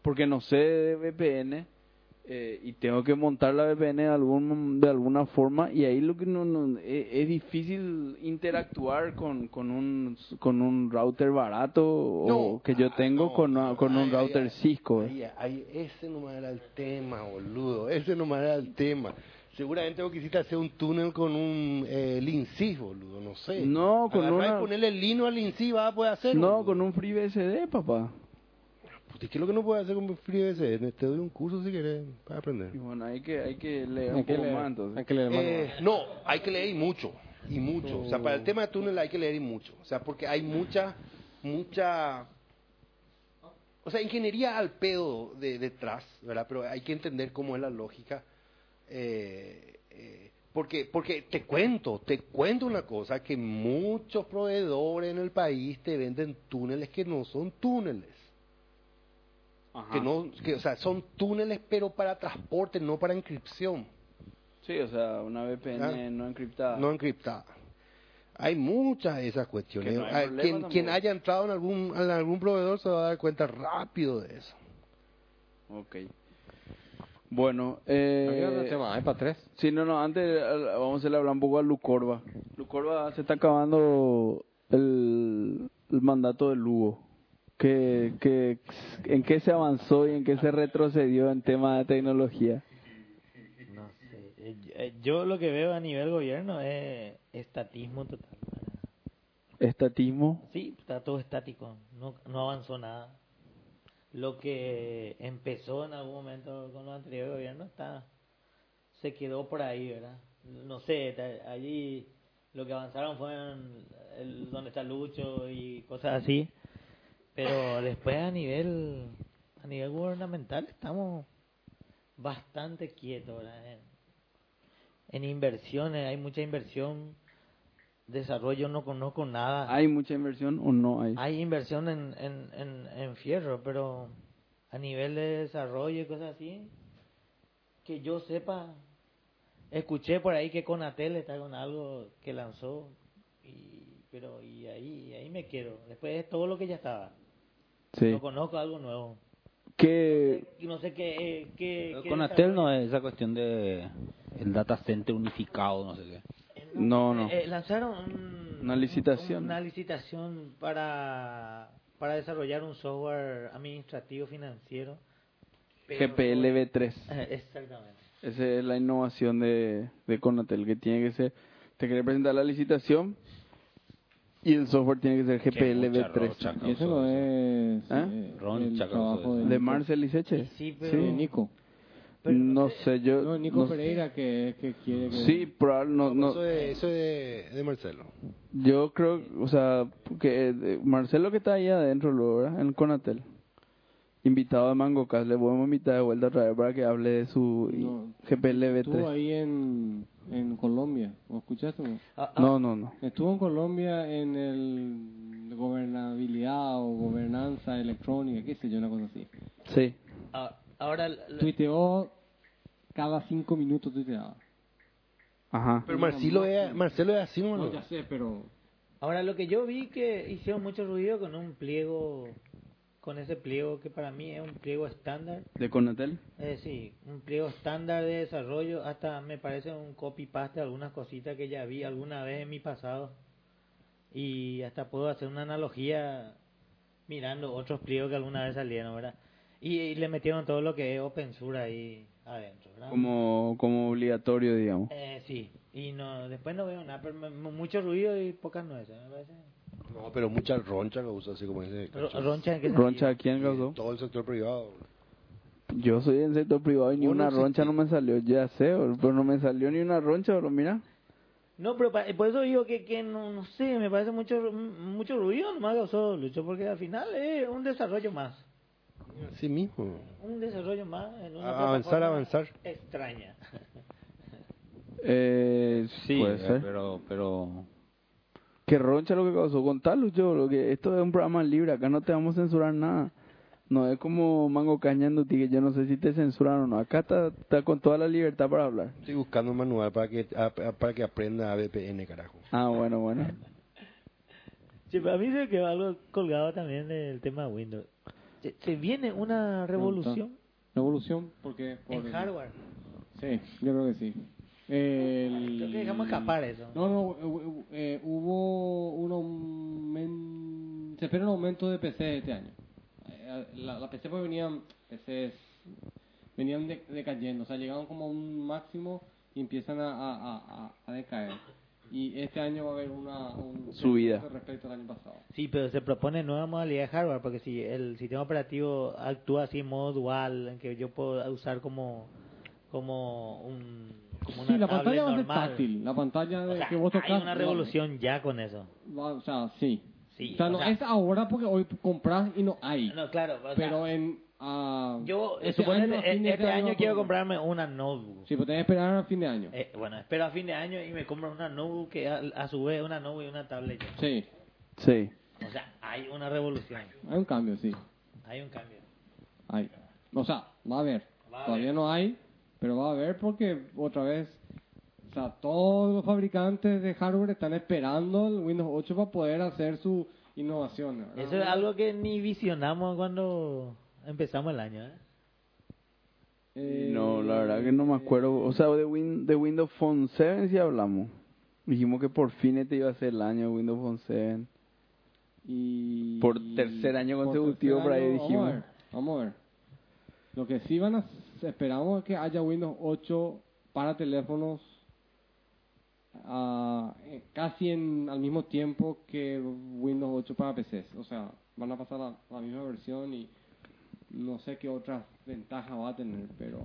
Speaker 1: porque no sé de VPN eh, y tengo que montar la VPN de, algún, de alguna forma y ahí lo que no, no- es, es difícil interactuar con, con, un, con un router barato o
Speaker 4: No,
Speaker 1: que yo
Speaker 4: ah,
Speaker 1: tengo
Speaker 4: no,
Speaker 1: con,
Speaker 4: no,
Speaker 1: con
Speaker 4: ay,
Speaker 1: un
Speaker 4: ay,
Speaker 1: router
Speaker 4: ay,
Speaker 1: Cisco. eh.
Speaker 4: ay, ay, ese no era el tema, boludo. Ese no era el tema. Seguramente vos quisiste hacer un túnel con un eh, Linksys, boludo. No sé.
Speaker 1: No, con
Speaker 4: Agarrá
Speaker 1: una-
Speaker 4: y ponerle lino al Linksys, vas a poder hacer.
Speaker 1: No,
Speaker 4: boludo.
Speaker 1: con un FreeBSD, papá.
Speaker 4: Puta, ¿Qué es lo que no puedes hacer con un FreeBSD? Te doy un curso si querés para aprender.
Speaker 1: Y bueno, hay que, hay que leer
Speaker 10: Hay
Speaker 1: un
Speaker 10: que
Speaker 1: poco
Speaker 10: leer,
Speaker 1: más entonces.
Speaker 10: hay que leer más.
Speaker 4: Eh, no, hay que leer y mucho, y mucho. O sea, para el tema de túnel hay que leer y mucho. O sea, porque hay mucha, mucha... O sea, ingeniería al pedo de, detrás, ¿verdad? Pero hay que entender cómo es la lógica. Eh, eh, porque, porque te cuento, te cuento una cosa, que muchos proveedores en el país te venden túneles que no son túneles. Que no, que, o sea, son túneles pero para transporte, no para inscripción.
Speaker 1: Sí, o sea, una VPN
Speaker 4: Ah.
Speaker 1: no encriptada.
Speaker 4: No encriptada. Hay muchas de esas cuestiones.
Speaker 1: Que no hay
Speaker 4: Ah,
Speaker 1: problema
Speaker 4: quien, quien
Speaker 1: tampoco.
Speaker 4: haya entrado en algún, en algún proveedor se va a dar cuenta rápido de eso.
Speaker 1: Ok. Bueno,
Speaker 10: Había otro
Speaker 1: eh,
Speaker 10: tema, hay para tres.
Speaker 1: sí, no, no, antes eh, vamos a hablar un poco a Lucorba. Lucorba se está acabando el, el mandato de Lugo. ¿Qué, qué, ¿En qué se avanzó y en qué se retrocedió en tema de tecnología?
Speaker 5: No sé. Eh, yo- eh, Yo lo que veo a nivel gobierno es estatismo total.
Speaker 1: Estatismo.
Speaker 5: Sí, está todo estático, no, no avanzó nada. Lo que empezó en algún momento con los anteriores gobiernos está, se quedó por ahí, ¿verdad? No sé, ta- allí lo que avanzaron fueron el, donde está Lucho y cosas así, pero después a nivel a nivel gubernamental estamos bastante quietos, ¿verdad? En, en inversiones, hay mucha inversión, desarrollo no conozco nada.
Speaker 1: ¿Hay mucha inversión o no hay?
Speaker 5: Hay inversión en, en, en, en fierro, pero a nivel de desarrollo y cosas así, que yo sepa, escuché por ahí que Conatel está con algo que lanzó, y, pero y ahí, y ahí me quedo. Después es todo lo que ya estaba.
Speaker 1: Sí.
Speaker 5: No conozco algo nuevo.
Speaker 1: ¿Qué,
Speaker 5: Y no sé qué... eh, qué, qué
Speaker 3: Con Atel no
Speaker 5: desarrollo.
Speaker 3: es esa cuestión de el data center unificado, no sé qué.
Speaker 1: No, no.
Speaker 5: Eh, eh, lanzaron un-
Speaker 1: Una licitación.
Speaker 5: Una licitación para, para desarrollar un software administrativo financiero. pero-
Speaker 1: GPLv3.
Speaker 5: Eh, Exactamente.
Speaker 1: Esa es la innovación de, de Conatel, que tiene que ser, te quiere presentar la licitación y el software tiene que ser
Speaker 3: mucha rocha,
Speaker 1: GPLv3.
Speaker 3: cabrón.
Speaker 2: Eso no es
Speaker 1: ¿Ah?
Speaker 2: eh,
Speaker 3: Ron
Speaker 2: el
Speaker 3: Chacal,
Speaker 2: trabajo
Speaker 3: eso
Speaker 2: de,
Speaker 3: es.
Speaker 1: ¿De Marcel y Seche?
Speaker 5: Sí, pero-
Speaker 2: de Nico.
Speaker 1: No sé, yo...
Speaker 2: No, Nico
Speaker 1: no-
Speaker 2: Pereira que, que quiere que...
Speaker 1: Sí, probable, no, no,
Speaker 4: Eso, es, eso es de, de Marcelo.
Speaker 1: yo creo, o sea, que eh, Marcelo que está ahí adentro, luego, ¿verdad? En Conatel. Invitado de Mango Cast, le podemos invitar de vuelta otra vez para que hable de su
Speaker 2: No. Estuvo
Speaker 1: GPLv3.
Speaker 2: ahí en, en Colombia, ¿o escuchaste? no?
Speaker 5: Ah, ah,
Speaker 1: No, no, no.
Speaker 2: Estuvo en Colombia en el gobernabilidad o gobernanza electrónica, qué sé yo, una cosa así.
Speaker 1: Sí.
Speaker 5: ah, ahora, la- la-
Speaker 2: Tuiteó cada cinco minutos tuiteaba.
Speaker 1: Ajá.
Speaker 4: Pero Marcelo es, Marcelo es así, ¿no?
Speaker 2: No, ya sé, pero
Speaker 5: ahora lo que yo vi que hicieron mucho ruido con un pliego, con ese pliego que para mí es un pliego estándar.
Speaker 1: ¿De Conatel?
Speaker 5: Eh, sí, un pliego estándar de desarrollo, hasta me parece un copy-paste de algunas cositas que ya vi alguna vez en mi pasado. Y hasta puedo hacer una analogía mirando otros pliegos que alguna vez salieron, ¿verdad? Y, y le metieron todo lo que es OpenSURE ahí adentro, ¿verdad?
Speaker 1: Ah. Como, como obligatorio, digamos.
Speaker 5: Eh, sí, y no, después no veo nada, pero me- me- mucho ruido y pocas nueces, me parece.
Speaker 4: No, pero mucha roncha lo usa así como ese.
Speaker 5: Ro- Roncha, ¿en qué
Speaker 1: ¿Roncha a
Speaker 5: sentido?
Speaker 1: quién causó?
Speaker 4: Todo el sector privado.
Speaker 1: Yo soy en sector privado y ni
Speaker 4: Vos no
Speaker 1: una roncha no me salió, ya sé, boludo, pero no me salió ni una roncha, boludo, mira.
Speaker 5: No, pero pa- eh, por eso digo que, que no, no sé, me parece mucho ru- mucho ruido nomás causó Lucho, porque al final es un desarrollo más.
Speaker 4: Así mismo.
Speaker 5: Un desarrollo más en una
Speaker 4: A- avanzar,
Speaker 5: plataforma
Speaker 4: avanzar.
Speaker 5: Extraña.
Speaker 1: Eh,
Speaker 3: Sí,
Speaker 1: puede
Speaker 3: eh,
Speaker 1: ser.
Speaker 3: pero pero
Speaker 1: ¿Qué roncha lo que causó? Contalo yo, lo que esto es un programa libre, acá no te vamos a censurar nada. No es como Mango Cañando, que yo no sé si te censuran o no. Acá está, está con toda la libertad para hablar.
Speaker 4: Estoy buscando un manual para que, a- a- para que aprenda a VPN, carajo.
Speaker 1: Ah, bueno, bueno.
Speaker 5: Sí, pero a mí se me quedó algo colgado también del tema de Windows. Se, se viene una revolución
Speaker 2: revolución, porque...
Speaker 5: en hardware.
Speaker 2: Sí, yo creo que sí. El-
Speaker 5: Creo que dejamos escapar eso.
Speaker 2: No, no, eh, eh, hubo un aumento, se espera un aumento de PC este año. Eh, La, la PC pues venían, PCs venían de- decayendo, o sea, llegaron como a un máximo y empiezan a, a, a- a- a decaer. Y este año va a haber una un
Speaker 1: Subida.
Speaker 2: descenso respecto al año pasado.
Speaker 5: Sí, pero se propone nueva modalidad de hardware, porque si el sistema operativo actúa así en modo dual, en que yo puedo usar como, como un... Como una
Speaker 2: Sí, la
Speaker 5: tablet
Speaker 2: pantalla va a ser
Speaker 5: normal.
Speaker 2: táctil, la pantalla de
Speaker 5: O sea,
Speaker 2: que vos tocas.
Speaker 5: hay una
Speaker 2: va-
Speaker 5: revolución ya con eso.
Speaker 2: va- o sea, sí.
Speaker 5: Sí,
Speaker 2: o sea,
Speaker 5: o
Speaker 2: no
Speaker 5: sea-
Speaker 2: es ahora porque hoy compras y no hay.
Speaker 5: No, claro, o sea,
Speaker 2: pero eh, en. ah,
Speaker 5: yo eh,
Speaker 2: este
Speaker 5: suponete,
Speaker 2: a
Speaker 5: eh,
Speaker 2: fin de
Speaker 5: este, año,
Speaker 2: va a
Speaker 5: quiero
Speaker 2: comprar.
Speaker 5: comprarme una notebook.
Speaker 2: Sí, pero tenés que esperar a fin de año.
Speaker 5: Eh, bueno, espero a fin de año y me compro una notebook que a, a su vez es una notebook y una tableta.
Speaker 2: Sí,
Speaker 1: Sí.
Speaker 5: O sea, hay una revolución,
Speaker 2: hay un cambio, sí.
Speaker 5: hay un cambio.
Speaker 2: Hay. O sea, va a haber.
Speaker 5: Va a
Speaker 2: Todavía
Speaker 5: haber.
Speaker 2: no hay, pero va a haber porque otra vez O sea, todos los fabricantes de hardware están esperando el Windows 8 para poder hacer sus innovaciones. ¿verdad?
Speaker 5: Eso es algo que ni visionamos cuando empezamos el año. ¿eh?
Speaker 2: Eh,
Speaker 1: No, la verdad que no me acuerdo. O sea, de, Win- de Windows Phone 7 sí hablamos. Dijimos que por fin este iba a ser el año de Windows Phone 7.
Speaker 2: Y
Speaker 1: Por tercer año
Speaker 2: por
Speaker 1: consecutivo, por ahí
Speaker 2: vamos
Speaker 1: dijimos.
Speaker 2: a ver, Vamos a ver. Lo que sí van a. Esperamos es que haya Windows 8 para teléfonos ah, eh, casi en, al mismo tiempo que Windows 8 para PCs. O sea, van a pasar la, la misma versión y no sé qué otras ventajas va a tener, pero.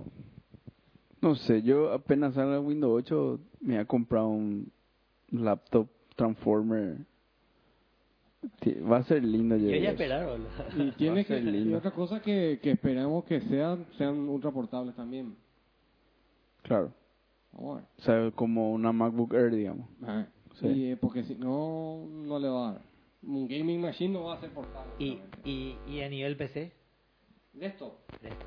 Speaker 1: No sé, yo apenas salga Windows 8 me ha comprado un laptop Transformer. Sí, Va a ser lindo
Speaker 5: Yo ya
Speaker 1: llegar.
Speaker 5: esperaba. boludo.
Speaker 2: Y tiene que
Speaker 1: ser lindo.
Speaker 2: y otra cosa que, que esperamos que sean sean ultraportables también.
Speaker 1: Claro.
Speaker 2: Vamos a ver.
Speaker 1: O sea, como una MacBook Air, digamos. Sí.
Speaker 2: Y, eh, porque si no, no le va a dar. Un gaming machine no va a ser portable.
Speaker 5: Y,
Speaker 2: obviamente.
Speaker 5: y, y a nivel PC,
Speaker 2: de esto,
Speaker 5: de esto.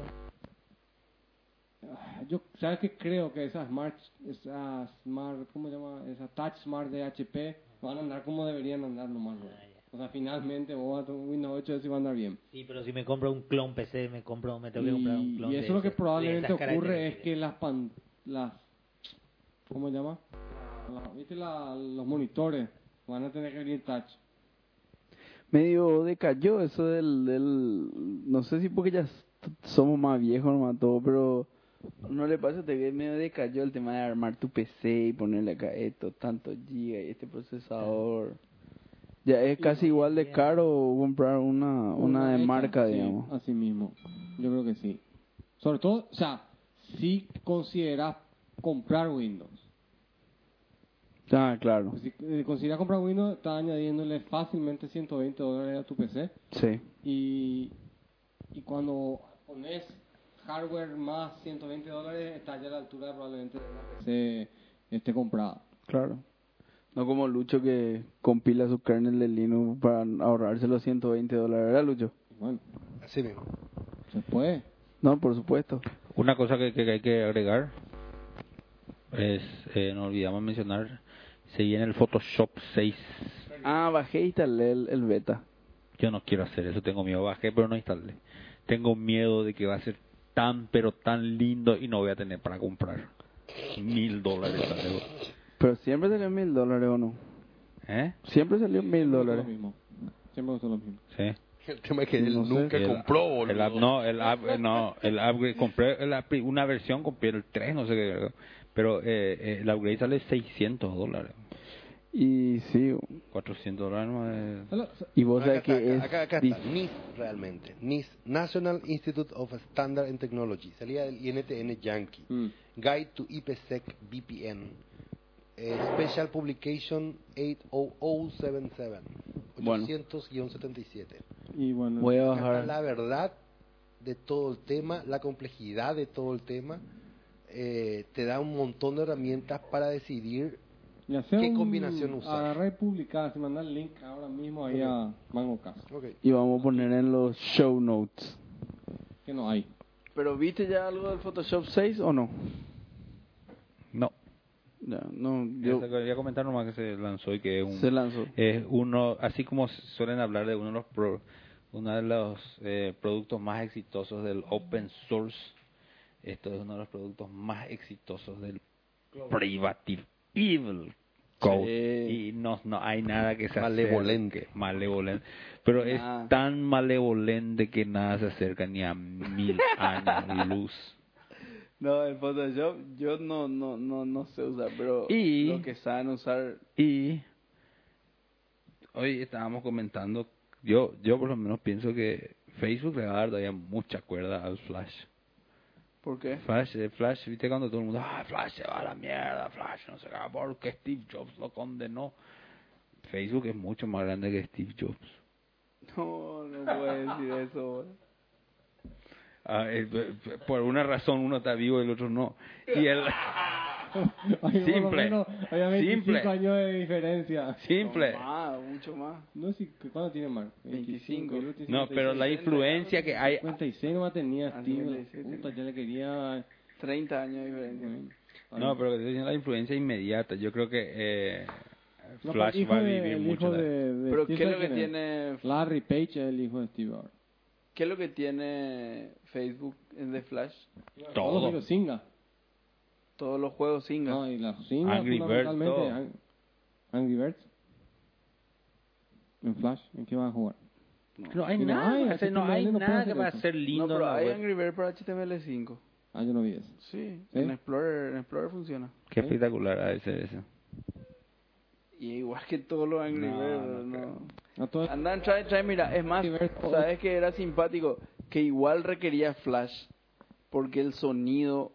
Speaker 2: ah, yo sabes que creo que esas smart, esas smart, ¿cómo se llama? Esas touch smart de HP van a andar como deberían andar nomás. ¿no?
Speaker 5: Ah, ya.
Speaker 2: O sea, finalmente vos vas a tu Windows 8 si va a andar bien.
Speaker 5: Sí, pero si me compro un clon PC, me compro, me tengo que comprar un
Speaker 2: Y,
Speaker 5: clon
Speaker 2: y eso
Speaker 5: de
Speaker 2: lo que
Speaker 5: ese- de
Speaker 2: probablemente
Speaker 5: esas
Speaker 2: ocurre es
Speaker 5: características.
Speaker 2: que las pan, las, ¿cómo se llama? La- ¿Viste la- los monitores? Van a tener que venir touch.
Speaker 1: Medio decayó eso del, del... No sé si porque ya s- somos más viejos nomás todo, pero... No le pasa, te ve medio decayó el tema de armar tu PC y ponerle acá esto, tanto giga y este procesador. Ya es casi igual de caro comprar una, Ah, una de
Speaker 2: hecha,
Speaker 1: marca,
Speaker 2: sí,
Speaker 1: digamos.
Speaker 2: Así mismo, yo creo que sí. Sobre todo, o sea, si consideras comprar Windows.
Speaker 1: Ah, claro.
Speaker 2: Si eh, consideras comprar Windows, estás añadiéndole fácilmente 120 dólares a tu PC.
Speaker 1: Sí.
Speaker 2: Y, y cuando pones hardware más 120 dólares, está ya a la altura probablemente de una PC esté comprada.
Speaker 1: Claro. No como Lucho que compila su kernel de Linux para ahorrarse los 120 dólares, ¿verdad, Lucho?
Speaker 2: Y Bueno,
Speaker 4: Así mismo.
Speaker 2: se puede.
Speaker 1: No, por supuesto.
Speaker 3: Una cosa que, que- que hay que agregar es, eh, nos olvidamos mencionar, se viene el Photoshop 6.
Speaker 1: Ah, bajé y instalé el, el beta.
Speaker 3: Yo no quiero hacer eso, tengo miedo, bajé pero no instalé. Tengo miedo de que va a ser tan pero tan lindo y no voy a tener para comprar. Mil dólares salió.
Speaker 1: Pero siempre salió mil dólares o no.
Speaker 3: ¿Eh?
Speaker 1: Siempre salió mil
Speaker 2: Siempre
Speaker 1: dólares.
Speaker 2: costó Lo mismo. Siempre costó lo mismo.
Speaker 3: Sí.
Speaker 4: El tema es que él nunca
Speaker 3: El-
Speaker 4: compró,
Speaker 3: el
Speaker 4: boludo.
Speaker 3: up- no, el up- no, el upgrade, compré el up- una versión, compré el 3, no sé qué, verga. pero eh, eh, el upgrade sale 600 dólares,
Speaker 1: Y sí,
Speaker 3: 400 dólares más. eh.
Speaker 2: Solo-
Speaker 1: y vos
Speaker 4: acá
Speaker 1: sabés
Speaker 4: está,
Speaker 1: que
Speaker 4: acá,
Speaker 1: es...
Speaker 4: acá- acá está,
Speaker 1: dif-
Speaker 4: NIST realmente. NIST, National Institute of Standard and Technology. Salía del INTN Yankee.
Speaker 2: Mm.
Speaker 4: Guide to IPsec VPN. Eh, special Publication 80077.
Speaker 1: Bueno.
Speaker 4: 800-77.
Speaker 2: Y bueno,
Speaker 1: Voy a
Speaker 4: Acá está
Speaker 1: bajar.
Speaker 4: la verdad de todo el tema, la complejidad de todo el tema. Eh, te da un montón de herramientas para decidir
Speaker 2: Y hacer
Speaker 4: ¿Qué
Speaker 2: un-
Speaker 4: combinación usar?
Speaker 2: Agarrar y publicar, se mandar el link ahora mismo ahí a Mango Casa,
Speaker 4: Ok.
Speaker 1: Y vamos a poner en los show notes.
Speaker 2: que no hay.
Speaker 1: ¿Pero viste ya algo del Photoshop 6 o no?
Speaker 3: No,
Speaker 1: Ya, no, yo...
Speaker 3: Esa que voy a comentar nomás que se lanzó y que es un,
Speaker 1: Se lanzó.
Speaker 3: es Eh, uno, así como suelen hablar de uno de los pro- uno de los eh, productos más exitosos del open source, esto es uno de los productos más exitosos del Privative Evil Code.
Speaker 1: Sí.
Speaker 3: Y no, no hay nada que se acerque.
Speaker 4: Malevolente.
Speaker 3: Malevolente. Pero
Speaker 1: Nada.
Speaker 3: es tan malevolente que nada se acerca ni a mil años luz.
Speaker 1: No, el Photoshop yo no, no, no, no sé usar, pero
Speaker 3: Y-
Speaker 1: lo que saben usar...
Speaker 3: Y hoy estábamos comentando, yo yo por lo menos pienso que Facebook le va a dar todavía mucha cuerda al Flash.
Speaker 1: ¿Por qué?
Speaker 3: Flash, eh, Flash, viste cuando todo el mundo, ah, Flash se va a la mierda, Flash no se va, porque Steve Jobs lo condenó. Facebook es mucho más grande que Steve Jobs.
Speaker 1: No, no puedo decir eso.
Speaker 3: Ah, eh, p- p- por una razón uno está vivo y el otro no. Y el
Speaker 2: Hay por lo
Speaker 3: Simple.
Speaker 2: menos- había 25
Speaker 3: Simple.
Speaker 2: años de diferencia.
Speaker 3: simple.
Speaker 1: Ah, mucho más.
Speaker 2: No sé, si- ¿cuándo tiene Mark?
Speaker 1: 25.
Speaker 2: yo creo que
Speaker 3: No, pero la influencia que hay
Speaker 2: 56 nomás tenía
Speaker 1: Ah,
Speaker 2: Steve.
Speaker 1: 57.
Speaker 2: Puta, ya le quería... Mm.
Speaker 1: 30 años de diferencia.
Speaker 3: No, pero que te dicen la influencia inmediata. Yo creo que eh,
Speaker 2: No, pero
Speaker 3: Flash
Speaker 2: el hijo
Speaker 3: va a
Speaker 2: de-
Speaker 3: vivir
Speaker 2: el
Speaker 3: mucho
Speaker 2: hijo
Speaker 3: de...
Speaker 2: de- de
Speaker 1: Pero
Speaker 2: Steve
Speaker 1: ¿qué es lo que
Speaker 2: Jobs era?
Speaker 1: tiene
Speaker 2: Larry Page es el hijo de Steve Jobs.
Speaker 1: ¿Qué es lo que tiene Facebook en The Flash?
Speaker 2: Todos
Speaker 3: Todo.
Speaker 2: los Singa.
Speaker 1: Todos los juegos singa.
Speaker 2: No, y la Singa
Speaker 3: Angry Birds,
Speaker 2: fundamentalmente.
Speaker 3: todo.
Speaker 2: Ang- Angry Birds. En Flash, ¿en qué van a jugar? este
Speaker 11: No hay
Speaker 2: No
Speaker 11: nada,
Speaker 2: hay,
Speaker 11: o sea,
Speaker 2: aquí
Speaker 11: no
Speaker 2: también
Speaker 11: hay
Speaker 2: no puede
Speaker 11: nada
Speaker 2: hacer
Speaker 11: que va a
Speaker 2: eso.
Speaker 11: ser lindo.
Speaker 1: no, pero
Speaker 11: en la
Speaker 1: hay
Speaker 11: web.
Speaker 1: Angry Bird para HTML5.
Speaker 2: Ah, yo no vi eso.
Speaker 1: Sí,
Speaker 2: ¿Sí?
Speaker 1: En, Explorer, en Explorer funciona.
Speaker 3: Qué espectacular ha de ser eso.
Speaker 1: Y igual que todos los Angry
Speaker 3: No,
Speaker 1: Birds.
Speaker 3: no
Speaker 1: No,
Speaker 2: No,
Speaker 11: Ah,
Speaker 2: todo es-
Speaker 1: Andan, trae, trae, mira, es más,
Speaker 2: Angry Birds, todo.
Speaker 1: sabes que era simpático, que igual requería Flash, porque el sonido,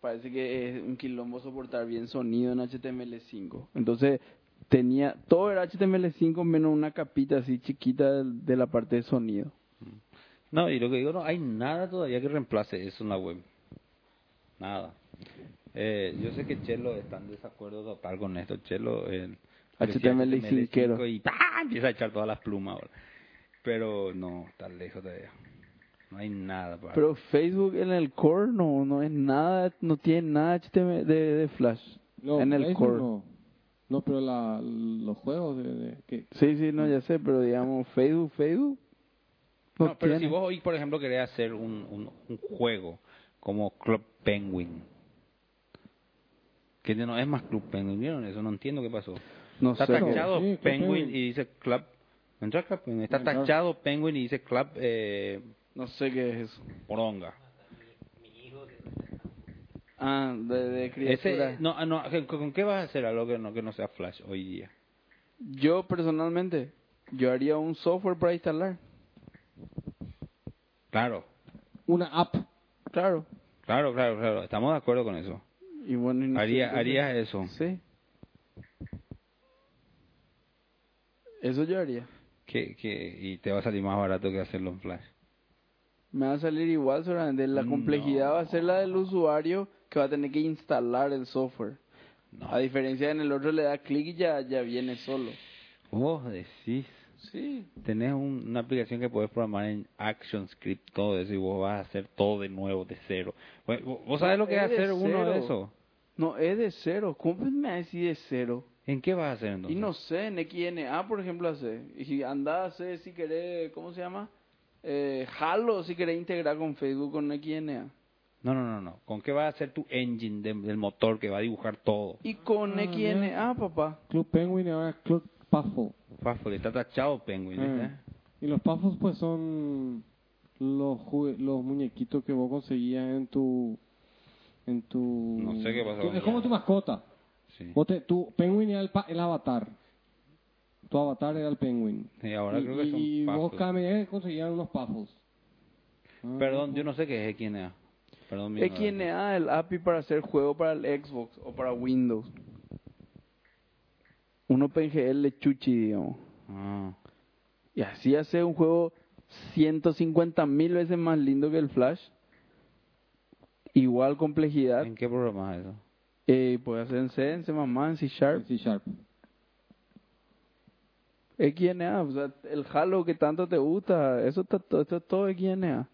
Speaker 1: parece que es un quilombo soportar bien sonido en HTML5. Entonces, tenía, todo era HTML5 menos una capita así chiquita de, de la parte de sonido.
Speaker 3: No, y lo que digo, no hay nada todavía que reemplace eso en la web. Nada. Eh, yo sé que Chelo está en desacuerdo total con esto. Chelo, el
Speaker 1: HTML cinquero.
Speaker 3: y ¡pah! empieza a echar todas las plumas ahora. Pero no, está lejos todavía. No hay nada para.
Speaker 1: Pero Facebook en el core no, no es nada, no tiene nada HTML de, de Flash.
Speaker 2: no,
Speaker 1: en el
Speaker 2: eso
Speaker 1: core.
Speaker 2: No, No, pero la, los juegos de, de- que
Speaker 1: Sí, sí, no, ya sé, pero digamos, Facebook, Facebook.
Speaker 3: No,
Speaker 1: No,
Speaker 3: pero si
Speaker 1: tiene.
Speaker 3: vos hoy, por ejemplo, querés hacer un, un, un juego como Club Penguin, que no es más Club Penguin, ¿vieron eso? No entiendo qué pasó.
Speaker 1: No
Speaker 3: Está
Speaker 1: sé.
Speaker 3: tachado
Speaker 2: Sí, Club
Speaker 3: Penguin
Speaker 2: Penguin.
Speaker 3: y dice Club. ¿No entra Club Penguin? Está
Speaker 2: No entra.
Speaker 3: tachado Penguin y dice Club eh,
Speaker 1: No sé qué es eso.
Speaker 3: Poronga.
Speaker 1: Ah, de, de criatura.
Speaker 3: Ese, no, ah, no, ¿con- ¿Con qué vas a hacer algo que no, que no sea Flash hoy día?
Speaker 1: Yo personalmente, yo haría un software para instalar.
Speaker 3: Claro,
Speaker 2: una app
Speaker 1: Claro.
Speaker 3: claro, claro, claro. Estamos de acuerdo con eso.
Speaker 1: Y bueno, y no sé,
Speaker 3: Haría,
Speaker 1: entonces-
Speaker 3: harías eso.
Speaker 1: Sí. Eso yo haría.
Speaker 3: Que, que, y te va a salir más barato que hacerlo en Flash.
Speaker 1: Me va a salir igual, solamente la
Speaker 3: No.
Speaker 1: complejidad va a ser la del usuario que va a tener que instalar el software.
Speaker 3: No.
Speaker 1: A diferencia en el otro le da clic y ya, ya viene solo.
Speaker 3: Vos decís,
Speaker 1: Sí.
Speaker 3: tenés un- una aplicación que podés programar en ActionScript, todo eso, y vos vas a hacer todo de nuevo, de cero. Pues, Vos, vos- vos sabés lo que es
Speaker 1: Es de
Speaker 3: hacer uno de
Speaker 1: cero.
Speaker 3: eso.
Speaker 1: No, es de cero. ¿Cómo me va a decir de cero?
Speaker 3: ¿En qué vas a hacer entonces?
Speaker 1: Y no sé, en XNA, ah, por ejemplo, hace. Y anda a hacer, si querés, ¿cómo se llama? Eh, Halo, si querés integrar con Facebook, con XNA.
Speaker 3: no, no, no, no. ¿Con qué vas a hacer tu engine de- del motor que va a dibujar todo?
Speaker 1: Y con
Speaker 2: Ah,
Speaker 1: XNA, papá.
Speaker 2: Club Penguin y ahora Club Puffle.
Speaker 3: Fafo, le está tachado Penguin.
Speaker 2: Eh,
Speaker 1: Mm.
Speaker 3: ¿viste?
Speaker 2: Y los Puffles pues son los jugue- los muñequitos que vos conseguías en tu en tu
Speaker 3: No sé qué pasó
Speaker 2: tu-
Speaker 3: con
Speaker 2: Es como
Speaker 3: ella.
Speaker 2: tu mascota.
Speaker 3: Sí.
Speaker 2: Vos te- tu Penguin era el, pa- el avatar. Tu avatar era el Penguin.
Speaker 3: Sí, ahora
Speaker 2: y,
Speaker 3: creo que son
Speaker 2: y vos
Speaker 3: Puffles.
Speaker 2: cada medida que conseguías unos Puffles. Ah,
Speaker 3: Perdón, yo no sé qué es XNA. Perdón, mi ignorancia.
Speaker 1: XNA, ah, el API para hacer juego para el Xbox o para Windows. Un OpenGL chuchi, digamos.
Speaker 3: Ah,
Speaker 1: Y así hace un juego 150 mil veces más lindo que el Flash. Igual complejidad.
Speaker 3: Ah, ¿En qué programa es eso?
Speaker 1: Eh, puede hacer en C, en C++, en C Sharp.
Speaker 2: C Sharp.
Speaker 1: XNA, o sea, el Halo que tanto te gusta, eso está todo, esto es todo XNA.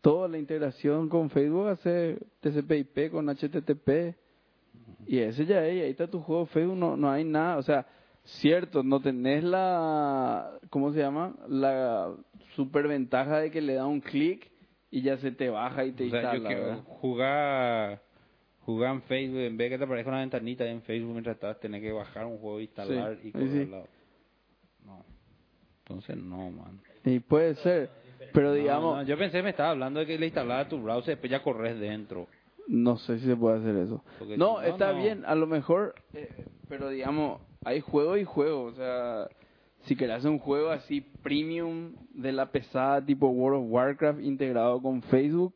Speaker 1: Toda la integración con Facebook hace TCP/IP con HTTP. Y ese ya es, y ahí está tu juego Facebook, no, no hay nada, o sea, cierto, no tenés la, ¿cómo se llama? La superventaja de que le da un clic y ya se te baja y te
Speaker 3: O sea, yo
Speaker 1: instala,
Speaker 3: quiero
Speaker 1: ¿verdad?
Speaker 3: jugar, jugar en Facebook, en vez de que te aparezca una ventanita en Facebook mientras estás, tener que bajar un juego, instalar
Speaker 1: Sí, sí,
Speaker 3: y correrlo. No. Entonces, no, man.
Speaker 1: Y puede ser, pero
Speaker 3: No,
Speaker 1: digamos,
Speaker 3: no, yo pensé que me estaba hablando de que le instalaba tu browser y después ya corres dentro.
Speaker 1: No sé si se puede hacer eso.
Speaker 3: Porque
Speaker 1: no,
Speaker 3: si no,
Speaker 1: está
Speaker 3: no.
Speaker 1: bien, a lo mejor, eh, pero digamos, hay juego y juego. O sea, si querés hacer un juego así premium de la pesada tipo World of Warcraft integrado con Facebook,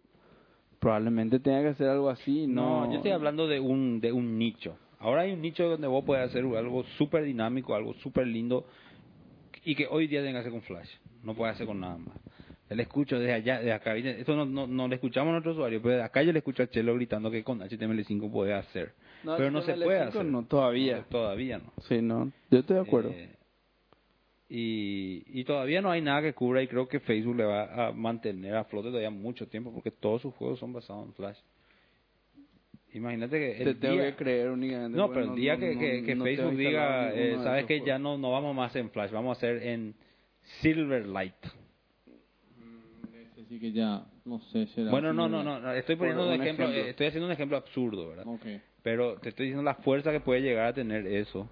Speaker 1: probablemente tenga que hacer algo así. No,
Speaker 3: No, yo estoy hablando de un, de un nicho. Ahora hay un nicho donde vos puedes hacer algo súper dinámico, algo súper lindo y que hoy día tengas que hacer con Flash. No puedes hacer con nada más. Yo le escucho desde allá, desde acá. ¿viste? Esto no, no, no le escuchamos a nuestros usuarios, pero de acá yo le escucho a Chelo gritando que con HTML5 puede hacer.
Speaker 1: No,
Speaker 3: pero no se
Speaker 1: HTML5
Speaker 3: puede hacer.
Speaker 1: no, todavía.
Speaker 3: No, todavía no.
Speaker 1: Sí, no, yo estoy de acuerdo.
Speaker 3: Eh, y, y todavía no hay nada que cubra y creo que Facebook le va a mantener a flote todavía mucho tiempo porque todos sus juegos son basados en Flash. Y Imagínate que
Speaker 1: Te
Speaker 3: el
Speaker 1: tengo
Speaker 3: día-
Speaker 1: que creer únicamente.
Speaker 3: No,
Speaker 1: porque
Speaker 3: pero el día
Speaker 1: no-
Speaker 3: que,
Speaker 1: no-
Speaker 3: que- que
Speaker 1: no te
Speaker 3: Facebook
Speaker 1: voy a instalar
Speaker 3: diga, eh,
Speaker 1: ninguno de
Speaker 3: sabes
Speaker 1: esos pues.
Speaker 3: que ya
Speaker 1: juegos.
Speaker 3: no, no vamos más en Flash, vamos a hacer en Silverlight.
Speaker 2: Ese sí que ya, no sé, será.
Speaker 3: Bueno, no, no,
Speaker 2: similar.
Speaker 3: no, no, estoy poniendo
Speaker 1: Por
Speaker 3: un
Speaker 1: un
Speaker 3: ejemplo,
Speaker 1: ejemplo.
Speaker 3: eh, estoy haciendo un ejemplo absurdo, ¿verdad?
Speaker 2: Ok.
Speaker 3: Pero te estoy diciendo la fuerza que puede llegar a tener eso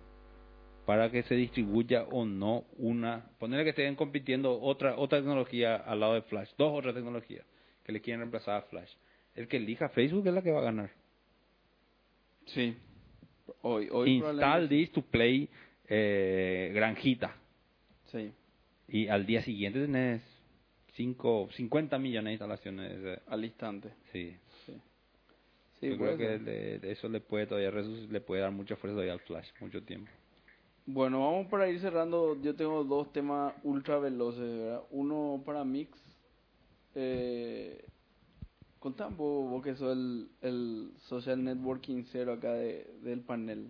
Speaker 3: para que se distribuya o no una. Ponerle que estén compitiendo otra otra tecnología al lado de Flash, dos otras tecnologías que le quieren reemplazar a Flash. El que elija Facebook es la que va a ganar.
Speaker 1: Sí. Hoy, hoy
Speaker 3: Install
Speaker 1: probablemente-
Speaker 3: this to play eh, Granjita.
Speaker 1: Sí.
Speaker 3: Y al día siguiente tenés cinco, 50 millones de instalaciones. eh,
Speaker 1: Al instante.
Speaker 3: Sí.
Speaker 1: Sí,
Speaker 3: Yo
Speaker 1: puede
Speaker 3: creo que
Speaker 1: ser.
Speaker 3: le- eso le puede todavía resu- le puede dar mucha fuerza todavía al Flash, mucho tiempo.
Speaker 1: Bueno, vamos para ir cerrando. Yo tengo dos temas ultra veloces, ¿verdad? Uno para Mix. Eh, contá un poco vos que sos el, el social networking cero acá de- del panel.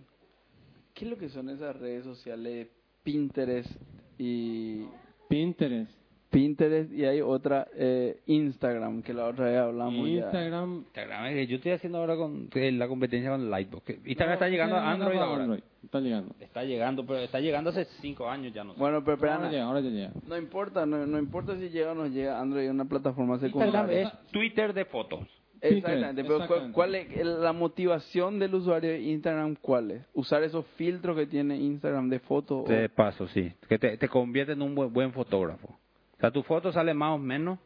Speaker 1: ¿Qué es lo que son esas redes sociales Pinterest y
Speaker 2: Pinterest.
Speaker 1: Pinterest y hay otra eh, Instagram que la otra vez hablamos ya.
Speaker 2: Instagram.
Speaker 3: Instagram, eh, yo estoy haciendo ahora con eh, la competencia con Lightbox. que Instagram
Speaker 2: No,
Speaker 3: está llegando a
Speaker 2: Instagram
Speaker 3: Android
Speaker 2: está
Speaker 3: ahora.
Speaker 2: Android, Está llegando.
Speaker 3: Está llegando, pero está llegando hace cinco años ya no sé.
Speaker 1: Bueno, pero espera,
Speaker 2: ahora,
Speaker 1: Ana,
Speaker 2: llega, ahora ya llega.
Speaker 1: no importa, no, no importa si llega o no llega Android es una plataforma
Speaker 3: Instagram
Speaker 1: secundaria.
Speaker 3: es Twitter de fotos.
Speaker 1: Exactamente, pero ¿cu-
Speaker 2: Exactamente.
Speaker 1: ¿cuál es el- la motivación del usuario de Instagram? ¿Cuál es? Usar esos filtros que tiene Instagram de fotos.
Speaker 3: Te paso, sí. Que te, te convierte en un buen, buen fotógrafo. O sea, tu foto sale más o menos,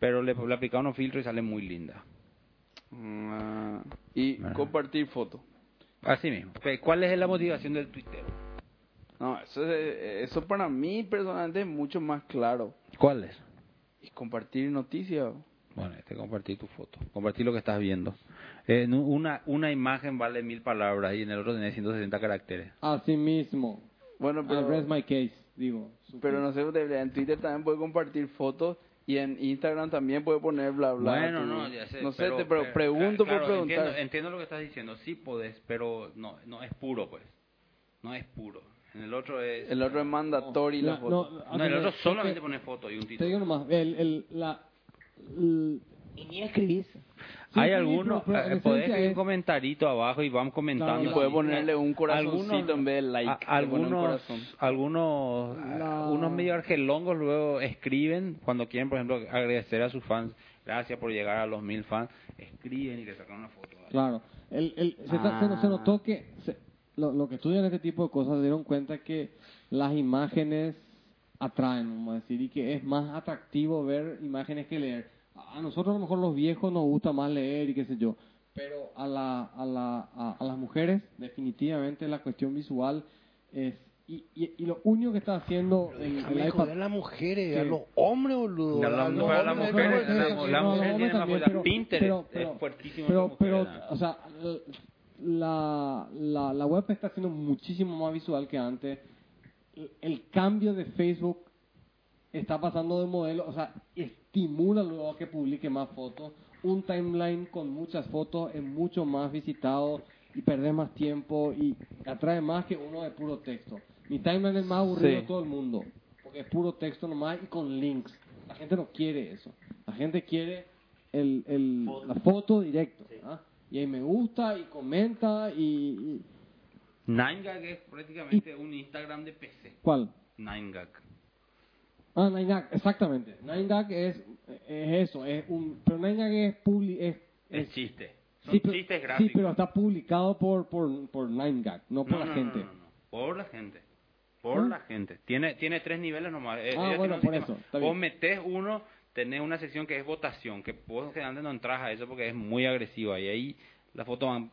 Speaker 3: pero le, le aplicas unos filtros y sale muy linda.
Speaker 1: Mm, ah, y
Speaker 3: Ajá.
Speaker 1: compartir fotos.
Speaker 3: Así mismo. Ok, ¿Cuál es la motivación del Twitter?
Speaker 1: No, eso, es- eso para mí personalmente es mucho más claro.
Speaker 3: ¿Cuál es?
Speaker 1: Y compartir noticias.
Speaker 3: Bueno, este compartir tu foto, compartir lo que estás viendo. En un- una, una imagen vale mil palabras y en el otro tenés 160 caracteres.
Speaker 2: Así mismo.
Speaker 1: Bueno,
Speaker 2: I rest
Speaker 1: pero,
Speaker 2: my case, digo.
Speaker 1: pero no sé, de verdad, en Twitter también puede compartir fotos y en Instagram también puede poner bla bla.
Speaker 3: Bueno,
Speaker 1: tú-
Speaker 3: no, ya sé. eh,
Speaker 1: No sé, te pero pregunto
Speaker 3: claro,
Speaker 1: por preguntar.
Speaker 3: Entiendo, entiendo lo que estás diciendo, sí podés, pero no, no es puro, pues. No es puro. En el otro es.
Speaker 1: El otro es mandatorio la foto.
Speaker 3: No, en el otro solamente pones foto y un
Speaker 2: Te
Speaker 3: título.
Speaker 2: digo nomás, el, el, la, l-
Speaker 12: Y ni escribís.
Speaker 3: Hay
Speaker 2: sí,
Speaker 3: algunos,
Speaker 2: pero- pero en
Speaker 3: eh, podés
Speaker 2: esencia
Speaker 3: escribir un
Speaker 2: es-
Speaker 3: comentarito abajo y vamos comentando.
Speaker 2: Claro,
Speaker 1: Y
Speaker 2: la-
Speaker 1: puede
Speaker 3: Algunos-
Speaker 1: ponerle un corazoncito
Speaker 3: algunos-
Speaker 1: en vez de like.
Speaker 3: a-
Speaker 1: le pone un
Speaker 3: algunos,
Speaker 1: corazón.
Speaker 3: algunos,
Speaker 2: La-
Speaker 3: a- unos medio argelongos luego escriben cuando quieren, por ejemplo, agradecer a sus fans, gracias por llegar a los mil fans, escriben y le sacan una foto.
Speaker 2: claro, el, el, se, ta- se no- se notó que se- lo, lo que estudian este tipo de cosas se dieron cuenta que las imágenes atraen, vamos a decir, y que es más atractivo ver imágenes que leer. A a nosotros a lo mejor los viejos nos gusta más leer y qué sé yo, pero a, la, a, la, a, a las mujeres definitivamente la cuestión visual es... Y, y, y lo único que está haciendo el, el
Speaker 4: Déjame
Speaker 2: iPad
Speaker 4: joder a las mujeres, a
Speaker 2: Sí.
Speaker 4: los hombres, boludo.
Speaker 3: La,
Speaker 4: a
Speaker 3: la,
Speaker 4: los
Speaker 2: no,
Speaker 3: para
Speaker 2: no,
Speaker 3: las
Speaker 4: hombres,
Speaker 2: no,
Speaker 3: mujeres,
Speaker 2: no,
Speaker 3: la,
Speaker 2: no,
Speaker 3: la
Speaker 2: no,
Speaker 3: mujer
Speaker 2: no,
Speaker 3: tiene más
Speaker 2: también,
Speaker 3: cuidado.
Speaker 2: pero-
Speaker 3: Pinterest
Speaker 2: pero- pero-
Speaker 3: es fuertísimo. en las
Speaker 2: Pero, pero,
Speaker 3: mujeres, ¿no?
Speaker 2: o sea, la, la, la web está siendo muchísimo más visual que antes. El, el cambio de Facebook está pasando de modelo, o sea, estimula luego a que publique más fotos. Un timeline con muchas fotos es mucho más visitado y perdés más tiempo y atrae más que uno de puro texto. Mi timeline es más aburrido
Speaker 1: Sí.
Speaker 2: de todo el mundo, porque es puro texto nomás y con links. La gente no quiere eso. La gente quiere el, el- la foto directo. ¿ah? Y ahí me gusta y comenta y... y-
Speaker 3: Ninegag es prácticamente un Instagram de PC.
Speaker 2: ¿Cuál?
Speaker 3: Ninegag.
Speaker 2: Ah, NineGag, exactamente. NineGag es, es eso, es un, pero NineGag es, publi, es,
Speaker 3: Es
Speaker 2: es-
Speaker 3: chiste. Son
Speaker 2: sí, pero-
Speaker 3: chistes
Speaker 2: Sí,
Speaker 3: gráficos.
Speaker 2: pero está publicado por, por, por NineGag, no por
Speaker 3: No,
Speaker 2: la
Speaker 3: no, no,
Speaker 2: gente.
Speaker 3: no, no, no. Por la gente. Por
Speaker 2: ¿Ah?
Speaker 3: la gente. Tiene, tiene tres niveles nomás. Eh,
Speaker 2: Ah,
Speaker 3: ella tiene
Speaker 2: bueno,
Speaker 3: un
Speaker 2: por
Speaker 3: sistema.
Speaker 2: eso, está
Speaker 3: Vos
Speaker 2: bien.
Speaker 3: metés uno, tenés una sección que es votación, que vos generalmente no entras a eso porque es muy agresiva. Y ahí las fotos van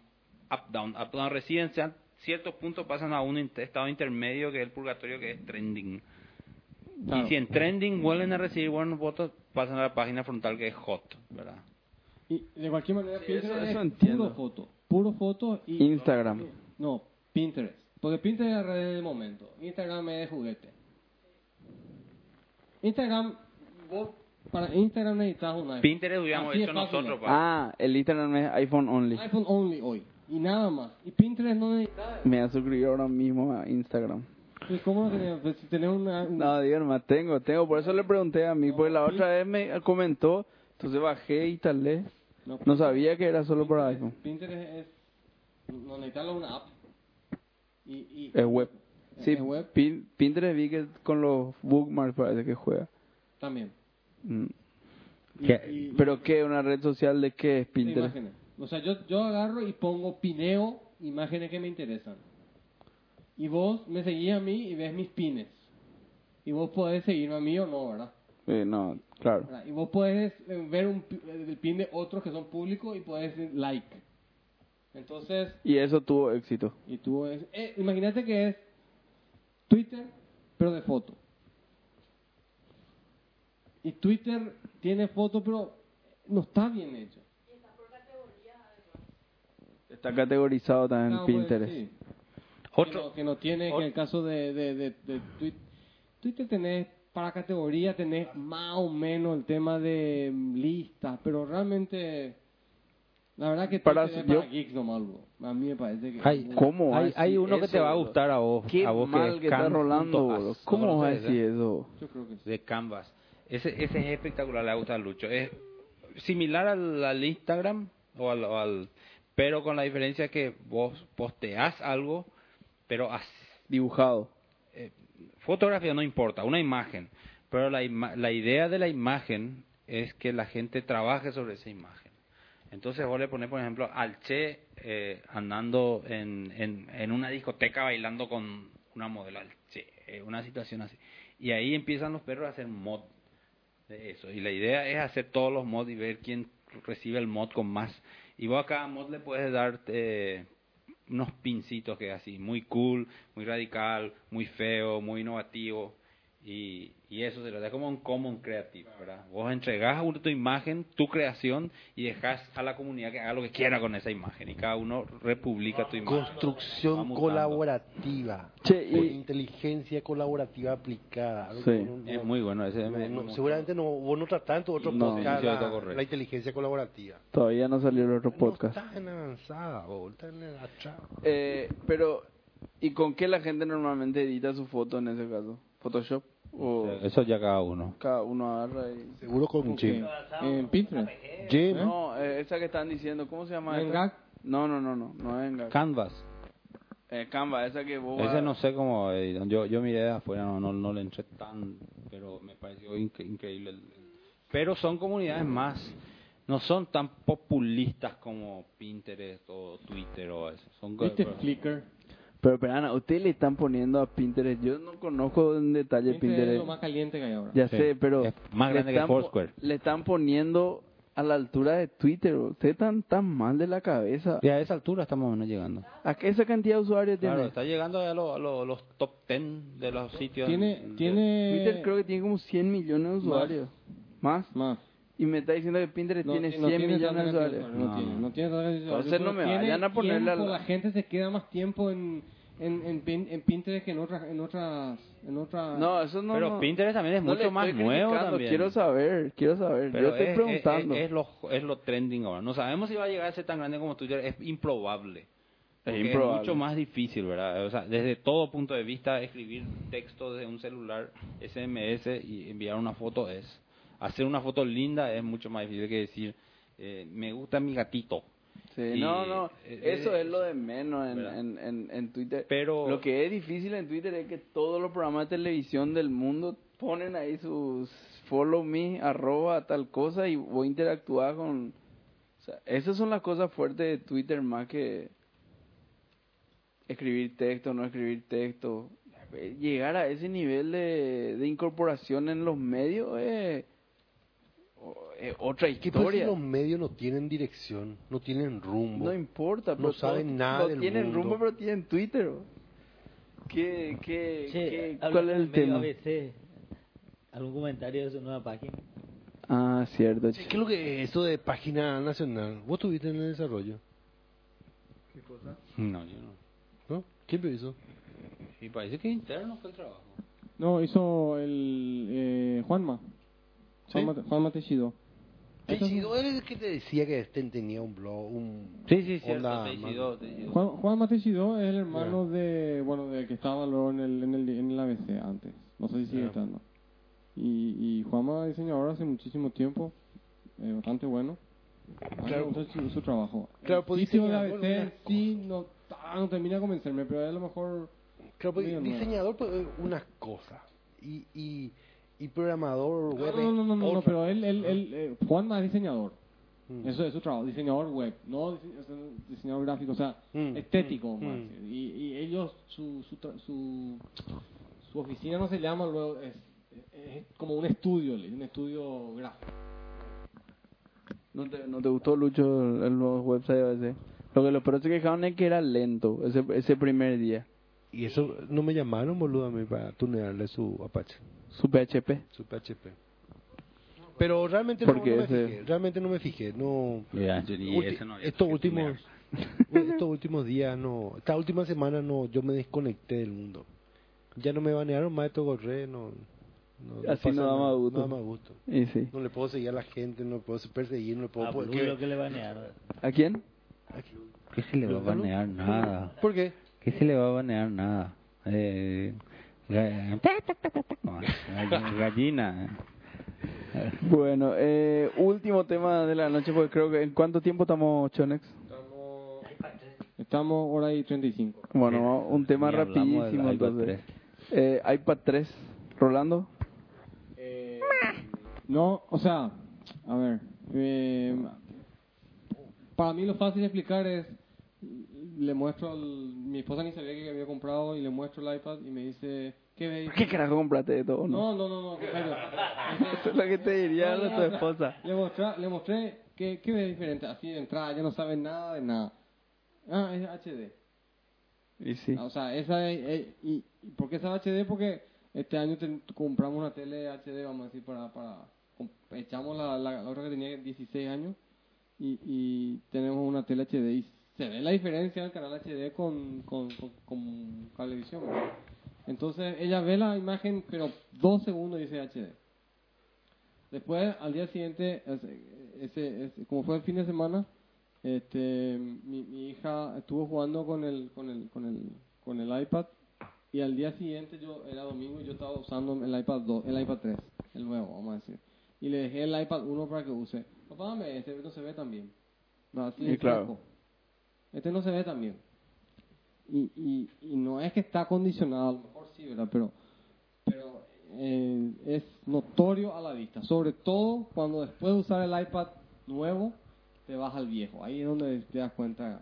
Speaker 3: up, down, up, down, reciben sean- ciertos puntos, pasan a un in- estado intermedio que es el purgatorio, que es trending.
Speaker 2: Claro.
Speaker 3: Y si en trending vuelven a recibir buenos votos, pasan a la página frontal que es hot, ¿verdad?
Speaker 2: Y de cualquier manera, Pinterest
Speaker 1: eso- eso
Speaker 2: es
Speaker 1: entiendo.
Speaker 2: puro foto. Puro foto y...
Speaker 1: Instagram.
Speaker 2: No, Pinterest. Porque Pinterest es la red del momento. Instagram es de juguete. Instagram, vos, para Instagram necesitas un iPhone.
Speaker 3: Pinterest hubiéramos
Speaker 2: Así de
Speaker 3: hecho
Speaker 2: fácil es.
Speaker 3: nosotros. pues. pa.
Speaker 1: Ah, el Instagram es iPhone only.
Speaker 2: iPhone only hoy. Y nada más. Y Pinterest no necesitas...
Speaker 1: Me ha suscrito ahora mismo a Instagram.
Speaker 2: ¿Y cómo no tenía? Pues, si tenía una... un-
Speaker 1: No, Dios, más pues, tengo, tengo. Por eso le pregunté a mí, porque la otra vez me comentó, entonces bajé y tal vez.
Speaker 2: No,
Speaker 1: No sabía que era solo para
Speaker 2: Pinterest-
Speaker 1: iPhone.
Speaker 2: Pinterest es. No necesitas una app. Y, y
Speaker 1: Es web. Sí,
Speaker 2: Es web.
Speaker 1: Pin- Pinterest vi que con los bookmarks parece que juega.
Speaker 2: también.
Speaker 1: Mm.
Speaker 2: Y-
Speaker 3: ¿Qué?
Speaker 2: y-
Speaker 1: ¿Pero qué? ¿Una red social de qué es
Speaker 2: de
Speaker 1: Pinterest?
Speaker 2: imágenes. O sea, yo, yo agarro y pongo pineo imágenes que me interesan. Y vos me seguís a mí y ves mis pines. Y vos podés seguirme a mí o no, ¿verdad?
Speaker 1: Eh, no, claro.
Speaker 2: ¿Verdad? Y vos podés eh, ver un, pi- el pin de otros que son públicos y podés decir like. Entonces,
Speaker 1: Y eso tuvo éxito.
Speaker 2: y tú es- eh, imagínate que es Twitter, pero de foto. Y Twitter tiene foto, pero no está bien hecho.
Speaker 1: Está categorizado también
Speaker 2: Ah, bueno,
Speaker 1: Pinterest.
Speaker 2: Mm. sí.
Speaker 11: Otro.
Speaker 2: Que no, que no tiene, que en el caso de, de, de, de Twi- Twitter tenés para categoría, tenés más o menos el tema de mm, listas, pero realmente, la verdad que
Speaker 1: Para-
Speaker 2: Twitter es
Speaker 1: yo-
Speaker 2: para geeks nomás, bro. a mí me parece que...
Speaker 3: Hay,
Speaker 1: ¿Cómo
Speaker 3: hay,
Speaker 1: vas a
Speaker 3: hay
Speaker 1: decir
Speaker 3: uno que te
Speaker 1: eso,
Speaker 3: va a
Speaker 1: boludo?
Speaker 3: gustar a vos.
Speaker 1: Qué
Speaker 3: a vos
Speaker 1: mal
Speaker 3: es
Speaker 1: que está
Speaker 3: Can.as.
Speaker 1: Rolando, boludo.
Speaker 3: ¿No
Speaker 1: ¿Cómo vas a
Speaker 3: conoces,
Speaker 1: decir
Speaker 3: eh?
Speaker 1: eso?
Speaker 2: Yo creo que sí.
Speaker 3: De Canvas.
Speaker 11: Ese, ese es espectacular, le gusta a Lucho. Es similar al, al Instagram, o al, o al- pero con la diferencia que vos posteás algo, pero as-
Speaker 1: Dibujado.
Speaker 11: eh, fotografía no importa, una imagen. Pero la, ima- la idea de la imagen es que la gente trabaje sobre esa imagen. Entonces vos le pones, por ejemplo, al Che eh, andando en, en, en una discoteca bailando con una modelo, al Che, eh, una situación así. Y ahí empiezan los perros a hacer mod de eso. Y la idea es hacer todos los mods y ver quién recibe el mod con más. Y vos a cada mod le puedes dar eh, unos pincitos que es así, muy cool, muy radical, muy feo, muy innovativo. Y, y eso se lo da como un common creative, ¿verdad? Vos entregás un- tu imagen, tu creación, y dejas a la comunidad que haga lo que quiera con esa imagen. Y cada uno republica tu imagen. Va
Speaker 4: Construcción
Speaker 11: mutando.
Speaker 4: colaborativa.
Speaker 1: Che, y-
Speaker 4: Con inteligencia colaborativa aplicada. Algo
Speaker 1: Sí.
Speaker 4: que no-
Speaker 11: Es muy bueno. Ese
Speaker 4: no-
Speaker 11: me-
Speaker 4: no-
Speaker 11: me-
Speaker 4: seguramente no, vos no tratás en tu otro
Speaker 1: No,
Speaker 4: podcast
Speaker 11: sí, sí,
Speaker 4: la,
Speaker 11: todo correcto.
Speaker 4: la inteligencia colaborativa.
Speaker 1: Todavía no salió el otro podcast.
Speaker 4: No estás en avanzada, vos, estás en atrás.
Speaker 1: Eh, pero, ¿y con qué la gente normalmente edita su foto en ese caso? ¿Photoshop? ¿O
Speaker 3: Eso ya cada uno.
Speaker 1: cada uno agarra y...?
Speaker 4: Seguro con Jim.
Speaker 2: En Pinterest.
Speaker 4: Jim,
Speaker 1: No, eh, esa que están diciendo, ¿cómo se llama? esa?
Speaker 2: Engag.
Speaker 1: No, no, no, no, no es Engag.
Speaker 3: Canvas.
Speaker 1: Eh, Canva, esa que vos...
Speaker 3: Ese
Speaker 1: vas-
Speaker 3: no sé cómo. eh, Yo, yo miré de afuera, no, no, no le entré tan. Pero me pareció inque- increíble. el- el- Pero son comunidades más. No son tan populistas como Pinterest o Twitter o eso. Son co-
Speaker 2: ¿Viste
Speaker 3: pero-
Speaker 2: Flickr?
Speaker 1: Pero, pero Ana, ustedes le están poniendo a Pinterest. Yo no conozco en detalle
Speaker 2: Pinterest es
Speaker 1: Pinterest.
Speaker 2: lo más caliente que hay ahora.
Speaker 1: Ya
Speaker 3: Sí,
Speaker 1: sé, pero...
Speaker 3: es más
Speaker 1: le
Speaker 3: grande que
Speaker 1: están po-
Speaker 3: Foursquare.
Speaker 1: Le están poniendo a la altura de Twitter. bro. Ustedes están tan mal de la cabeza.
Speaker 3: Y a esa altura estamos no llegando.
Speaker 1: ¿A qué esa cantidad de usuarios
Speaker 3: Claro,
Speaker 1: tiene?
Speaker 3: está llegando a, lo- a lo- los top 10 de los sitios.
Speaker 2: Tiene,
Speaker 3: de-
Speaker 2: tiene...
Speaker 1: Twitter creo que tiene como 100 millones de usuarios. ¿Más.
Speaker 2: Más.
Speaker 1: Y me está diciendo que Pinterest
Speaker 2: No,
Speaker 1: tiene
Speaker 2: ti-
Speaker 1: 100
Speaker 2: no tiene
Speaker 1: millones de
Speaker 2: tanta
Speaker 1: usuarios.
Speaker 2: cantidad de usuarios, No,
Speaker 3: No,
Speaker 2: tiene,
Speaker 3: no.
Speaker 2: no tiene tanta cantidad de usuarios,
Speaker 1: Entonces
Speaker 2: pero
Speaker 1: no me
Speaker 2: tiene
Speaker 1: vayan a ponerle
Speaker 2: tiempo,
Speaker 1: al-
Speaker 2: la gente se queda más tiempo en, en, en, Pin- en Pinterest que en otras... En otras, en otras
Speaker 1: No, eso no.
Speaker 3: Pero
Speaker 1: no.
Speaker 3: Pinterest también es
Speaker 1: No le
Speaker 3: mucho más
Speaker 1: estoy
Speaker 3: nuevo
Speaker 1: criticando,
Speaker 3: también.
Speaker 1: Quiero saber, quiero saber.
Speaker 3: Pero
Speaker 1: Yo estoy
Speaker 3: es,
Speaker 1: preguntando.
Speaker 3: Es, es lo, es lo trending ahora. No sabemos si va a llegar a ser tan grande como Twitter. Es improbable. Porque
Speaker 1: improbable.
Speaker 3: Es mucho más difícil, ¿verdad? O sea, desde todo punto de vista, escribir texto desde un celular, SMS y enviar una foto es. Hacer una foto linda es mucho más difícil que decir, eh, me gusta mi gatito.
Speaker 1: Sí,
Speaker 3: Y,
Speaker 1: no, no.
Speaker 3: eh,
Speaker 1: Eso
Speaker 3: eh,
Speaker 1: es lo de menos en,
Speaker 3: ¿verdad?
Speaker 1: en, en, en Twitter.
Speaker 3: Pero-
Speaker 1: Lo que es difícil en Twitter es que todos los programas de televisión del mundo ponen ahí sus follow me, arroba tal cosa y voy a interactuar con. O sea, esas son las cosas fuertes de Twitter más que escribir texto, no escribir texto. Eh, Llegar a ese nivel de, de incorporación en los medios es, o- es otra
Speaker 4: ¿qué pasa si
Speaker 1: historia.
Speaker 4: pues, los medios no tienen dirección, no tienen rumbo?
Speaker 1: No importa,
Speaker 4: No
Speaker 1: pero
Speaker 4: saben
Speaker 1: todos-
Speaker 4: nada
Speaker 1: no
Speaker 4: del
Speaker 1: tienen
Speaker 4: mundo.
Speaker 1: rumbo, pero tienen Twitter. bro. ¿Qué, qué,
Speaker 5: Che,
Speaker 3: eh,
Speaker 1: qué- ¿Cuál
Speaker 5: hablando
Speaker 1: es
Speaker 5: del
Speaker 1: el
Speaker 5: medio
Speaker 1: tema?
Speaker 5: ABC, ¿Algún comentario de su nueva página?
Speaker 1: Ah, cierto.
Speaker 4: Che, ¿Qué es lo que es eso de página nacional? ¿Vos tuviste en el desarrollo?
Speaker 3: No, yo no.
Speaker 4: ¿No? ¿Quién lo hizo?
Speaker 3: Y parece que interno fue el trabajo.
Speaker 2: No, hizo el eh, Juanma.
Speaker 4: ¿Sí?
Speaker 2: Juanma, Juanma Tejido.
Speaker 4: Te
Speaker 2: Eso es-
Speaker 4: chido, eres el que te decía que este tenía un blog, un...
Speaker 3: Sí, sí, cierto.
Speaker 4: onda,
Speaker 3: te
Speaker 4: man.
Speaker 3: ayudó, te ayudó.
Speaker 2: Juan, Juanma Tejido es el hermano de... Bueno, del que estaba luego en el, en el, en el ABC antes. No sé si sigue
Speaker 4: Ya.
Speaker 2: estando. Y, y Juanma diseñador hace muchísimo tiempo. eh, bastante bueno. Claro. Me gustó su, su trabajo.
Speaker 4: Claro,
Speaker 2: El
Speaker 4: pues
Speaker 2: físico de
Speaker 4: diseñador,
Speaker 2: ABT,
Speaker 4: una
Speaker 2: sí, no, ah, no termina de convencerme, pero es a lo mejor...
Speaker 4: Claro, porque
Speaker 2: Mira, no.
Speaker 4: diseñador pues, es una cosa y, y, y programador
Speaker 2: No,
Speaker 4: web
Speaker 2: Ah, no, no, no, no,
Speaker 4: es
Speaker 2: no,
Speaker 4: otra.
Speaker 2: pero él, él, él, eh, Juanma es diseñador.
Speaker 4: Mm.
Speaker 2: Eso es su trabajo, diseñador web, no dise- o sea, diseñador gráfico, o sea,
Speaker 4: Mm.
Speaker 2: estético.
Speaker 4: Mm.
Speaker 2: vamos a decir. Y, y ellos, su, su, tra- su, su oficina no se llama, luego es, es como un estudio, le- un estudio gráfico.
Speaker 1: ¿No te, no te gustó, Lucho, el, el nuevo website a veces? Lo que los perros se quejaban es que era lento ese, ese primer día.
Speaker 4: Y eso no me llamaron, boludo, a mí para tunearle su Apache,
Speaker 1: Su PHP.
Speaker 4: su PHP. Pero realmente no, no
Speaker 1: Porque
Speaker 4: me
Speaker 1: ese-
Speaker 4: fijé, realmente no me fijé, no...
Speaker 3: Ya, yo ni
Speaker 4: Ulti-
Speaker 3: ese no había
Speaker 4: estos
Speaker 3: que
Speaker 4: últimos
Speaker 3: tunear.
Speaker 4: estos últimos días no esta última semana no yo me desconecté del mundo ya no me banearon más estos gorré no, no, no
Speaker 1: Así no
Speaker 4: pasa
Speaker 1: da
Speaker 4: nada,
Speaker 1: más gusto.
Speaker 4: no da más gusto.
Speaker 1: Y sí.
Speaker 4: No le puedo seguir a la gente no le puedo perseguir no le
Speaker 2: Ah,
Speaker 4: puedo
Speaker 5: A
Speaker 4: ¿por
Speaker 5: Blue
Speaker 4: qué?
Speaker 5: lo que le banearon.
Speaker 1: ¿A quién?
Speaker 3: ¿Qué se le va a banear nada?
Speaker 4: ¿Por qué?
Speaker 3: ¿Qué se le va a banear nada? Eh, ga- no, gall- gallina.
Speaker 1: Bueno, eh, último tema de la noche, porque creo que... ¿En cuánto tiempo estamos, Chonex?
Speaker 2: Estamos hora y 35.
Speaker 1: Bueno, vamos- un tema
Speaker 3: Ni hablamos del
Speaker 1: rapidísimo
Speaker 3: iPad
Speaker 1: entonces. Eh, iPad 3. ¿Rolando?
Speaker 2: No, o sea, a ver, eh, para mí lo fácil de explicar es, le muestro, al- mi esposa ni sabía que había comprado y le muestro el iPad y me dice, ¿qué ves?
Speaker 1: ¿Qué carajo compraste de todo? No?
Speaker 2: No, no, no, no, en serio.
Speaker 1: Eso es lo que te diría a
Speaker 2: No, no,
Speaker 1: tu
Speaker 2: o sea,
Speaker 1: esposa.
Speaker 2: Le mostré, le mostré que, que ve diferente, así de entrada, ya no sabe nada de nada. Ah, es HD.
Speaker 1: Y sí.
Speaker 2: Ah, O sea, esa es, eh, y, y ¿por qué esa HD? Porque este año ten- compramos una tele HD, vamos a decir, para, para com- echamos la, la, la otra que tenía 16 años y, y tenemos una tele HD y se ve la diferencia del canal HD con, con, con, con cablevisión. ¿verdad? Entonces ella ve la imagen, pero dos segundos dice HD. Después, al día siguiente, ese- ese- ese- como fue el fin de semana, este, mi, mi hija estuvo jugando con el, con el, con el, con el iPad y al día siguiente yo era domingo y yo estaba usando el iPad 2, el iPad 3, el nuevo, vamos a decir. Y le dejé el iPad 1 para que use. Papá, dame este, no se ve tan bien. No, así
Speaker 1: Y
Speaker 2: es
Speaker 1: claro.
Speaker 2: flaco. Este no se ve tan bien. Y, y, y no es que está condicionado, a lo mejor sí, ¿verdad? Pero, pero eh, es notorio a la vista. Sobre todo cuando después de usar el iPad nuevo, te vas al viejo. Ahí es donde te das cuenta.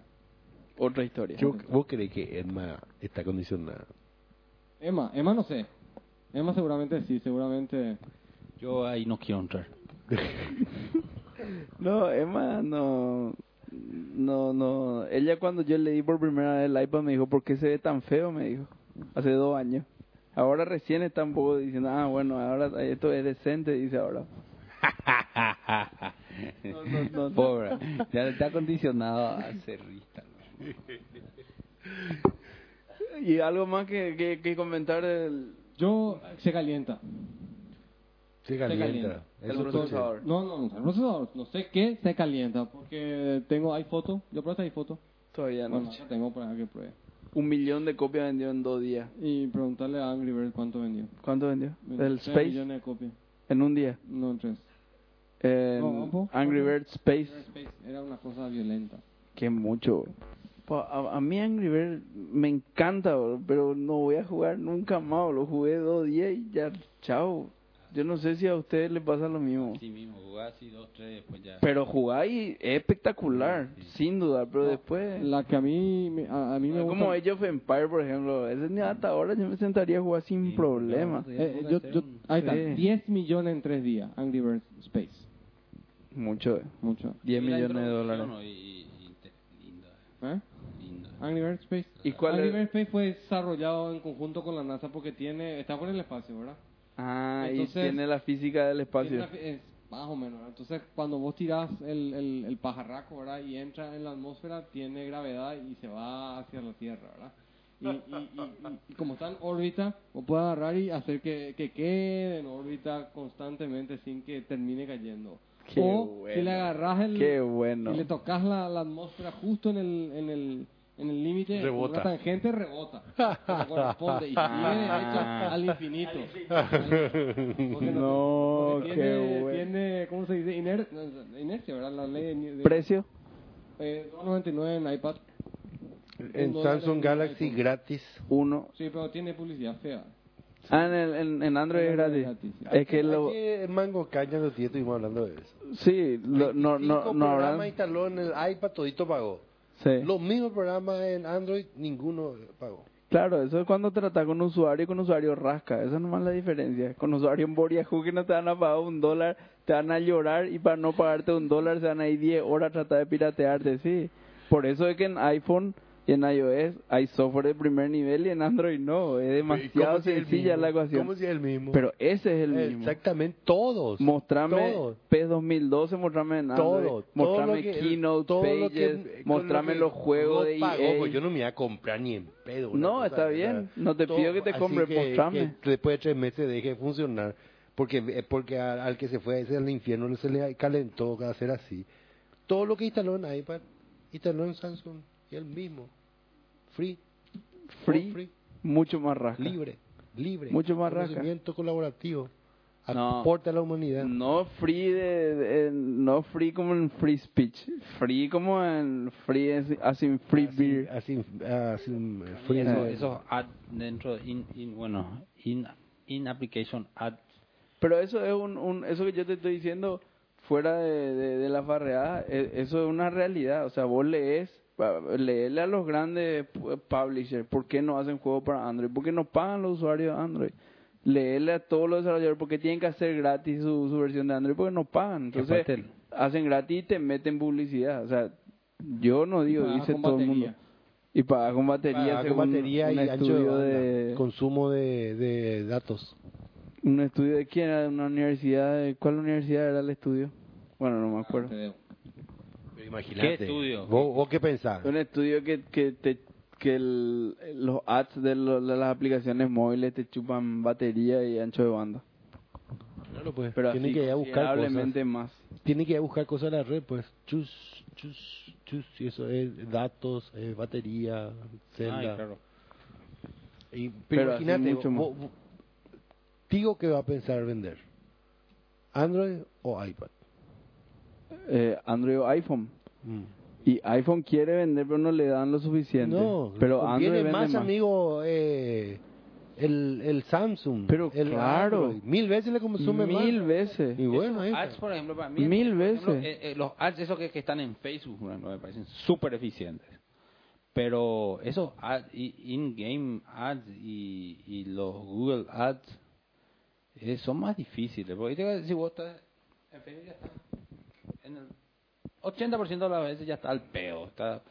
Speaker 1: Otra historia.
Speaker 4: Yo- vos crees que Edma está condicionada
Speaker 2: Emma, Emma no sé. Emma seguramente sí, seguramente.
Speaker 3: Yo ahí no quiero entrar.
Speaker 1: No, Emma, no. No, no. Ella, cuando yo le di por primera vez el iPad, me dijo, ¿por qué se ve tan feo? Me dijo, hace dos años. Ahora recién está un poco diciendo, ah, bueno, ahora esto es decente, dice ahora. No, no, no, no.
Speaker 3: Pobre, ya está condicionado a ser rista.
Speaker 1: Y algo más que, que, que comentar del,
Speaker 2: Yo, se calienta.
Speaker 4: se
Speaker 2: calienta.
Speaker 4: calienta
Speaker 1: del
Speaker 4: Eso
Speaker 1: procesador.
Speaker 2: No, no, no, el procesador, no sé qué se calienta. Porque tengo iPhoto, yo pruebo esta iPhoto.
Speaker 1: Todavía no.
Speaker 2: Bueno, ya tengo para que pruebe.
Speaker 1: Un millón de copias vendió en dos días.
Speaker 2: Y preguntarle a Angry Bird cuánto vendió.
Speaker 1: ¿Cuánto vendió?
Speaker 2: Vendió
Speaker 1: ¿El
Speaker 2: tres
Speaker 1: Space?
Speaker 2: millones de copias.
Speaker 1: En un día.
Speaker 2: No, en tres.
Speaker 1: En
Speaker 2: No, ¿cómo?
Speaker 1: Angry
Speaker 2: ¿Cómo?
Speaker 1: Birds Space.
Speaker 2: Era Space, Era una cosa violenta.
Speaker 1: Que mucho. Pa- A, a mí Angry Bird me encanta, bro, pero no voy a jugar nunca más. bro. Lo jugué dos días y ya, chao. Yo no sé si a ustedes les pasa lo mismo.
Speaker 3: Sí mismo, jugás así dos, tres, después ya.
Speaker 1: Pero jugar y es espectacular, sin duda. Pero después,
Speaker 2: La que a mí, me- a, a mí me gusta.
Speaker 1: como Age of Empire, por ejemplo, ese ni hasta ahora yo me sentaría a jugar sin problema.
Speaker 2: Eh, eh, yo- yo- ahí está,
Speaker 1: Sí.
Speaker 2: 10 millones en 3 días, Angry Birds Space.
Speaker 1: Mucho, eh.
Speaker 2: Mucho.
Speaker 1: 10 millones de dólares.
Speaker 3: Y, y- y te- lindo,
Speaker 2: ¿Eh?
Speaker 3: lindo.
Speaker 2: Angry Birds Space.
Speaker 1: ¿Y cuál
Speaker 2: Angry
Speaker 1: es?
Speaker 2: Birds Space fue desarrollado en conjunto con la NASA porque tiene, está por el espacio, ¿verdad?
Speaker 1: Ah,
Speaker 2: Entonces-
Speaker 1: y tiene la física del
Speaker 2: Tiene
Speaker 1: espacio.
Speaker 2: una fi- es más o menos, ¿verdad? Entonces, cuando vos tirás el, el, el pajarraco, ¿verdad? Y entra en la atmósfera, tiene gravedad y se va hacia la Tierra, ¿verdad? Y, y, y, y- y como está en órbita, vos puedes agarrar y hacer que, que quede en órbita constantemente sin que termine cayendo.
Speaker 1: Qué
Speaker 2: o si
Speaker 1: bueno.
Speaker 2: le agarras el,
Speaker 1: Qué bueno.
Speaker 2: y le tocas la, la atmósfera justo en el en el en el límite
Speaker 4: Rebota.
Speaker 2: con una tangente rebota como corresponde y sigue
Speaker 1: Ah.
Speaker 2: derecho al infinito, Al infinito. Porque
Speaker 1: No,
Speaker 2: porque
Speaker 1: qué
Speaker 2: tiene,
Speaker 1: bueno.
Speaker 2: tiene de, ¿cómo se dice? Iner- inercia, ¿verdad? La ley de... de-
Speaker 1: Precio.
Speaker 2: eh, 2.99 en iPad.
Speaker 4: En
Speaker 2: Un dólar en
Speaker 4: Samsung Galaxy
Speaker 2: iPhone.
Speaker 4: gratis.
Speaker 1: Uno.
Speaker 2: Sí, pero tiene publicidad fea.
Speaker 1: Ah, en, el- en, en Android es
Speaker 2: En
Speaker 1: gratis.
Speaker 2: Android es gratis.
Speaker 1: Es que lo,
Speaker 4: Aquí en Mango Caña los días estuvimos hablando de eso.
Speaker 1: sí, lo- no, no,
Speaker 4: Cinco
Speaker 1: no
Speaker 4: programas
Speaker 1: habrán.
Speaker 4: instaló en el iPad, todito pagó.
Speaker 1: Sí.
Speaker 4: Los mismos programas en Android, ninguno pagó.
Speaker 1: Claro, eso es cuando tratas con usuario y con usuario rasca. Esa es nomás la diferencia. Con usuario en Boriajú que no te van a pagar un dólar, te van a llorar y para no pagarte un dólar se van a ir 10 horas a tratar de piratearte, sí. Por eso es que en iPhone y en iOS hay software de primer nivel y en Android no. Es demasiado
Speaker 4: ¿Cómo si es el
Speaker 1: sencilla
Speaker 4: mismo?
Speaker 1: la ecuación.
Speaker 4: ¿Cómo si es el mismo? Eh,
Speaker 1: Pero ese es el mismo.
Speaker 4: Exactamente, todos.
Speaker 1: Mostrame
Speaker 4: Todos.
Speaker 1: P2012, mostrame en Android,
Speaker 4: Pues, Todo, todo
Speaker 1: mostrame
Speaker 4: lo que-
Speaker 1: Keynote,
Speaker 4: todo lo que-
Speaker 1: Pages,
Speaker 4: con
Speaker 1: mostrame
Speaker 4: lo que
Speaker 1: los juegos
Speaker 4: no
Speaker 1: de E
Speaker 4: pagó,
Speaker 1: EA.
Speaker 4: pues yo no me iba a comprar ni en pedo. una
Speaker 1: No,
Speaker 4: cosa
Speaker 1: está
Speaker 4: de esa.
Speaker 1: bien. No te pido que te
Speaker 4: así
Speaker 1: compres,
Speaker 4: que-
Speaker 1: mostrame.
Speaker 4: que después de tres meses deje de funcionar. Porque, eh, porque a- al que se fue a ese al infierno se le calentó a hacer así. Todo lo que instaló en iPad, instaló en Samsung. Y el mismo. Free.
Speaker 1: Free,
Speaker 4: free.
Speaker 1: mucho más rasca.
Speaker 4: Libre. Libre.
Speaker 1: Mucho más rasca.
Speaker 4: Conocimiento colaborativo.
Speaker 1: No.
Speaker 4: Aporta a la humanidad.
Speaker 1: No free de, de- no free como en free speech, free como en free as, as in free beer.
Speaker 4: Así, así, eh, free.
Speaker 3: Eso,
Speaker 4: eh,
Speaker 3: esos ads dentro, de in, in- bueno, in, in application ads.
Speaker 1: Pero eso es un, un- eso que yo te estoy diciendo fuera de, de- de la farreada, e- eso es una realidad, o sea, vos lees pa- leele a los grandes pu- publishers, ¿por qué no hacen juegos para Android? ¿Por qué no pagan los usuarios de Android? Leele a todos los desarrolladores, ¿por qué tienen que hacer gratis su, su versión de Android? Porque no pagan, entonces
Speaker 3: Aparte el-
Speaker 1: hacen gratis y te meten publicidad, o sea, yo no digo,
Speaker 2: pagas
Speaker 1: dice
Speaker 2: con
Speaker 1: todo el
Speaker 2: batería.
Speaker 1: mundo. Y pagas con batería,
Speaker 4: Pagar con
Speaker 1: según
Speaker 4: batería
Speaker 1: un
Speaker 4: Ah, y ancho de,
Speaker 1: estudio
Speaker 4: banda,
Speaker 1: de-
Speaker 4: consumo de, de datos.
Speaker 1: ¿Un estudio de quién era? ¿De una universidad? ¿De ¿Cuál universidad era el estudio? Bueno, no me
Speaker 2: Te
Speaker 1: acuerdo.
Speaker 2: debo.
Speaker 4: Imagínate.
Speaker 3: ¿Qué estudio?
Speaker 4: ¿Vos, vos qué pensás?
Speaker 1: Un estudio que, que, te, que el- los ads de, lo- de las aplicaciones móviles te chupan batería y ancho de banda.
Speaker 4: Claro, pues.
Speaker 1: Pero
Speaker 4: tiene
Speaker 1: así
Speaker 4: que ir a buscar cosas.
Speaker 1: considerablemente más.
Speaker 4: Tiene que ir a buscar cosas en la red, pues. Chus, chus, chus. Y eso es datos, es batería, celda.
Speaker 3: Ay, claro.
Speaker 4: Y, pero,
Speaker 1: Pero así
Speaker 4: imagínate,
Speaker 1: mucho
Speaker 4: vos- vos- Tigo que va a pensar vender. Android o iPad.
Speaker 1: Eh, Android o iPhone.
Speaker 4: Mm.
Speaker 1: Y iPhone quiere vender, pero no le dan lo suficiente.
Speaker 4: No,
Speaker 1: pero Android
Speaker 4: conviene
Speaker 1: vende
Speaker 4: más,
Speaker 1: más.
Speaker 4: amigo eh, el, el Samsung.
Speaker 1: Pero
Speaker 4: el
Speaker 1: claro.
Speaker 4: Android. Mil veces le consume más.
Speaker 1: Mil veces.
Speaker 4: Y bueno, ahí está.
Speaker 3: Ads, por ejemplo, para mí.
Speaker 1: Mil
Speaker 3: por ejemplo,
Speaker 1: veces.
Speaker 3: eh, eh, los ads, esos que, que están en Facebook, por ejemplo, me parecen súper eficientes. Pero esos ads, i- in-game ads y, y los Google ads eh, son más difíciles. Porque viste que si vos estás en Facebook, ya estás en el 80% de las veces ya está al peo. Está,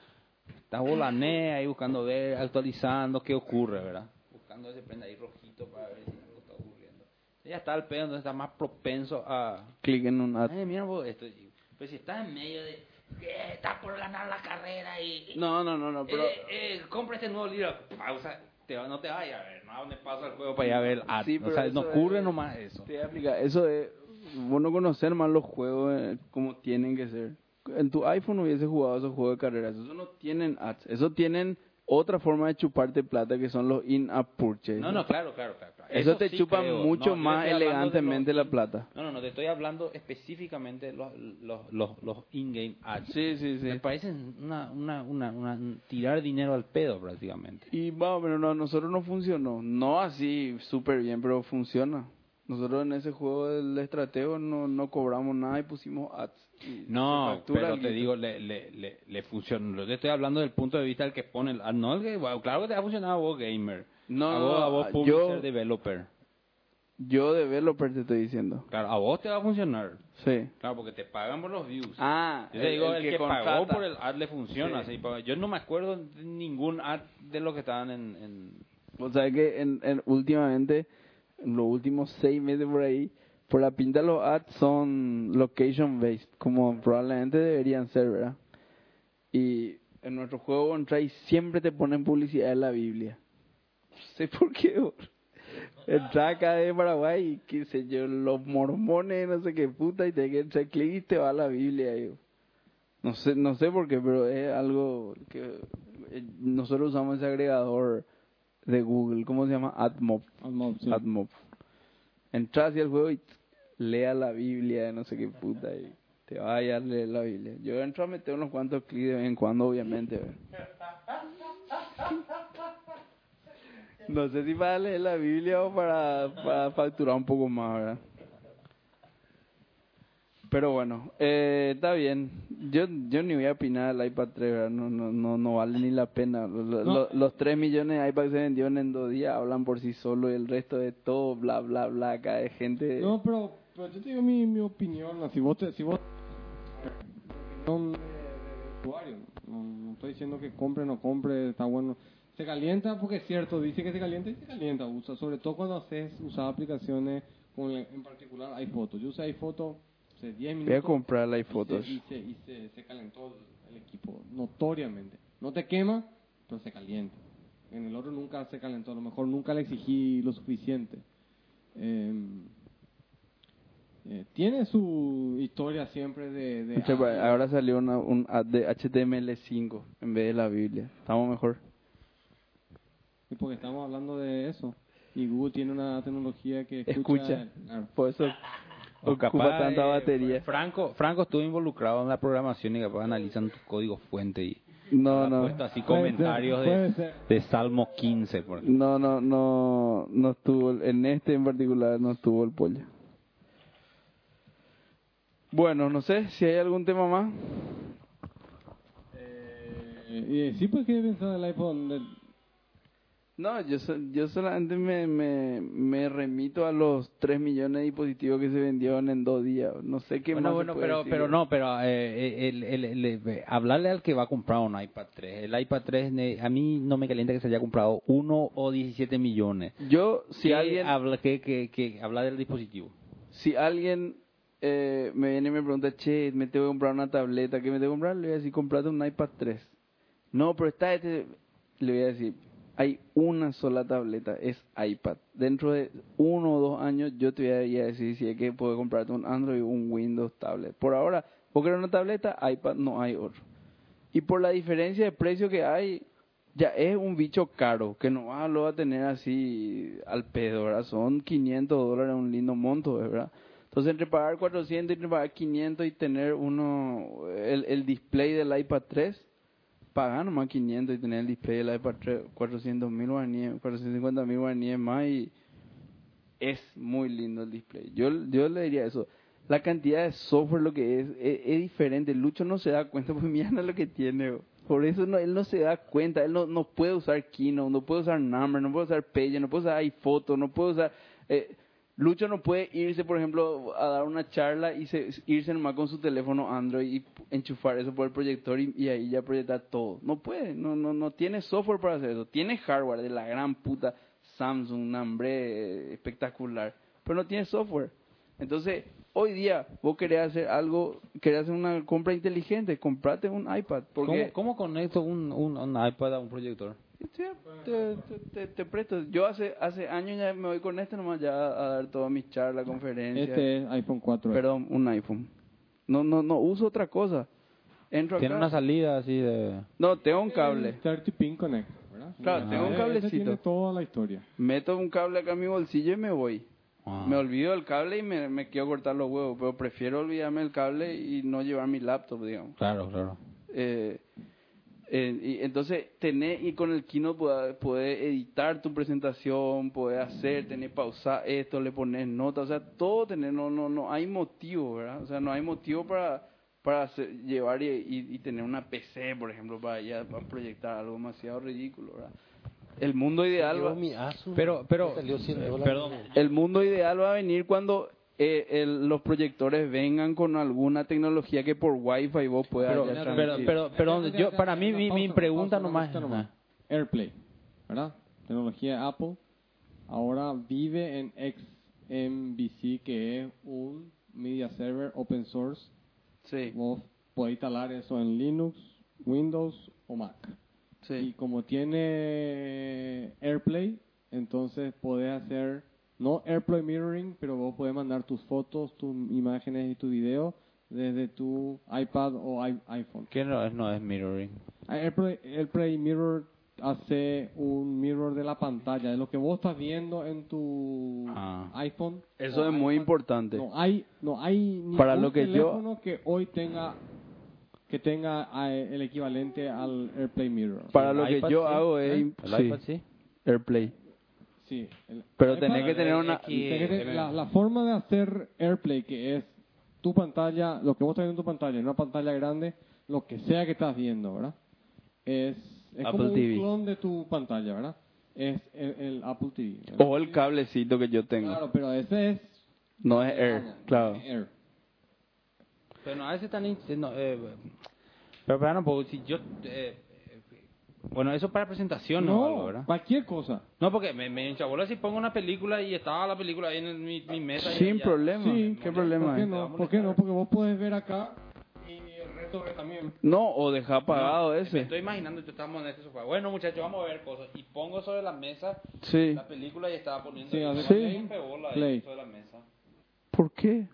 Speaker 3: está volanea ahí buscando ver, actualizando qué ocurre, ¿verdad? Buscando ese prenda ahí rojito para ver si algo está ocurriendo. Ya está al pedo, entonces está más propenso a...
Speaker 1: Clic en un ad.
Speaker 3: Ay, Eh, mira vos esto. Y- Pues si estás en medio de... "Eh, estás por ganar la carrera y... y-
Speaker 1: No, no, no, no, pero...
Speaker 3: eh, eh, compra este nuevo libro. Pausa. Te, va- no te vayas a ver. No, ¿dónde pasa el juego para ir a ver el ad?
Speaker 1: Sí,
Speaker 3: o
Speaker 1: pero
Speaker 3: sea,
Speaker 1: eso
Speaker 3: no ocurre
Speaker 1: es-
Speaker 3: nomás eso.
Speaker 1: Te voy a explicar, eso es vos no conocer más los juegos eh, como tienen que ser. En tu iPhone hubiese jugado esos juegos de carreras, eso no tienen ads, eso tienen otra forma de chuparte plata que son los in-app purchases.
Speaker 3: No, no, claro, claro, claro. claro.
Speaker 1: Eso te chupa
Speaker 3: creo.
Speaker 1: mucho
Speaker 3: yo te
Speaker 1: más
Speaker 3: estoy hablando de los-
Speaker 1: elegantemente la plata.
Speaker 3: No, no, no, te estoy hablando específicamente de los, los, los, los in-game ads.
Speaker 1: Sí, sí,
Speaker 3: Me
Speaker 1: sí.
Speaker 3: parecen una, una, una, una- tirar dinero al pedo prácticamente.
Speaker 1: Y vamos, pero no, a nosotros no funcionó, no así súper bien, pero funciona. Nosotros en ese juego del estratego no, no cobramos nada y pusimos ads. y se
Speaker 3: No,
Speaker 1: factura
Speaker 3: pero
Speaker 1: alguito.
Speaker 3: te digo, le, le, le, le funcionó. Yo te estoy hablando del punto de vista del que pone el... ah, No, el que, bueno, claro que te ha funcionado a vos, gamer.
Speaker 1: No,
Speaker 3: a
Speaker 1: no,
Speaker 3: vos,
Speaker 1: no,
Speaker 3: a vos
Speaker 1: yo-
Speaker 3: publisher, developer.
Speaker 1: Yo developer te estoy diciendo.
Speaker 3: Claro, a vos te va a funcionar.
Speaker 1: Sí.
Speaker 3: Claro, porque te pagan por los views.
Speaker 1: Ah,
Speaker 3: Yo te digo, el, que, pagó
Speaker 1: contrata.
Speaker 3: por el ad le funciona.
Speaker 1: Sí.
Speaker 3: así, pa- yo no me acuerdo de ningún ad de los que estaban en... en-
Speaker 1: O sea que en, en- últimamente, en los últimos seis meses por ahí, por la pinta los ads son location based, como probablemente deberían ser, ¿verdad? Y en nuestro juego on Try siempre te ponen publicidad de la Biblia. No sé por qué. bro. Entra acá de Paraguay y qué sé yo, los mormones, no sé qué puta, y te que hacer clic y te va a la Biblia. yo. No sé, no sé por qué, pero es algo que eh, nosotros usamos ese agregador de Google, ¿cómo se llama? AdMob.
Speaker 2: Al mob, sí.
Speaker 1: AdMob. Entras y el juego y lea la Biblia, no sé qué puta, y te vaya a leer la Biblia. Yo entro a meter unos cuantos clics de vez en cuando, obviamente. ¿verdad? No sé si para leer la Biblia o para, para facturar un poco más, ¿verdad? Pero bueno, eh, está bien. Yo, yo ni voy a opinar del iPad 3, ¿verdad? No, no, no, no vale ni la pena. Lo- lo- lo- los 3 millones de iPads que se vendieron en dos días hablan por sí solo y el resto de todo, bla, bla, bla, acá de gente...
Speaker 2: No, pero, pero yo te digo mi, mi opinión. ¿no? Si vos te, si vos opinión de- de- de usuario, no, no estoy diciendo que compre no compre, está bueno. Se calienta porque es cierto, dice que se calienta y se calienta, usa, sobre todo cuando haces usar aplicaciones como la- en particular hay fotos. Yo usé hay fotos hace 10 minutos.
Speaker 1: Voy a comprar la
Speaker 2: y se-
Speaker 1: iPhotos.
Speaker 2: Y, se, y se- se calentó el- el equipo notoriamente. No te quema, pero se calienta. En el otro nunca se calentó, a lo mejor nunca le exigí lo suficiente. Em, eh, tiene su historia siempre de... de-
Speaker 1: Che, pa-
Speaker 2: ah,
Speaker 1: pues, Ahora salió una, un ad de HTML5 en vez de la Biblia. Estamos mejor.
Speaker 2: y porque estamos hablando de eso. Y Google tiene una tecnología que escucha... ah.
Speaker 1: Escucha.
Speaker 2: Claro.
Speaker 1: Por eso
Speaker 3: O
Speaker 1: ocupa
Speaker 3: capaz,
Speaker 1: tanta
Speaker 3: eh,
Speaker 1: batería.
Speaker 3: Franco, Franco estuvo involucrado en la programación y capaz analizan tu código fuente y
Speaker 1: No,
Speaker 3: ha
Speaker 1: no.
Speaker 3: puesto así
Speaker 2: Puede
Speaker 3: comentarios
Speaker 2: ser, puede
Speaker 3: de,
Speaker 2: ser.
Speaker 3: de Salmo 15. Por ejemplo.
Speaker 1: No, no, no, no estuvo, el- en este en particular no estuvo el pollo. Bueno, no sé si hay algún tema más.
Speaker 2: Eh, y sí, pues, ¿qué pensás del iPhone? del-
Speaker 1: No, yo, so- yo solamente me, me, me remito a los 3 millones de dispositivos que se vendieron en dos días. No sé qué
Speaker 3: Bueno,
Speaker 1: más. se
Speaker 3: bueno,
Speaker 1: puede
Speaker 3: pero,
Speaker 1: decir.
Speaker 3: pero no, pero eh, el- el- el- el- eh, hablarle al que va a comprar un iPad 3. El iPad 3, ne- a mí no me calienta que se haya comprado uno o 17 millones.
Speaker 1: Yo, si
Speaker 3: ¿Qué
Speaker 1: alguien.
Speaker 3: habla, que, que, que habla del dispositivo.
Speaker 1: si alguien eh, me viene y me pregunta, che, me tengo que comprar una tableta, ¿qué me tengo que comprar? Le voy a decir, comprate un iPad 3. No, pero está este. Le voy a decir, hay una sola tableta, es iPad. Dentro de uno o dos años yo te voy a decir si es que puedo comprarte un Android o un Windows tablet. Por ahora, vos querés una tableta, iPad no hay otro. Y por la diferencia de precio que hay, ya es un bicho caro, que no ah, lo va a tener así al pedo, ¿verdad? Son 500 dólares, un lindo monto, ¿verdad? Entonces, entre pagar 400 y entre pagar 500 y tener uno, el, el display del iPad 3, pagar nomás 500 y tener el display del iPad 3, 400 mil guaraníes, 450 mil guaraníes más y es muy lindo el display. Yo, yo le diría eso. La cantidad de software lo que es, es, es diferente. Lucho no se da cuenta, pues mira lo que tiene. bro. Por eso no, él no se da cuenta. Él no, no puede usar Keynote, no puede usar Number, no puede usar Page, no puede usar iPhoto, no puede usar... eh, Lucho no puede irse, por ejemplo, a dar una charla y se, irse nomás con su teléfono Android y enchufar eso por el proyector y, y ahí ya proyectar todo. No puede, no, no, no tiene software para hacer eso. Tiene hardware de la gran puta Samsung, hambre eh, espectacular, pero no tiene software. Entonces, hoy día vos querés hacer algo, querés hacer una compra inteligente, comprate un iPad. Porque
Speaker 3: ¿Cómo, cómo conecto un, un, un iPad a un proyector?
Speaker 1: Sí, te, te, te- te presto. Yo hace hace años ya me voy con este nomás ya a dar todas mis charlas, conferencias.
Speaker 2: Este es iPhone 4.
Speaker 1: Perdón, un iPhone. No, no, no, uso otra cosa. Entro
Speaker 3: Tiene
Speaker 1: acá.
Speaker 3: una salida así de...
Speaker 1: No, tengo un cable.
Speaker 2: 30 Eh, pin connector, ¿verdad?
Speaker 1: Claro,
Speaker 2: Ah,
Speaker 1: tengo un
Speaker 2: ese
Speaker 1: cablecito.
Speaker 2: tiene toda la historia.
Speaker 1: Meto un cable acá en mi bolsillo y me voy.
Speaker 3: Ah.
Speaker 1: Me olvido del cable y me, me quiero cortar los huevos, pero prefiero olvidarme del cable y no llevar mi laptop, digamos.
Speaker 3: Claro, claro.
Speaker 1: Eh, eh, y entonces, tener y con el Kino poder, editar tu presentación, poder hacer, tener pausa esto, le pones notas, o sea, todo tener, no, no, no hay motivo, ¿verdad? O sea, no hay motivo para, para hacer- llevar y, y- y tener una PC, por ejemplo, para, ya, para proyectar algo demasiado ridículo, ¿verdad? El mundo ideal va-
Speaker 4: Yo, mi Asus,
Speaker 3: Pero- pero,
Speaker 4: me salió 100
Speaker 3: eh,
Speaker 4: dólares.
Speaker 3: perdón.
Speaker 1: el mundo ideal va a venir cuando eh, el- los proyectores vengan con alguna tecnología que por wifi vos puedas
Speaker 3: Pero,
Speaker 1: ya
Speaker 3: pero, pero,
Speaker 1: transmitir.
Speaker 3: perdón, yo, para mí mi, mi
Speaker 2: Pausa,
Speaker 3: pregunta
Speaker 2: pausa,
Speaker 3: nomás...
Speaker 2: pausa nomás. AirPlay, ¿verdad? Tecnología Apple. Ahora vive en XMVC, que es un media server open source.
Speaker 1: Sí,
Speaker 2: Vos podés instalar eso en Linux, Windows o Mac. Y
Speaker 1: sí.
Speaker 2: como tiene AirPlay, entonces podés hacer, no AirPlay Mirroring, pero vos podés mandar tus fotos, tus imágenes y tu video desde tu iPad o i- iPhone. Ah,
Speaker 3: ¿Qué no es, no es mirroring?
Speaker 2: AirPlay, AirPlay Mirror hace un mirror de la pantalla, de lo que vos estás viendo en tu
Speaker 3: Ah.
Speaker 2: iPhone.
Speaker 1: Eso
Speaker 2: o
Speaker 1: es muy
Speaker 2: iPad.
Speaker 1: importante.
Speaker 2: No hay, no hay ningún
Speaker 1: Para lo que yo-
Speaker 2: teléfono que hoy tenga que tenga eh, el equivalente al AirPlay Mirror.
Speaker 1: Para
Speaker 3: El
Speaker 1: lo que
Speaker 3: iPad
Speaker 1: yo
Speaker 3: sí,
Speaker 1: hago
Speaker 3: ¿eh?
Speaker 1: es im-
Speaker 3: El
Speaker 1: sí,
Speaker 3: iPad sí.
Speaker 1: AirPlay.
Speaker 2: Sí, el-
Speaker 1: Pero
Speaker 2: el
Speaker 1: tenés
Speaker 2: iPad-
Speaker 1: que tener una...
Speaker 2: Tenés que- la, la forma de hacer AirPlay, que es tu pantalla, lo que vos estás viendo en tu pantalla, en una pantalla grande, lo que sea que estás viendo, ¿verdad? Es, es como
Speaker 1: Apple
Speaker 2: un
Speaker 1: TV.
Speaker 2: clon de tu pantalla, ¿verdad? Es el, el Apple TV. ¿verdad?
Speaker 1: O el cablecito que yo tengo.
Speaker 2: Claro, pero ese es
Speaker 1: No es Air, claro.
Speaker 2: Air.
Speaker 3: Pero no, a veces están... in- no, eh, pero para no, pues, porque si yo... eh, eh, bueno, eso para presentación no, algo, ¿verdad?
Speaker 2: cualquier cosa.
Speaker 3: No, porque me, me enchabola si pongo una película y estaba la película ahí en el- mi, mi mesa. y
Speaker 1: Sin
Speaker 3: ya-
Speaker 1: problema.
Speaker 2: Sí,
Speaker 1: ¿Qué
Speaker 2: ¿Por
Speaker 1: problema
Speaker 2: qué
Speaker 1: es?
Speaker 2: no? ¿Por qué no? Porque vos podés ver acá y el resto ve también.
Speaker 1: No, o deja apagado
Speaker 3: Me
Speaker 1: ese.
Speaker 3: estoy imaginando, yo estamos en este sofá. Bueno, muchachos, vamos a ver cosas. Y pongo sobre la mesa
Speaker 1: Sí.
Speaker 3: la película y estaba poniendo.
Speaker 2: Sí,
Speaker 3: ahí.
Speaker 2: hace-
Speaker 3: Ponle
Speaker 1: Sí.
Speaker 3: un pebola ahí
Speaker 2: Play.
Speaker 3: sobre la mesa.
Speaker 1: ¿Por qué?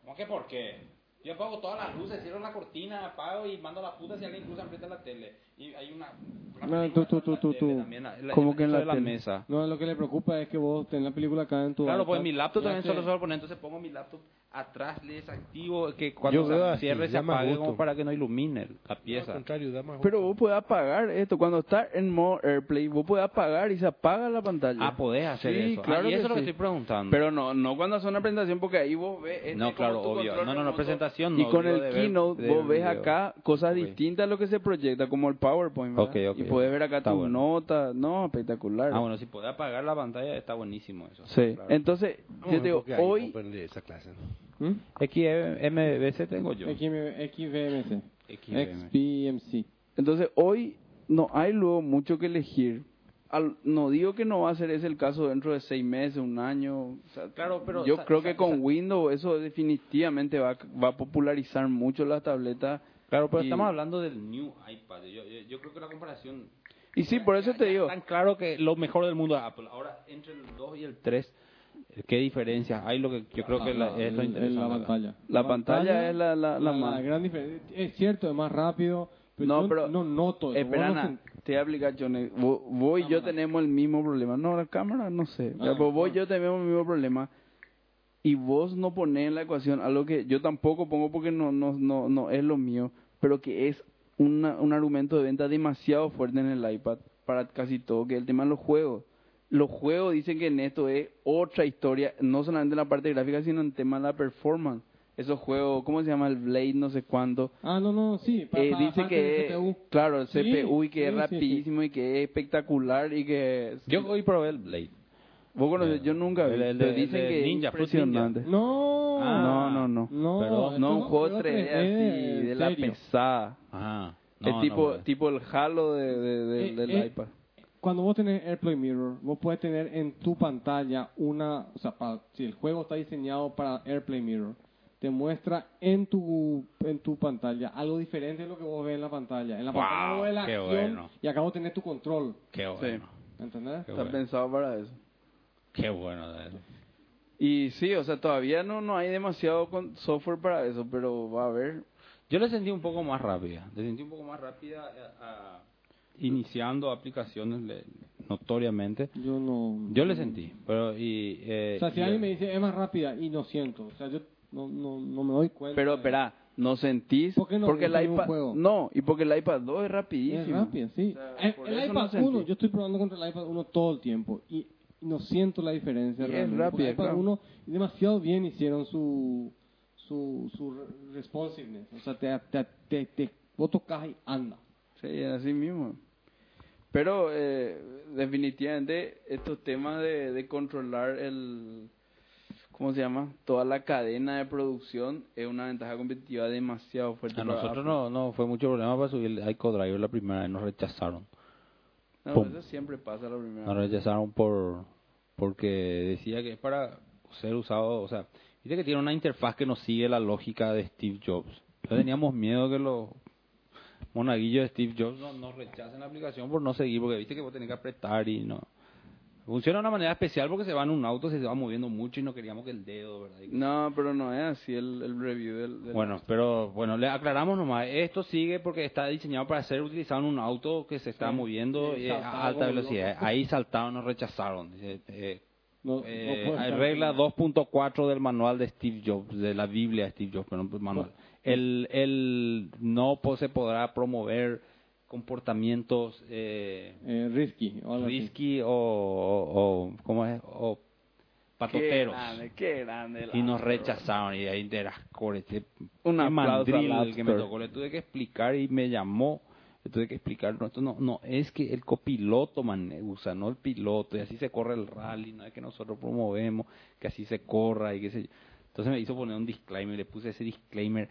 Speaker 3: ¿Cómo que por qué? Yo apago todas las luces, cierro la cortina, apago y mando la puta si alguien cruza enfrente de la tele. Y hay una. una
Speaker 1: Ah,
Speaker 2: No,
Speaker 3: película
Speaker 2: tú, tú,
Speaker 3: sobre la
Speaker 2: tú, tú,
Speaker 3: tele
Speaker 2: tú.
Speaker 3: también, la- la-
Speaker 1: ¿Cómo que en
Speaker 3: sobre
Speaker 1: la tele?
Speaker 3: mesa.
Speaker 2: No, lo que le preocupa es que vos tenés la película acá en tu
Speaker 3: Claro, pues
Speaker 2: iPad.
Speaker 3: mi laptop
Speaker 2: Ya
Speaker 3: también
Speaker 2: sé.
Speaker 3: solo se va a poner, entonces pongo mi laptop atrás, le desactivo, que cuando
Speaker 4: Yo veo
Speaker 3: se
Speaker 4: así,
Speaker 3: cierre se
Speaker 4: ya me
Speaker 3: apague
Speaker 4: gusto.
Speaker 3: como para que no ilumine la pieza.
Speaker 4: Al contrario, da más
Speaker 1: Pero vos podés apagar esto. Cuando está en modo AirPlay, vos podés apagar y se apaga la pantalla.
Speaker 3: Ah, podés hacer
Speaker 1: Sí,
Speaker 3: eso. Ah,
Speaker 1: claro
Speaker 3: y
Speaker 1: que
Speaker 3: eso es lo que
Speaker 1: sí.
Speaker 3: estoy preguntando.
Speaker 1: Pero no, no cuando hace una presentación porque ahí vos ves... este
Speaker 3: no,
Speaker 1: como
Speaker 3: claro,
Speaker 1: tu
Speaker 3: obvio.
Speaker 1: control
Speaker 3: No, no, no,
Speaker 1: remoto.
Speaker 3: presentación no.
Speaker 1: Y con el
Speaker 3: digo, de ver-
Speaker 1: keynote
Speaker 3: de
Speaker 1: vos
Speaker 3: ver
Speaker 1: ves
Speaker 3: video.
Speaker 1: acá cosas
Speaker 3: Ok.
Speaker 1: distintas a lo que se proyecta, como el PowerPoint. ¿verdad?
Speaker 3: Ok, ok,
Speaker 1: y podés
Speaker 3: ok.
Speaker 1: ver acá
Speaker 3: Está
Speaker 1: tus
Speaker 3: bueno.
Speaker 1: notas. No, espectacular.
Speaker 3: Ah, bueno, si podés apagar la pantalla está buenísimo eso.
Speaker 1: Sí.
Speaker 3: Claro.
Speaker 1: Entonces, yo te digo, hoy...
Speaker 4: esa clase. ¿no?
Speaker 2: ¿Mm?
Speaker 3: XMBC tengo yo.
Speaker 2: XM XVMC.
Speaker 3: XVMC.
Speaker 2: XPMC.
Speaker 1: Entonces, hoy no hay luego mucho que elegir. Al- no digo que no va a ser ese el caso dentro de seis meses, un año. o sea,
Speaker 3: Claro, pero
Speaker 1: yo
Speaker 3: sa-
Speaker 1: creo
Speaker 3: sa-
Speaker 1: que con
Speaker 3: sa-
Speaker 1: Windows eso definitivamente va, a- va a popularizar mucho las tabletas.
Speaker 3: Claro, pero
Speaker 1: Y-
Speaker 3: estamos hablando del new iPad. Yo, yo, yo creo que la comparación.
Speaker 1: Y sí, por eso
Speaker 3: Ya-
Speaker 1: te
Speaker 3: ya
Speaker 1: digo.
Speaker 3: Tan claro que lo mejor del mundo es Apple. Ahora, entre el 2 y el 3, ¿qué diferencias? Hay lo que yo creo que la- es lo
Speaker 2: Ah, El- el-
Speaker 3: interesante.
Speaker 2: la
Speaker 3: acá.
Speaker 2: pantalla.
Speaker 1: La pantalla es la- la- la más.
Speaker 2: gran diferencia. Es cierto, es más rápido. Pero
Speaker 1: No,
Speaker 2: yo
Speaker 1: Eh, pero-
Speaker 2: no noto. eso.
Speaker 1: Espera,
Speaker 2: Vos no
Speaker 1: Ana,
Speaker 2: sen-
Speaker 1: te voy a explicar, Johnny. Vos, vos y yo
Speaker 2: Cámara.
Speaker 1: tenemos el mismo problema. No, la cámara, no sé.
Speaker 2: Ah,
Speaker 1: pero vos y
Speaker 2: ah.
Speaker 1: yo tenemos el mismo problema. Y vos no ponés en la ecuación algo que yo tampoco pongo porque no, no, no, no es lo mío, pero que es una- un argumento de venta demasiado fuerte en el iPad para casi todo, que es el tema de los juegos. Los juegos dicen que en esto es otra historia, no solamente en la parte gráfica, sino en tema de la performance. Esos juegos, ¿cómo se llama? El Blade, no sé cuánto.
Speaker 2: Ah, no, no, sí. pa-
Speaker 1: Eh,
Speaker 2: pa-
Speaker 1: dice
Speaker 2: parte
Speaker 1: que
Speaker 2: del CPU.
Speaker 1: claro el
Speaker 2: Sí,
Speaker 1: CPU y que es
Speaker 2: sí, sí, sí.
Speaker 1: rapidísimo y que es espectacular y que es-
Speaker 3: Yo hoy probé el Blade.
Speaker 1: vos conoces yo nunca vi
Speaker 3: Eh, El- el
Speaker 1: pero
Speaker 3: de-
Speaker 1: dicen
Speaker 3: el de
Speaker 1: que
Speaker 3: Ninja,
Speaker 1: es
Speaker 3: Fruit Ninja.
Speaker 1: impresionante
Speaker 2: No.
Speaker 1: no no no
Speaker 2: No,
Speaker 3: Perdón.
Speaker 1: no
Speaker 2: esto
Speaker 1: un juego
Speaker 2: creo que
Speaker 1: 3D
Speaker 2: es
Speaker 1: así de la
Speaker 2: serio.
Speaker 1: pesada
Speaker 3: Ah,
Speaker 1: es tipo tipo el Halo de, de- de-
Speaker 2: Eh,
Speaker 1: del
Speaker 2: eh,
Speaker 1: iPad
Speaker 2: Cuando vos tenés AirPlay Mirror, vos puedes tener en tu pantalla una, o sea, pa- si el juego está diseñado para AirPlay Mirror, te muestra en tu en tu pantalla algo diferente de lo que vos ves en la pantalla. En la
Speaker 3: Wow,
Speaker 2: pantalla vos ves la
Speaker 3: qué
Speaker 2: acción
Speaker 3: bueno.
Speaker 2: y acá vos tenés tu control,
Speaker 3: Qué bueno.
Speaker 2: ¿entendés?
Speaker 3: Qué
Speaker 1: está
Speaker 3: bueno.
Speaker 1: pensado para eso
Speaker 3: Qué bueno. de-
Speaker 1: y sí o sea todavía no no hay demasiado con software para eso pero va a haber
Speaker 3: Yo la sentí un poco más rápida. La sentí un poco más rápida eh, a- iniciando aplicaciones le- notoriamente.
Speaker 2: Yo no...
Speaker 3: Yo le sentí, pero y... eh,
Speaker 2: O sea, si
Speaker 3: y-
Speaker 2: alguien me dice es más rápida y no siento, o sea, yo no, no, no me doy cuenta.
Speaker 1: pero
Speaker 2: de-
Speaker 1: espera no sentís
Speaker 2: ¿Por qué no?
Speaker 1: porque
Speaker 2: Yo
Speaker 1: el
Speaker 2: tengo un
Speaker 1: iPad
Speaker 2: juego.
Speaker 1: no y porque el iPad 2 es
Speaker 2: Es
Speaker 1: rapidísimo
Speaker 2: rápida, sí.
Speaker 1: O sea,
Speaker 2: El-
Speaker 1: por
Speaker 2: el,
Speaker 1: eso no
Speaker 2: iPad
Speaker 1: sentí.
Speaker 2: 1, yo estoy probando contra el iPad 1 todo el tiempo y no siento la
Speaker 1: Y
Speaker 2: diferencia.
Speaker 1: es
Speaker 2: realmente, porque
Speaker 1: rápida,
Speaker 2: El iPad
Speaker 1: claro.
Speaker 2: 1 demasiado bien hicieron su, su, su re- responsiveness. O sea, te, te, te, te- vos tocas y anda.
Speaker 1: Sí, así mismo. Pero eh, definitivamente estos temas de, de controlar el, ¿cómo se llama? Toda la cadena de producción es una ventaja competitiva demasiado
Speaker 2: "Pues,
Speaker 1: fuerte.
Speaker 3: A
Speaker 1: para
Speaker 3: nosotros
Speaker 2: ah,
Speaker 1: Apple.
Speaker 3: no, no fue mucho problema para subir el iCo Driver la primera vez, nos rechazaron.
Speaker 1: No,
Speaker 3: Pum.
Speaker 1: eso siempre pasa la primera.
Speaker 3: Nos
Speaker 1: vez.
Speaker 3: rechazaron por porque decía que es para ser usado, o sea, viste que tiene una interfaz que no sigue la lógica de Steve Jobs. Entonces teníamos miedo que los monaguillos de Steve Jobs no- nos rechacen la aplicación por no seguir, porque viste que vos tenés que apretar y no. Funciona de una manera especial porque se va en un auto, se va moviendo mucho y no queríamos que el dedo, ¿verdad? Y-
Speaker 1: No, pero no es así el, el review del... del-
Speaker 3: Bueno, pero bueno, le aclaramos nomás. Esto sigue porque está diseñado para ser utilizado en un auto que se está
Speaker 2: Sí.
Speaker 3: moviendo
Speaker 2: Sí,
Speaker 3: eh,
Speaker 2: saltaba
Speaker 3: a alta
Speaker 2: como
Speaker 3: velocidad.
Speaker 2: loco.
Speaker 3: Ahí saltaron, nos rechazaron. Dice, eh,
Speaker 2: No- no
Speaker 3: eh,
Speaker 2: puede estar-
Speaker 3: regla 2.4 del manual de Steve Jobs, de la Biblia de Steve Jobs, pero no manual. El, el no po- se podrá promover comportamientos eh,
Speaker 2: Eh, risky. o algo así.
Speaker 3: risky o, o, o- ¿cómo es? O
Speaker 1: Qué
Speaker 3: patoteros.
Speaker 1: grande, qué grande. la-
Speaker 3: Y nos rechazaron y ahí de las cores. Este,
Speaker 1: Un
Speaker 3: qué
Speaker 1: aplauso
Speaker 3: mandril
Speaker 1: al App
Speaker 3: el que me
Speaker 1: Store.
Speaker 3: tocó. Le tuve que explicar y me llamó. Le tuve que explicar. No, esto no, no, es que el copiloto man, usa, no el piloto. Y así se corre el rally. No es que nosotros promovemos que así se corra y qué sé yo. Entonces me hizo poner un disclaimer. Le puse ese disclaimer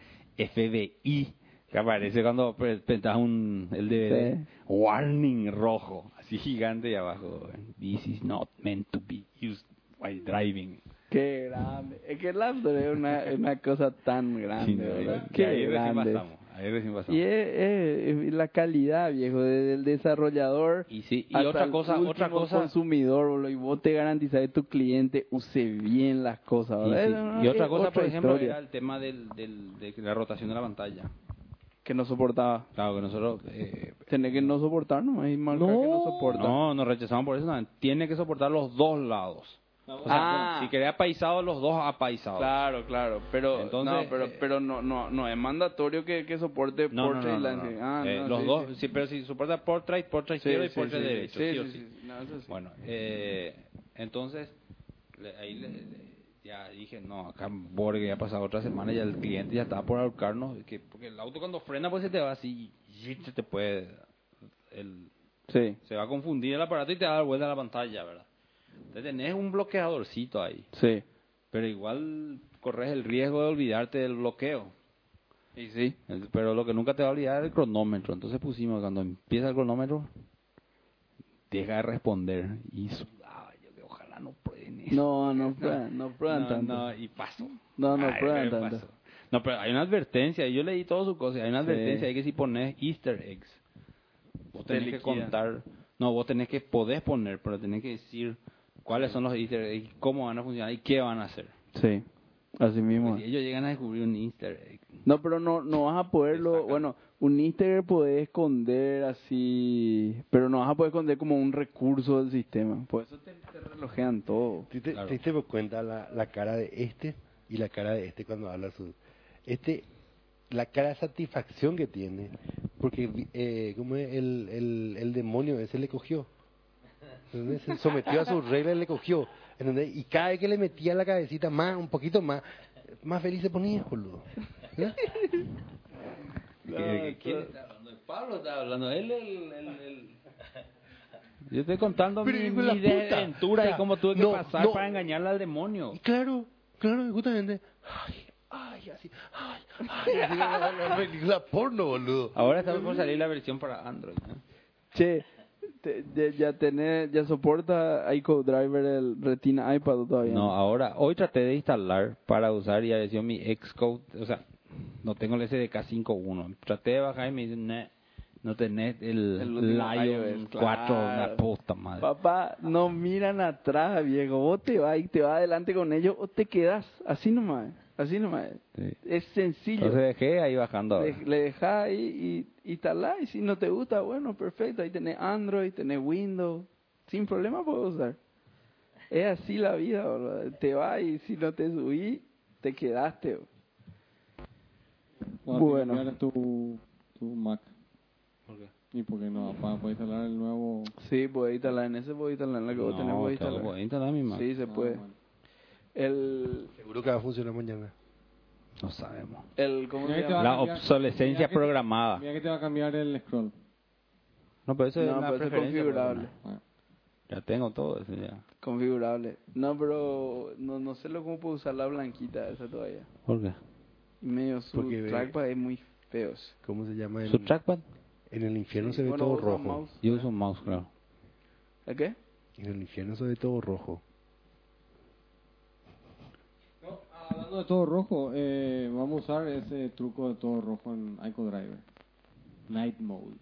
Speaker 3: FBI que aparece cuando pre- presentas un, el DVD.
Speaker 1: Sí.
Speaker 3: Warning rojo. Así gigante y abajo. This is not meant to be used while driving.
Speaker 1: Qué grande. Es que el Astor es una, es una cosa tan
Speaker 3: Sí,
Speaker 1: grande,
Speaker 3: no,
Speaker 1: ¿verdad?
Speaker 3: no, y
Speaker 1: Qué
Speaker 3: ahí recién
Speaker 1: grande.
Speaker 3: pasamos, ahí recién pasamos.
Speaker 1: Y es, es- es la calidad, viejo, desde el desarrollador
Speaker 3: Y sí, y
Speaker 1: hasta
Speaker 3: otra
Speaker 1: el
Speaker 3: cosa, otra
Speaker 1: último
Speaker 3: cosa,
Speaker 1: consumidor, boludo, y vos te garantizás que tu cliente use bien las cosas,
Speaker 3: y,
Speaker 1: ¿verdad?
Speaker 3: sí,
Speaker 1: No, no,
Speaker 3: y otra
Speaker 1: es
Speaker 3: cosa, por
Speaker 1: otra
Speaker 3: ejemplo,
Speaker 1: historia
Speaker 3: era el tema del, del- de la rotación de la pantalla.
Speaker 1: que no soportaba.
Speaker 3: Claro que nosotros eh,
Speaker 1: Tener que no soportar, no hay marca que no soporta.
Speaker 3: no nos rechazamos por eso, no, tiene que soportar los dos lados. O
Speaker 1: Ah.
Speaker 3: sea, si querés apaisado, los dos apaisados.
Speaker 1: Claro, claro, pero
Speaker 3: Entonces,
Speaker 1: no, pero,
Speaker 3: eh,
Speaker 1: pero no, no, no es mandatorio que, que soporte
Speaker 3: No, no,
Speaker 1: Porsche
Speaker 3: no,
Speaker 1: y
Speaker 3: no,
Speaker 1: Lance.
Speaker 3: no.
Speaker 1: Ah,
Speaker 3: Eh,
Speaker 1: no,
Speaker 3: los
Speaker 1: sí,
Speaker 3: dos,
Speaker 1: sí.
Speaker 3: sí, pero si soporta portrait, portrait
Speaker 1: Sí,
Speaker 3: izquierdo y
Speaker 1: sí,
Speaker 3: portrait
Speaker 1: sí, sí.
Speaker 3: derecho,
Speaker 1: Sí,
Speaker 3: sí o
Speaker 1: sí,
Speaker 3: sí.
Speaker 1: sí. No, eso sí.
Speaker 3: Bueno, eh, entonces, le- ahí le- le- ya dije, no, acá en Borgue ya ha pasado otra semana, ya el cliente ya estaba por ahorcarnos, que, porque el auto cuando frena pues se te va así, y se te puede, el-
Speaker 1: Sí.
Speaker 3: se va a confundir el aparato y te va a dar vuelta a la pantalla, ¿verdad? Entonces tenés un bloqueadorcito ahí,
Speaker 1: Sí.
Speaker 3: pero igual corres el riesgo de olvidarte del bloqueo.
Speaker 1: Y sí.
Speaker 3: El- Pero lo que nunca te va a olvidar es el cronómetro. Entonces pusimos, cuando empieza el cronómetro, deja de responder. Y sudaba yo que ojalá no prueben eso.
Speaker 1: No, no prueban, no prueban
Speaker 3: No,
Speaker 1: tanto.
Speaker 3: no, y pasó.
Speaker 1: No, no
Speaker 3: Ay,
Speaker 1: prueban
Speaker 3: pero
Speaker 1: tanto.
Speaker 3: pasó. No, pero hay una advertencia. Yo leí todo su cosa. Hay una
Speaker 1: Sí.
Speaker 3: advertencia. Hay que si pones easter eggs, vos
Speaker 1: Te
Speaker 3: tenés que
Speaker 1: liquidan.
Speaker 3: contar. No, vos tenés que podés poner, pero tenés que decir cuáles son los easter eggs, cómo van a funcionar y qué van a hacer.
Speaker 1: Sí. Así mismo.
Speaker 3: Porque si ellos llegan a descubrir un easter egg.
Speaker 1: No, pero no, no vas a poderlo.
Speaker 3: Exacto.
Speaker 1: Bueno, un Easter egg podés esconder así, pero no vas a poder esconder como un recurso del sistema. Por eso te, te relojean todo.
Speaker 4: ¿Te, te-
Speaker 3: Claro.
Speaker 4: te diste cuenta la, la cara de este y la cara de este cuando habla su... Este, la cara de satisfacción que tiene, porque vi- eh, como es el, el, el demonio ese le cogió. ¿Entendés? Se sometió a sus reglas y le cogió. ¿entendés? Y cada vez que le metía la cabecita más, un poquito más, más feliz se ponía, boludo. ¿Eh?
Speaker 1: Ah,
Speaker 3: ¿Qué- ¿Quién está hablando? Pablo está hablando. Él, el, el, el- Yo estoy contando mi,
Speaker 4: Pero, hijo de la
Speaker 3: mi de
Speaker 4: puta.
Speaker 3: aventura
Speaker 4: O sea,
Speaker 3: y cómo tuve que
Speaker 4: no,
Speaker 3: pasar
Speaker 4: no.
Speaker 3: para engañarle al demonio.
Speaker 4: Y claro, claro, justamente. Ay, ay, así, ay, ay, así como la, la película porno, boludo.
Speaker 3: Ahora está por salir la versión para Android. ¿eh? ¿no?
Speaker 1: Che, te- te- ya tenés, ya soporta iCode Driver el Retina iPad todavía.
Speaker 3: No, ahora, hoy traté de instalar para usar y apareció mi Xcode, o sea, no tengo el SDK 5.1. Traté de bajar y me dicen, "Nah, no tenés el,
Speaker 1: El último
Speaker 3: Lion
Speaker 1: iOS,
Speaker 3: 4,
Speaker 1: claro.
Speaker 3: una puta madre.
Speaker 1: Papá, no miran atrás, viejo. Vos te vas y te vas adelante con ellos o te quedas. Así nomás. Así nomás.
Speaker 3: Sí.
Speaker 1: Es sencillo.
Speaker 3: Entonces dejé ahí bajando ahora.
Speaker 1: Le, le dejás ahí y instalás. Y si no te gusta, bueno, perfecto. Ahí tenés Android, tenés Windows. Sin problema puedes usar. Es así la vida, boludo. Te vas y si no te subí, te quedaste. boludo.
Speaker 2: Cuando
Speaker 1: Bueno.
Speaker 2: bueno. tu, tu Mac. ¿Y por qué no? Para poder instalar el nuevo...
Speaker 1: Sí, puedes instalar en ese, puedes instalar en la que vos tenés,
Speaker 3: No,
Speaker 1: puedes
Speaker 3: claro,
Speaker 1: instalar.
Speaker 3: puedo instalar mi Mac.
Speaker 1: Sí, se
Speaker 2: Ah,
Speaker 1: puede.
Speaker 2: bueno.
Speaker 1: El,
Speaker 4: Seguro que va a funcionar mañana.
Speaker 3: No sabemos.
Speaker 1: el, ¿cómo se
Speaker 2: Ahí te
Speaker 1: llama?
Speaker 2: va.
Speaker 3: La
Speaker 2: cambiar-
Speaker 3: obsolescencia
Speaker 2: mira que-
Speaker 3: programada.
Speaker 2: Mira que te va a cambiar el scroll.
Speaker 3: No, pero eso es
Speaker 1: No,
Speaker 3: una
Speaker 1: pero eso es
Speaker 3: preferencia
Speaker 1: configurable.
Speaker 3: personal.
Speaker 2: Ah.
Speaker 3: Ya tengo todo eso ya.
Speaker 1: Configurable. No, pero no, no sé lo cómo puedo usar la blanquita esa todavía.
Speaker 3: ¿Por qué?
Speaker 1: Y medio su
Speaker 4: Porque ve-
Speaker 1: trackpad es muy feo. eso.
Speaker 4: ¿Cómo se llama?
Speaker 3: ¿Su
Speaker 4: En,
Speaker 3: trackpad?
Speaker 4: en el infierno se ve
Speaker 1: Bueno,
Speaker 4: todo
Speaker 1: usa
Speaker 4: rojo.
Speaker 1: mouse.
Speaker 3: Yo uso un mouse, claro.
Speaker 1: ¿El qué?
Speaker 4: En el infierno se ve todo rojo.
Speaker 2: No, hablando de todo rojo, eh, vamos a usar ese truco de todo rojo en Ico Driver. Night Mode.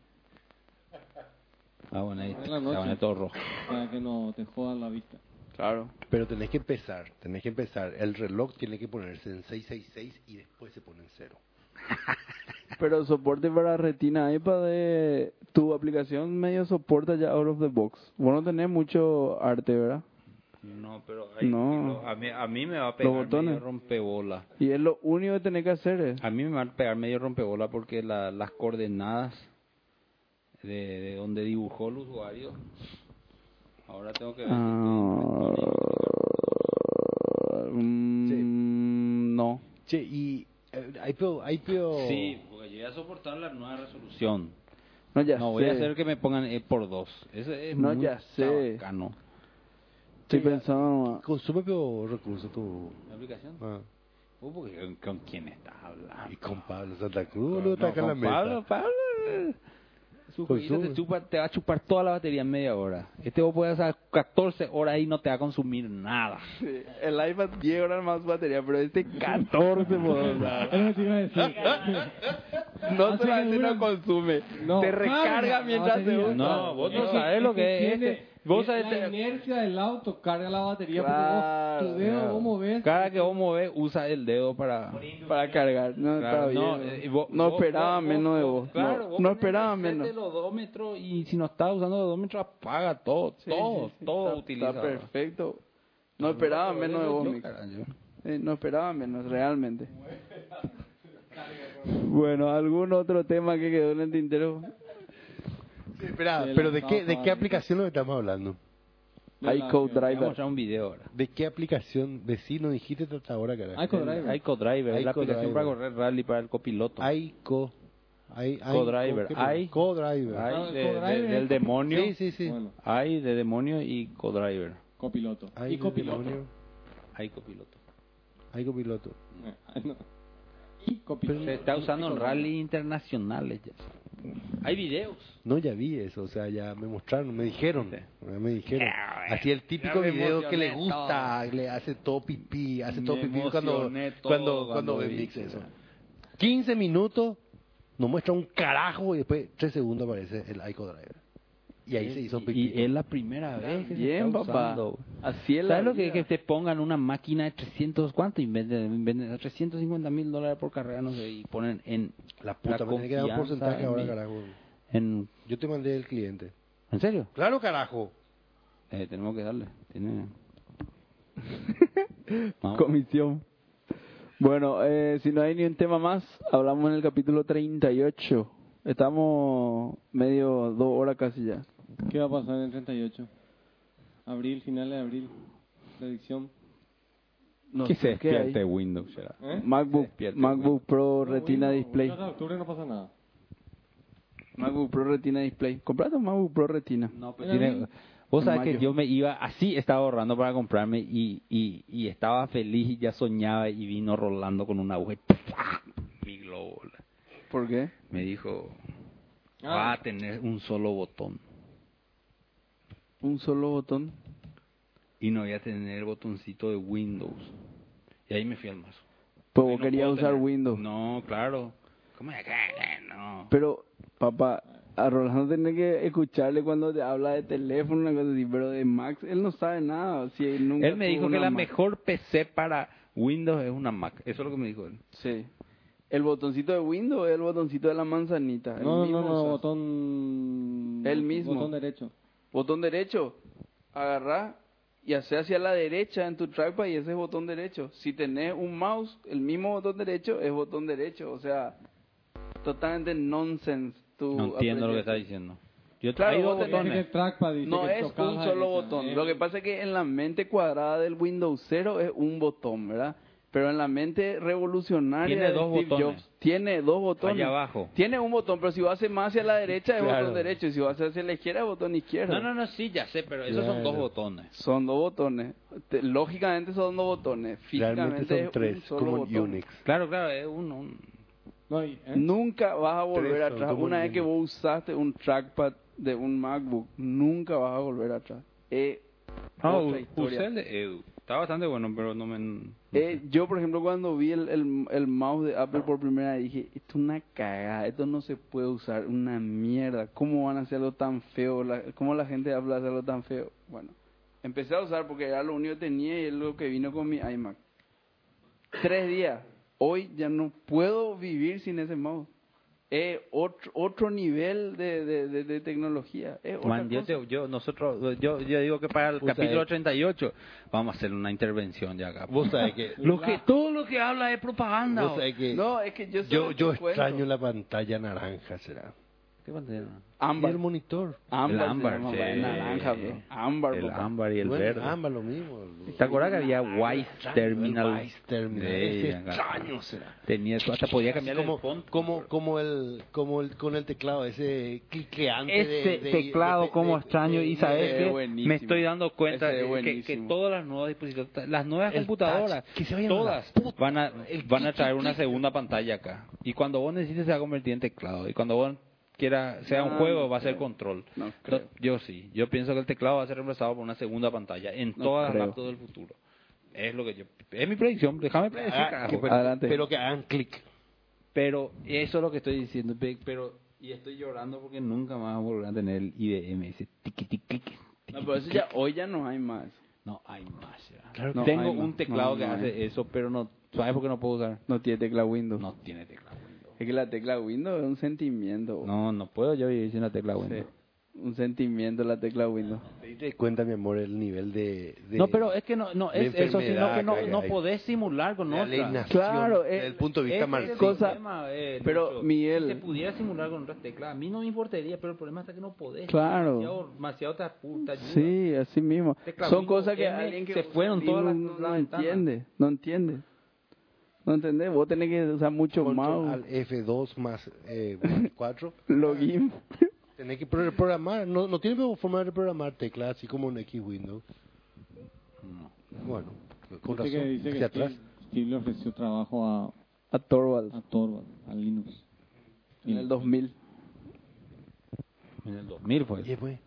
Speaker 13: Ah, bueno, ahí
Speaker 2: En la noche.
Speaker 13: se van a todo rojo.
Speaker 2: para que no te jodan la vista.
Speaker 14: Claro.
Speaker 4: Pero tenés que empezar, tenés que empezar. El reloj tiene que ponerse en 666 y después se pone en cero.
Speaker 1: Pero soporte para retina iPad de tu aplicación medio soporta ya out of the box. Vos no tenés mucho arte, ¿verdad?
Speaker 3: No, pero ahí-
Speaker 1: No.
Speaker 3: a, mí, a mí me va a pegar
Speaker 1: Los botones.
Speaker 3: medio rompebola.
Speaker 1: Y es lo único que tenés que hacer es...
Speaker 3: A mí me va a pegar medio rompebola porque la- las coordenadas de, de donde dibujó el usuario. Ahora tengo que ver. si
Speaker 1: Ah, mm, No.
Speaker 4: Che, y eh, hay peo- hay peo-
Speaker 3: Sí, porque yo voy a soportar la nueva resolución.
Speaker 1: No, ya
Speaker 3: No, voy a
Speaker 1: sé.
Speaker 3: hacer que me pongan E por dos. Ese es
Speaker 1: No,
Speaker 3: muy
Speaker 1: ya sé.
Speaker 3: bacano.
Speaker 1: Estoy pensando nomás.
Speaker 4: Consume peo recursos tu...
Speaker 3: ¿La aplicación?
Speaker 4: Ah.
Speaker 3: Uh, porque ¿con, con quién estás hablando?
Speaker 4: Y con Pablo Santa Cruz, boludo, está
Speaker 3: Ah. No,
Speaker 4: acá en la
Speaker 3: con
Speaker 4: mesa.
Speaker 3: Pablo, Pablo. eh. Su
Speaker 4: Consume.
Speaker 3: jueguito te, chupa- te va a chupar toda la batería en media hora. Este vos puedes hacer 14 horas ahí y no te va a consumir nada.
Speaker 1: Sí, el iPad 10 horas más batería, pero este 14 boludo.
Speaker 2: Eso te iba a decir.
Speaker 1: No
Speaker 2: Así
Speaker 1: solamente
Speaker 2: que dura-
Speaker 1: no consume,
Speaker 2: No.
Speaker 1: te recarga
Speaker 2: Carga
Speaker 1: mientras
Speaker 2: la
Speaker 1: te
Speaker 2: batería.
Speaker 1: usa.
Speaker 3: No, vos no
Speaker 2: que-
Speaker 3: sabés lo que es
Speaker 2: tiene-
Speaker 3: este. Vos sabés
Speaker 2: La
Speaker 3: este-
Speaker 2: inercia del auto carga la batería
Speaker 1: Claro,
Speaker 2: porque vos, tu dedo,
Speaker 1: claro.
Speaker 2: vos movés.
Speaker 3: Cada que vos movés, usa el dedo para...
Speaker 1: Para cargar, no
Speaker 3: Claro,
Speaker 1: está
Speaker 3: no,
Speaker 1: bien.
Speaker 3: eh, vos-
Speaker 1: no
Speaker 3: vos-
Speaker 1: esperaba
Speaker 3: vos-
Speaker 1: menos de
Speaker 3: vos-
Speaker 1: vos.
Speaker 3: claro,
Speaker 1: no
Speaker 3: vos
Speaker 1: no
Speaker 3: ponés
Speaker 1: esperaba
Speaker 3: el set
Speaker 1: menos.
Speaker 3: del odómetro y si no estás usando el odómetro, apaga todo,
Speaker 1: Sí,
Speaker 3: todo,
Speaker 1: sí, sí,
Speaker 3: todo
Speaker 1: está-
Speaker 3: utiliza.
Speaker 1: Está perfecto. No esperaba
Speaker 3: Pero
Speaker 1: menos de
Speaker 3: yo,
Speaker 1: vos, Mica.
Speaker 3: carajo.
Speaker 1: Eh, no esperaba menos, realmente. Bueno, ¿algún otro tema que quedó en el tintero?
Speaker 4: Sí, espera,
Speaker 2: De
Speaker 4: pero
Speaker 2: la
Speaker 4: ¿de qué, ¿de
Speaker 2: papa,
Speaker 4: qué
Speaker 2: de-
Speaker 4: aplicación nos estamos hablando?
Speaker 1: iCode
Speaker 3: Te Voy a
Speaker 1: Driver.
Speaker 3: mostrar un video ahora.
Speaker 4: ¿De qué aplicación vecino dijiste hasta ahora, carajo?
Speaker 2: iCo Driver.
Speaker 3: iCo Driver, es la
Speaker 4: iCo
Speaker 3: aplicación
Speaker 4: Driver.
Speaker 3: para correr rally para el copiloto.
Speaker 4: Aico. Ai- Aico,
Speaker 3: Co-driver,
Speaker 4: ¿qué
Speaker 3: Ai-
Speaker 4: perdón? Co-driver.
Speaker 3: Hay de-
Speaker 2: Ah,
Speaker 3: de-
Speaker 2: co-driver.
Speaker 3: del demonio,
Speaker 4: Sí, sí, sí.
Speaker 2: Bueno,
Speaker 3: hay de demonio y co-driver.
Speaker 2: copiloto.
Speaker 4: Ai
Speaker 2: y
Speaker 4: del
Speaker 2: copiloto.
Speaker 4: demonio,
Speaker 3: Hay copiloto.
Speaker 4: Ai copiloto.
Speaker 2: Ah, no. Y copiloto.
Speaker 3: Se está usando en rally internacionales ya. Hay videos.
Speaker 4: No, ya vi eso, o sea, ya me mostraron, me dijeron, ya me dijeron.
Speaker 3: bueno,
Speaker 4: Así el típico
Speaker 3: ya me
Speaker 4: video que le
Speaker 3: emocioné
Speaker 4: gusta, le hace todo pipí, hace todo
Speaker 3: Me
Speaker 4: pipí cuando,
Speaker 3: emocioné todo
Speaker 4: cuando,
Speaker 3: cuando
Speaker 4: cuando ve
Speaker 3: vi
Speaker 4: Mix
Speaker 3: eso.
Speaker 4: eso. 15 minutos, nos muestra un carajo y después 3 segundos aparece el Ico Driver. Y ahí se hizo pipí.
Speaker 3: Y es la primera vez que se
Speaker 1: Bien,
Speaker 3: está
Speaker 1: papá.
Speaker 3: usando.
Speaker 1: Así es la
Speaker 3: ¿Sabes lo que,
Speaker 1: vida.
Speaker 3: que te pongan una máquina de 300, cuánto? Inventen, inventen 350 mil dólares por carrera, no sé, y ponen en
Speaker 4: la puta, me tiene que dar un
Speaker 3: confianza
Speaker 4: porcentaje
Speaker 3: en
Speaker 4: ahora,
Speaker 3: mí.
Speaker 4: carajo.
Speaker 3: en
Speaker 4: Yo te mandé el cliente.
Speaker 3: ¿En serio?
Speaker 4: Claro, carajo.
Speaker 3: Eh, tenemos que darle. Tiene... Vamos.
Speaker 1: Comisión. Bueno, eh, si no hay ni un tema más, hablamos en el capítulo 38. Estamos medio dos horas casi ya.
Speaker 2: ¿Qué va a pasar en el 38? Abril, finales de abril. Predicción.
Speaker 1: No
Speaker 13: ¿Qué
Speaker 1: sé
Speaker 13: se
Speaker 1: qué hay.
Speaker 13: despierte Windows? será?
Speaker 2: ¿Eh?
Speaker 1: MacBook,
Speaker 13: Despierte.
Speaker 1: MacBook Pro
Speaker 2: No,
Speaker 1: Retina
Speaker 2: bueno,
Speaker 1: Display.
Speaker 2: hasta octubre no pasa nada.
Speaker 1: MacBook Pro Retina Display. Comprate un MacBook Pro Retina.
Speaker 3: No, pero
Speaker 2: En
Speaker 3: tiene-
Speaker 2: abril.
Speaker 3: Vos
Speaker 1: En
Speaker 3: sabés que
Speaker 1: mayo.
Speaker 3: yo me iba, así estaba ahorrando para comprarme y, y, y estaba feliz y ya soñaba y vino Rolando con una aguja y ¡pua! mi globo.
Speaker 1: ¿Por qué?
Speaker 3: Me dijo,
Speaker 2: Ah.
Speaker 3: va a tener un solo botón
Speaker 1: Un solo botón.
Speaker 3: y no voy a tener el botoncito de Windows. Y ahí me fui al mazo.
Speaker 1: Pues
Speaker 3: Porque
Speaker 1: vos
Speaker 3: no
Speaker 1: querías
Speaker 3: puedo
Speaker 1: usar
Speaker 3: tener-
Speaker 1: Windows.
Speaker 3: No, claro. ¿Cómo es que? Eh, No.
Speaker 1: Pero, papá, a Rolando tiene que escucharle cuando te habla de teléfono, una cosa así, pero de Max, él no sabe nada. Si él, nunca
Speaker 3: Él me
Speaker 1: tuvo
Speaker 3: dijo que
Speaker 1: una
Speaker 3: la
Speaker 1: Mac.
Speaker 3: mejor PC para Windows es una Mac. Eso es lo que me dijo él.
Speaker 1: Sí. El botoncito de Windows es el botoncito de la manzanita. el
Speaker 2: No,
Speaker 1: mismo
Speaker 2: no, no, no,
Speaker 1: usas.
Speaker 2: botón.
Speaker 1: El mismo.
Speaker 2: Botón derecho.
Speaker 1: Botón derecho. Agarrá y hace hacia la derecha en tu trackpad y ese es botón derecho. Si tenés un mouse, el mismo botón derecho es botón derecho. O sea, totalmente nonsense. tu
Speaker 3: No entiendo lo que está
Speaker 1: apreciación.
Speaker 3: diciendo. Yo
Speaker 1: Claro,
Speaker 3: hay
Speaker 1: vos
Speaker 3: dos
Speaker 1: tenés
Speaker 2: Dice que
Speaker 3: botones.
Speaker 2: el trackpad dice
Speaker 1: No
Speaker 2: que
Speaker 1: es
Speaker 2: tocas
Speaker 1: un
Speaker 2: la
Speaker 1: solo
Speaker 2: derecha,
Speaker 1: botón.
Speaker 2: eh.
Speaker 1: Lo que pasa es que en la mente cuadrada del Windows 0 es un botón, ¿verdad? Pero en la mente revolucionaria
Speaker 3: Tiene
Speaker 1: de
Speaker 3: dos
Speaker 1: Steve
Speaker 3: botones.
Speaker 1: Jobs tiene dos botones.
Speaker 3: Allá abajo.
Speaker 1: Tiene un botón, pero si va a hacer más hacia la derecha es
Speaker 4: Claro.
Speaker 1: botón derecho y si va a hacer hacia la izquierda es botón izquierdo.
Speaker 3: No, no, no, sí, ya sé, pero esos son
Speaker 4: Claro.
Speaker 3: dos botones.
Speaker 1: Son dos botones. Te- lógicamente son dos botones.
Speaker 4: Realmente
Speaker 1: Físicamente
Speaker 4: son
Speaker 1: es un
Speaker 4: tres,
Speaker 1: solo
Speaker 4: como en
Speaker 1: botón.
Speaker 4: Unix.
Speaker 3: Claro, claro, es uno. un-
Speaker 2: No, y- ¿eh?
Speaker 1: Nunca vas a volver
Speaker 4: Tres son
Speaker 1: atrás.
Speaker 4: como
Speaker 1: Una
Speaker 4: en
Speaker 1: vez que vos
Speaker 4: Unix.
Speaker 1: usaste un trackpad de un MacBook, nunca vas a volver atrás. Es
Speaker 3: Ah,
Speaker 1: otra
Speaker 3: u-
Speaker 1: historia.
Speaker 3: usé el de Edu. Está bastante bueno, pero no me...
Speaker 1: Eh, yo, por ejemplo, cuando vi el, el, el mouse de Apple por primera vez, dije, esto es una cagada, esto no se puede usar, una mierda, ¿cómo van a hacerlo tan feo? La- ¿Cómo la gente de Apple va a hacerlo tan feo? Bueno, empecé a usar porque era lo único que tenía y es lo que vino con mi iMac. Tres días, hoy ya no puedo vivir sin ese mouse. Es otro, otro nivel de, de, de, de tecnología. Es otra
Speaker 3: Man, yo,
Speaker 1: cosa.
Speaker 3: te- yo- nosotros, yo, yo digo que para el
Speaker 15: Vos
Speaker 3: capítulo
Speaker 15: sabés.
Speaker 3: 38 vamos a hacer una intervención ya acá.
Speaker 4: Vos sabés que,
Speaker 3: Lo que todo lo que habla es propaganda.
Speaker 4: vos
Speaker 3: o-
Speaker 4: sabés que
Speaker 1: No, es que yo solo
Speaker 4: yo,
Speaker 1: te
Speaker 4: yo
Speaker 1: cuento.
Speaker 4: extraño la pantalla naranja, será.
Speaker 3: ¿Qué pantalla?
Speaker 1: Ámbar.
Speaker 4: Y el monitor.
Speaker 1: Ámbar,
Speaker 3: El ámbar,
Speaker 1: se llama,
Speaker 3: sí.
Speaker 1: va, naranja, bro. Ámbar,
Speaker 3: El
Speaker 1: papá.
Speaker 3: ámbar y el
Speaker 4: Bueno,
Speaker 3: verde.
Speaker 4: Ambas lo mismo.
Speaker 3: ¿Te acuerdas que había Wise
Speaker 4: Extraño,
Speaker 3: Terminal?
Speaker 4: el Wise Terminal.
Speaker 3: Sí,
Speaker 4: Ese
Speaker 3: acá.
Speaker 4: extraño será.
Speaker 3: Tenía eso, hasta podía
Speaker 4: Así
Speaker 3: cambiar el
Speaker 4: como,
Speaker 3: font.
Speaker 4: como, como el, como el, con el teclado, ese cliqueante. de-
Speaker 3: Ese
Speaker 4: de-
Speaker 3: teclado
Speaker 4: de-
Speaker 3: como
Speaker 4: de-
Speaker 3: extraño
Speaker 4: de-
Speaker 3: y sabes
Speaker 1: ese
Speaker 3: que
Speaker 1: es buenísimo.
Speaker 3: me estoy dando cuenta
Speaker 1: Ese es
Speaker 3: que- que, que
Speaker 1: buenísimo.
Speaker 3: todas las nuevas dispositivos, las nuevas
Speaker 4: El
Speaker 3: computadoras,
Speaker 4: touch, que se vayan a la
Speaker 3: todas
Speaker 4: puta,
Speaker 3: van a
Speaker 4: el
Speaker 3: van a
Speaker 4: clic,
Speaker 3: traer
Speaker 4: clic,
Speaker 3: una
Speaker 4: clic.
Speaker 3: segunda pantalla acá. Y cuando vos necesites se va a convertir en teclado y cuando vos quiera sea un
Speaker 1: No,
Speaker 3: juego
Speaker 1: no
Speaker 3: va a ser
Speaker 1: creo.
Speaker 3: control.
Speaker 1: No
Speaker 3: No,
Speaker 1: creo.
Speaker 3: yo sí, yo pienso que el teclado va a ser reemplazado por una segunda pantalla en
Speaker 1: No
Speaker 3: todas
Speaker 1: creo.
Speaker 3: las laptops del futuro. Es lo que yo es mi predicción, déjame
Speaker 4: de-
Speaker 3: predecir,
Speaker 4: ah,
Speaker 3: carajo.
Speaker 4: que- pero-
Speaker 1: Adelante.
Speaker 4: Pero que hagan clic.
Speaker 3: pero eso es lo que estoy diciendo, pe- pero
Speaker 15: Y estoy llorando porque nunca más volveré a tener el IDM. Ese tiqui, tiqui, tiqui,
Speaker 1: No, pero eso ya, hoy ya no hay más.
Speaker 15: No hay más. ya.
Speaker 1: No
Speaker 3: tengo
Speaker 1: hay más.
Speaker 3: un teclado
Speaker 1: No,
Speaker 3: que
Speaker 1: no hay.
Speaker 3: hace eso, pero no sabes por qué no puedo usar.
Speaker 1: No tiene tecla Windows.
Speaker 15: No tiene teclado. Windows.
Speaker 1: Es que la tecla Windows es un sentimiento.
Speaker 3: No, no puedo yo vivir sin la tecla
Speaker 1: Sí.
Speaker 3: Windows.
Speaker 1: Un sentimiento la tecla Windows.
Speaker 4: Te diste cuenta, mi amor, el nivel de. de-
Speaker 3: No, pero es que no, no
Speaker 4: de
Speaker 3: es eso, sino
Speaker 4: enfermedad
Speaker 3: que no,
Speaker 4: que hay
Speaker 3: no
Speaker 4: ahí.
Speaker 3: podés simular con
Speaker 4: de
Speaker 3: otra.
Speaker 4: alienación
Speaker 1: Claro, eh,
Speaker 4: desde
Speaker 1: es-
Speaker 4: el punto de
Speaker 3: Ese
Speaker 4: vista
Speaker 3: es el
Speaker 4: marxista.
Speaker 1: cosa-
Speaker 3: problema, eh,
Speaker 1: pero,
Speaker 3: Lucho.
Speaker 1: Miguel-
Speaker 3: Si se pudiera simular con otras teclas, a mí no me importaría, pero el problema está que no podés.
Speaker 1: Claro.
Speaker 3: Demasiado, demasiado te apunta. ayuda.
Speaker 1: Sí, así mismo.
Speaker 3: Tecla
Speaker 1: Son
Speaker 3: Windows
Speaker 1: cosas que
Speaker 3: M
Speaker 1: alguien que
Speaker 3: se fueron
Speaker 1: y
Speaker 3: todas las-
Speaker 1: no,
Speaker 3: todas
Speaker 1: no
Speaker 3: las ventanas.
Speaker 1: entiende, no entiende. No entendés, vos tenés que usar mucho
Speaker 4: Control
Speaker 1: mouse,
Speaker 4: al F2 más eh, 4.
Speaker 1: login.
Speaker 4: Tenés que pro- programar. No, no tiene forma de programar teclas así como en X Windows. Bueno, con
Speaker 2: Dice que,
Speaker 4: razón.
Speaker 2: dice que
Speaker 4: hacia atrás.
Speaker 2: Steve, Steve le ofreció trabajo a,
Speaker 1: A Torvalds,
Speaker 2: a Torvald, a Linux.
Speaker 1: en el 2000,
Speaker 3: En el 2000 fue.
Speaker 4: Oye, pues,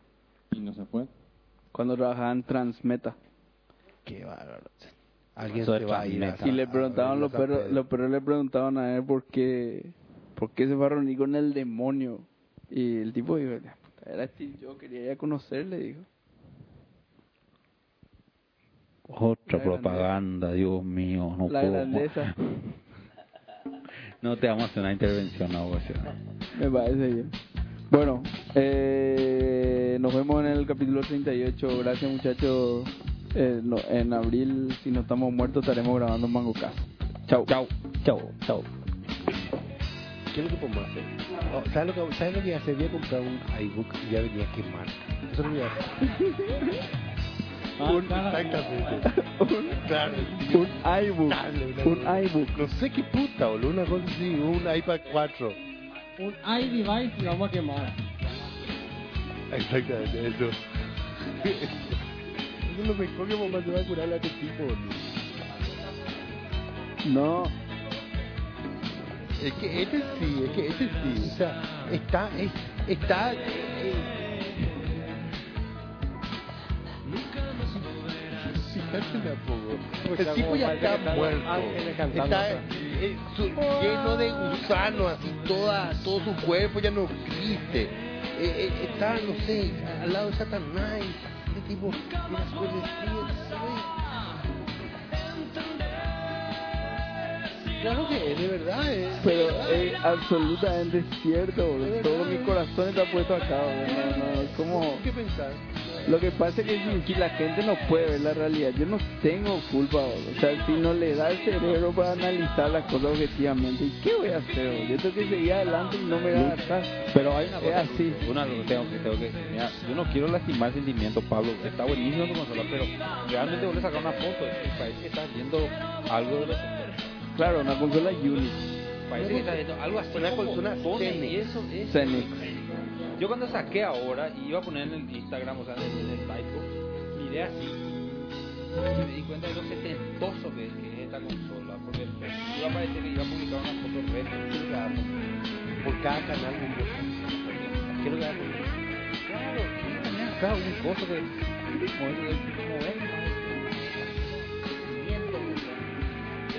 Speaker 2: Y no se fue.
Speaker 1: cuando trabajaba en Transmeta.
Speaker 4: qué bárbaro. Alguien
Speaker 3: Eso
Speaker 4: se
Speaker 3: es
Speaker 4: va a ir. a-
Speaker 3: planeta.
Speaker 1: Y le
Speaker 4: a-
Speaker 1: preguntaban,
Speaker 4: a-
Speaker 1: los
Speaker 4: a-
Speaker 1: perros, los perros le preguntaban a él por qué, por qué se fue a reunir con el demonio. Y el tipo dijo, "La puta, era Steve, yo quería ir a conocerle, dijo.
Speaker 3: Otra
Speaker 1: La
Speaker 3: propaganda, Dios mío. No,
Speaker 1: La
Speaker 3: puedo
Speaker 1: grandeza,
Speaker 3: más. no te vamos a hacer una intervención, no, pues, ya.
Speaker 1: me parece bien. Bueno, eh, nos vemos en el capítulo 38. Gracias muchachos. Eh, no- en abril, si no estamos muertos, estaremos grabando Mango Cast. Chau. Chau. Chau. Chau.
Speaker 4: ¿Qué es lo que podemos hacer? Oh, ¿sabes, lo que, ¿Sabes lo que hace? Voy a comprar un iBook y ya venía a quemar. Eso es lo que voy a hacer.
Speaker 2: Ah,
Speaker 4: Un- Exactamente. Claro.
Speaker 1: Un iBook.
Speaker 4: Dale, una-
Speaker 1: Un iBook.
Speaker 4: No sé qué puta, boludo. Una cosa así, un iPad 4.
Speaker 2: Un iDevice y vamos a quemar.
Speaker 4: Exactamente, eso. Eso es lo mejor que vamos a curar a este tipo, boludo.
Speaker 1: No.
Speaker 4: Es que este sí, es que este sí. O sea, está, es, está. eh, Fíjate un poco. El tipo ya está muerto. Está eh, su- lleno de gusano, así toda, todo su cuerpo ya no existe. Eh, eh, está, no sé, al lado de Satanás. Este tipo, pues, unas cosas así, güey. Claro que es, de verdad, es.
Speaker 1: Pero es absolutamente cierto, bro. todo mi corazón está puesto acá, bro. No, no, ¿cómo?
Speaker 4: ¿Qué pensás?
Speaker 1: Lo que pasa es que aquí la gente no puede ver la realidad, yo no tengo culpa, bro. o sea, si no le da el cerebro para analizar las cosas objetivamente, ¿y ¿qué voy a hacer? bro? Yo tengo que seguir adelante y no me da atrás.
Speaker 3: Pero hay una
Speaker 1: Es
Speaker 3: cosa,
Speaker 1: así.
Speaker 3: una cosa que tengo que, tengo que mira, yo no quiero lastimar sentimientos, Pablo, está buenísimo tu consola, pero realmente voy a sacar una foto, y parece que estás viendo algo de los,
Speaker 1: Claro, una consola Unix,
Speaker 3: parece que estás viendo algo así
Speaker 4: Una
Speaker 3: como
Speaker 4: consola
Speaker 3: botones,
Speaker 4: Zenith.
Speaker 3: y eso es
Speaker 1: Zenith.
Speaker 3: yo cuando saqué ahora y iba a poner en el Instagram, o sea, en el, en el Typo, miré así y me di cuenta de lo setentoso que, que es esta consola, porque iba a parecer que iba a publicar una foto retro,
Speaker 4: Por cada canal un botón.
Speaker 3: quiero que haga publicidad.
Speaker 4: Claro,
Speaker 3: Claro, un coso que mover- mover,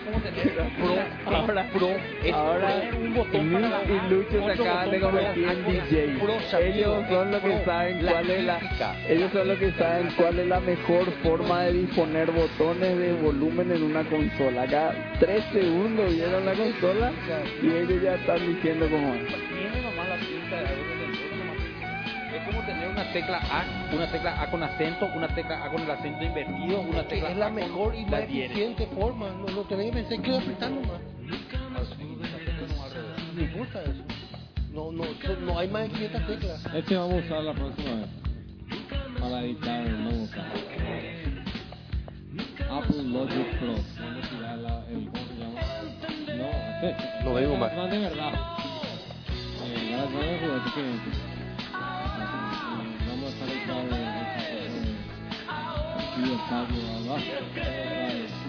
Speaker 3: como tener pro, ahora pro, es
Speaker 1: ahora
Speaker 3: poner un botón
Speaker 1: Luis
Speaker 3: para la
Speaker 1: y Lucho se
Speaker 3: ocho
Speaker 1: acaban de
Speaker 3: botones para
Speaker 1: convertir en
Speaker 3: las cosas.
Speaker 1: DJ.
Speaker 3: Pro, Shapiro,
Speaker 1: Ellos son los
Speaker 3: es
Speaker 1: que
Speaker 3: pro.
Speaker 1: saben cuál es la
Speaker 3: física.
Speaker 1: ellos son los que saben cuál es la mejor forma de disponer botones de volumen en una consola. Acá tres segundos vieron la consola y ellos ya están diciendo como
Speaker 3: Tiene nomás la pinta de algo que se enfoca nomás. Es como tener una tecla A, una tecla A con acento, una tecla A con el acento invertido, una
Speaker 4: Que
Speaker 3: tecla
Speaker 4: es la
Speaker 3: A con
Speaker 4: mejor y
Speaker 3: la
Speaker 4: más
Speaker 3: diéresis.
Speaker 4: eficiente forma. No, no tenés que pensar que la apretar nomás. Así, apretar nomás al revés. No importa eso. No, no, so- no hay más de 500 teclas.
Speaker 2: Este vamos a usar la próxima vez. Para editar el nuevo canal. Apple Logic Pro. Vamos a tirar la- el. ¿Cómo se llama? No, este.
Speaker 4: No vengo más.
Speaker 2: No, de verdad. Eh, ya las van a jugar, así que. eh, Vamos a eh, estar ahí para el- el- el- el- el- el- el- el- el- el- el- el- el- el- el-
Speaker 4: Oh.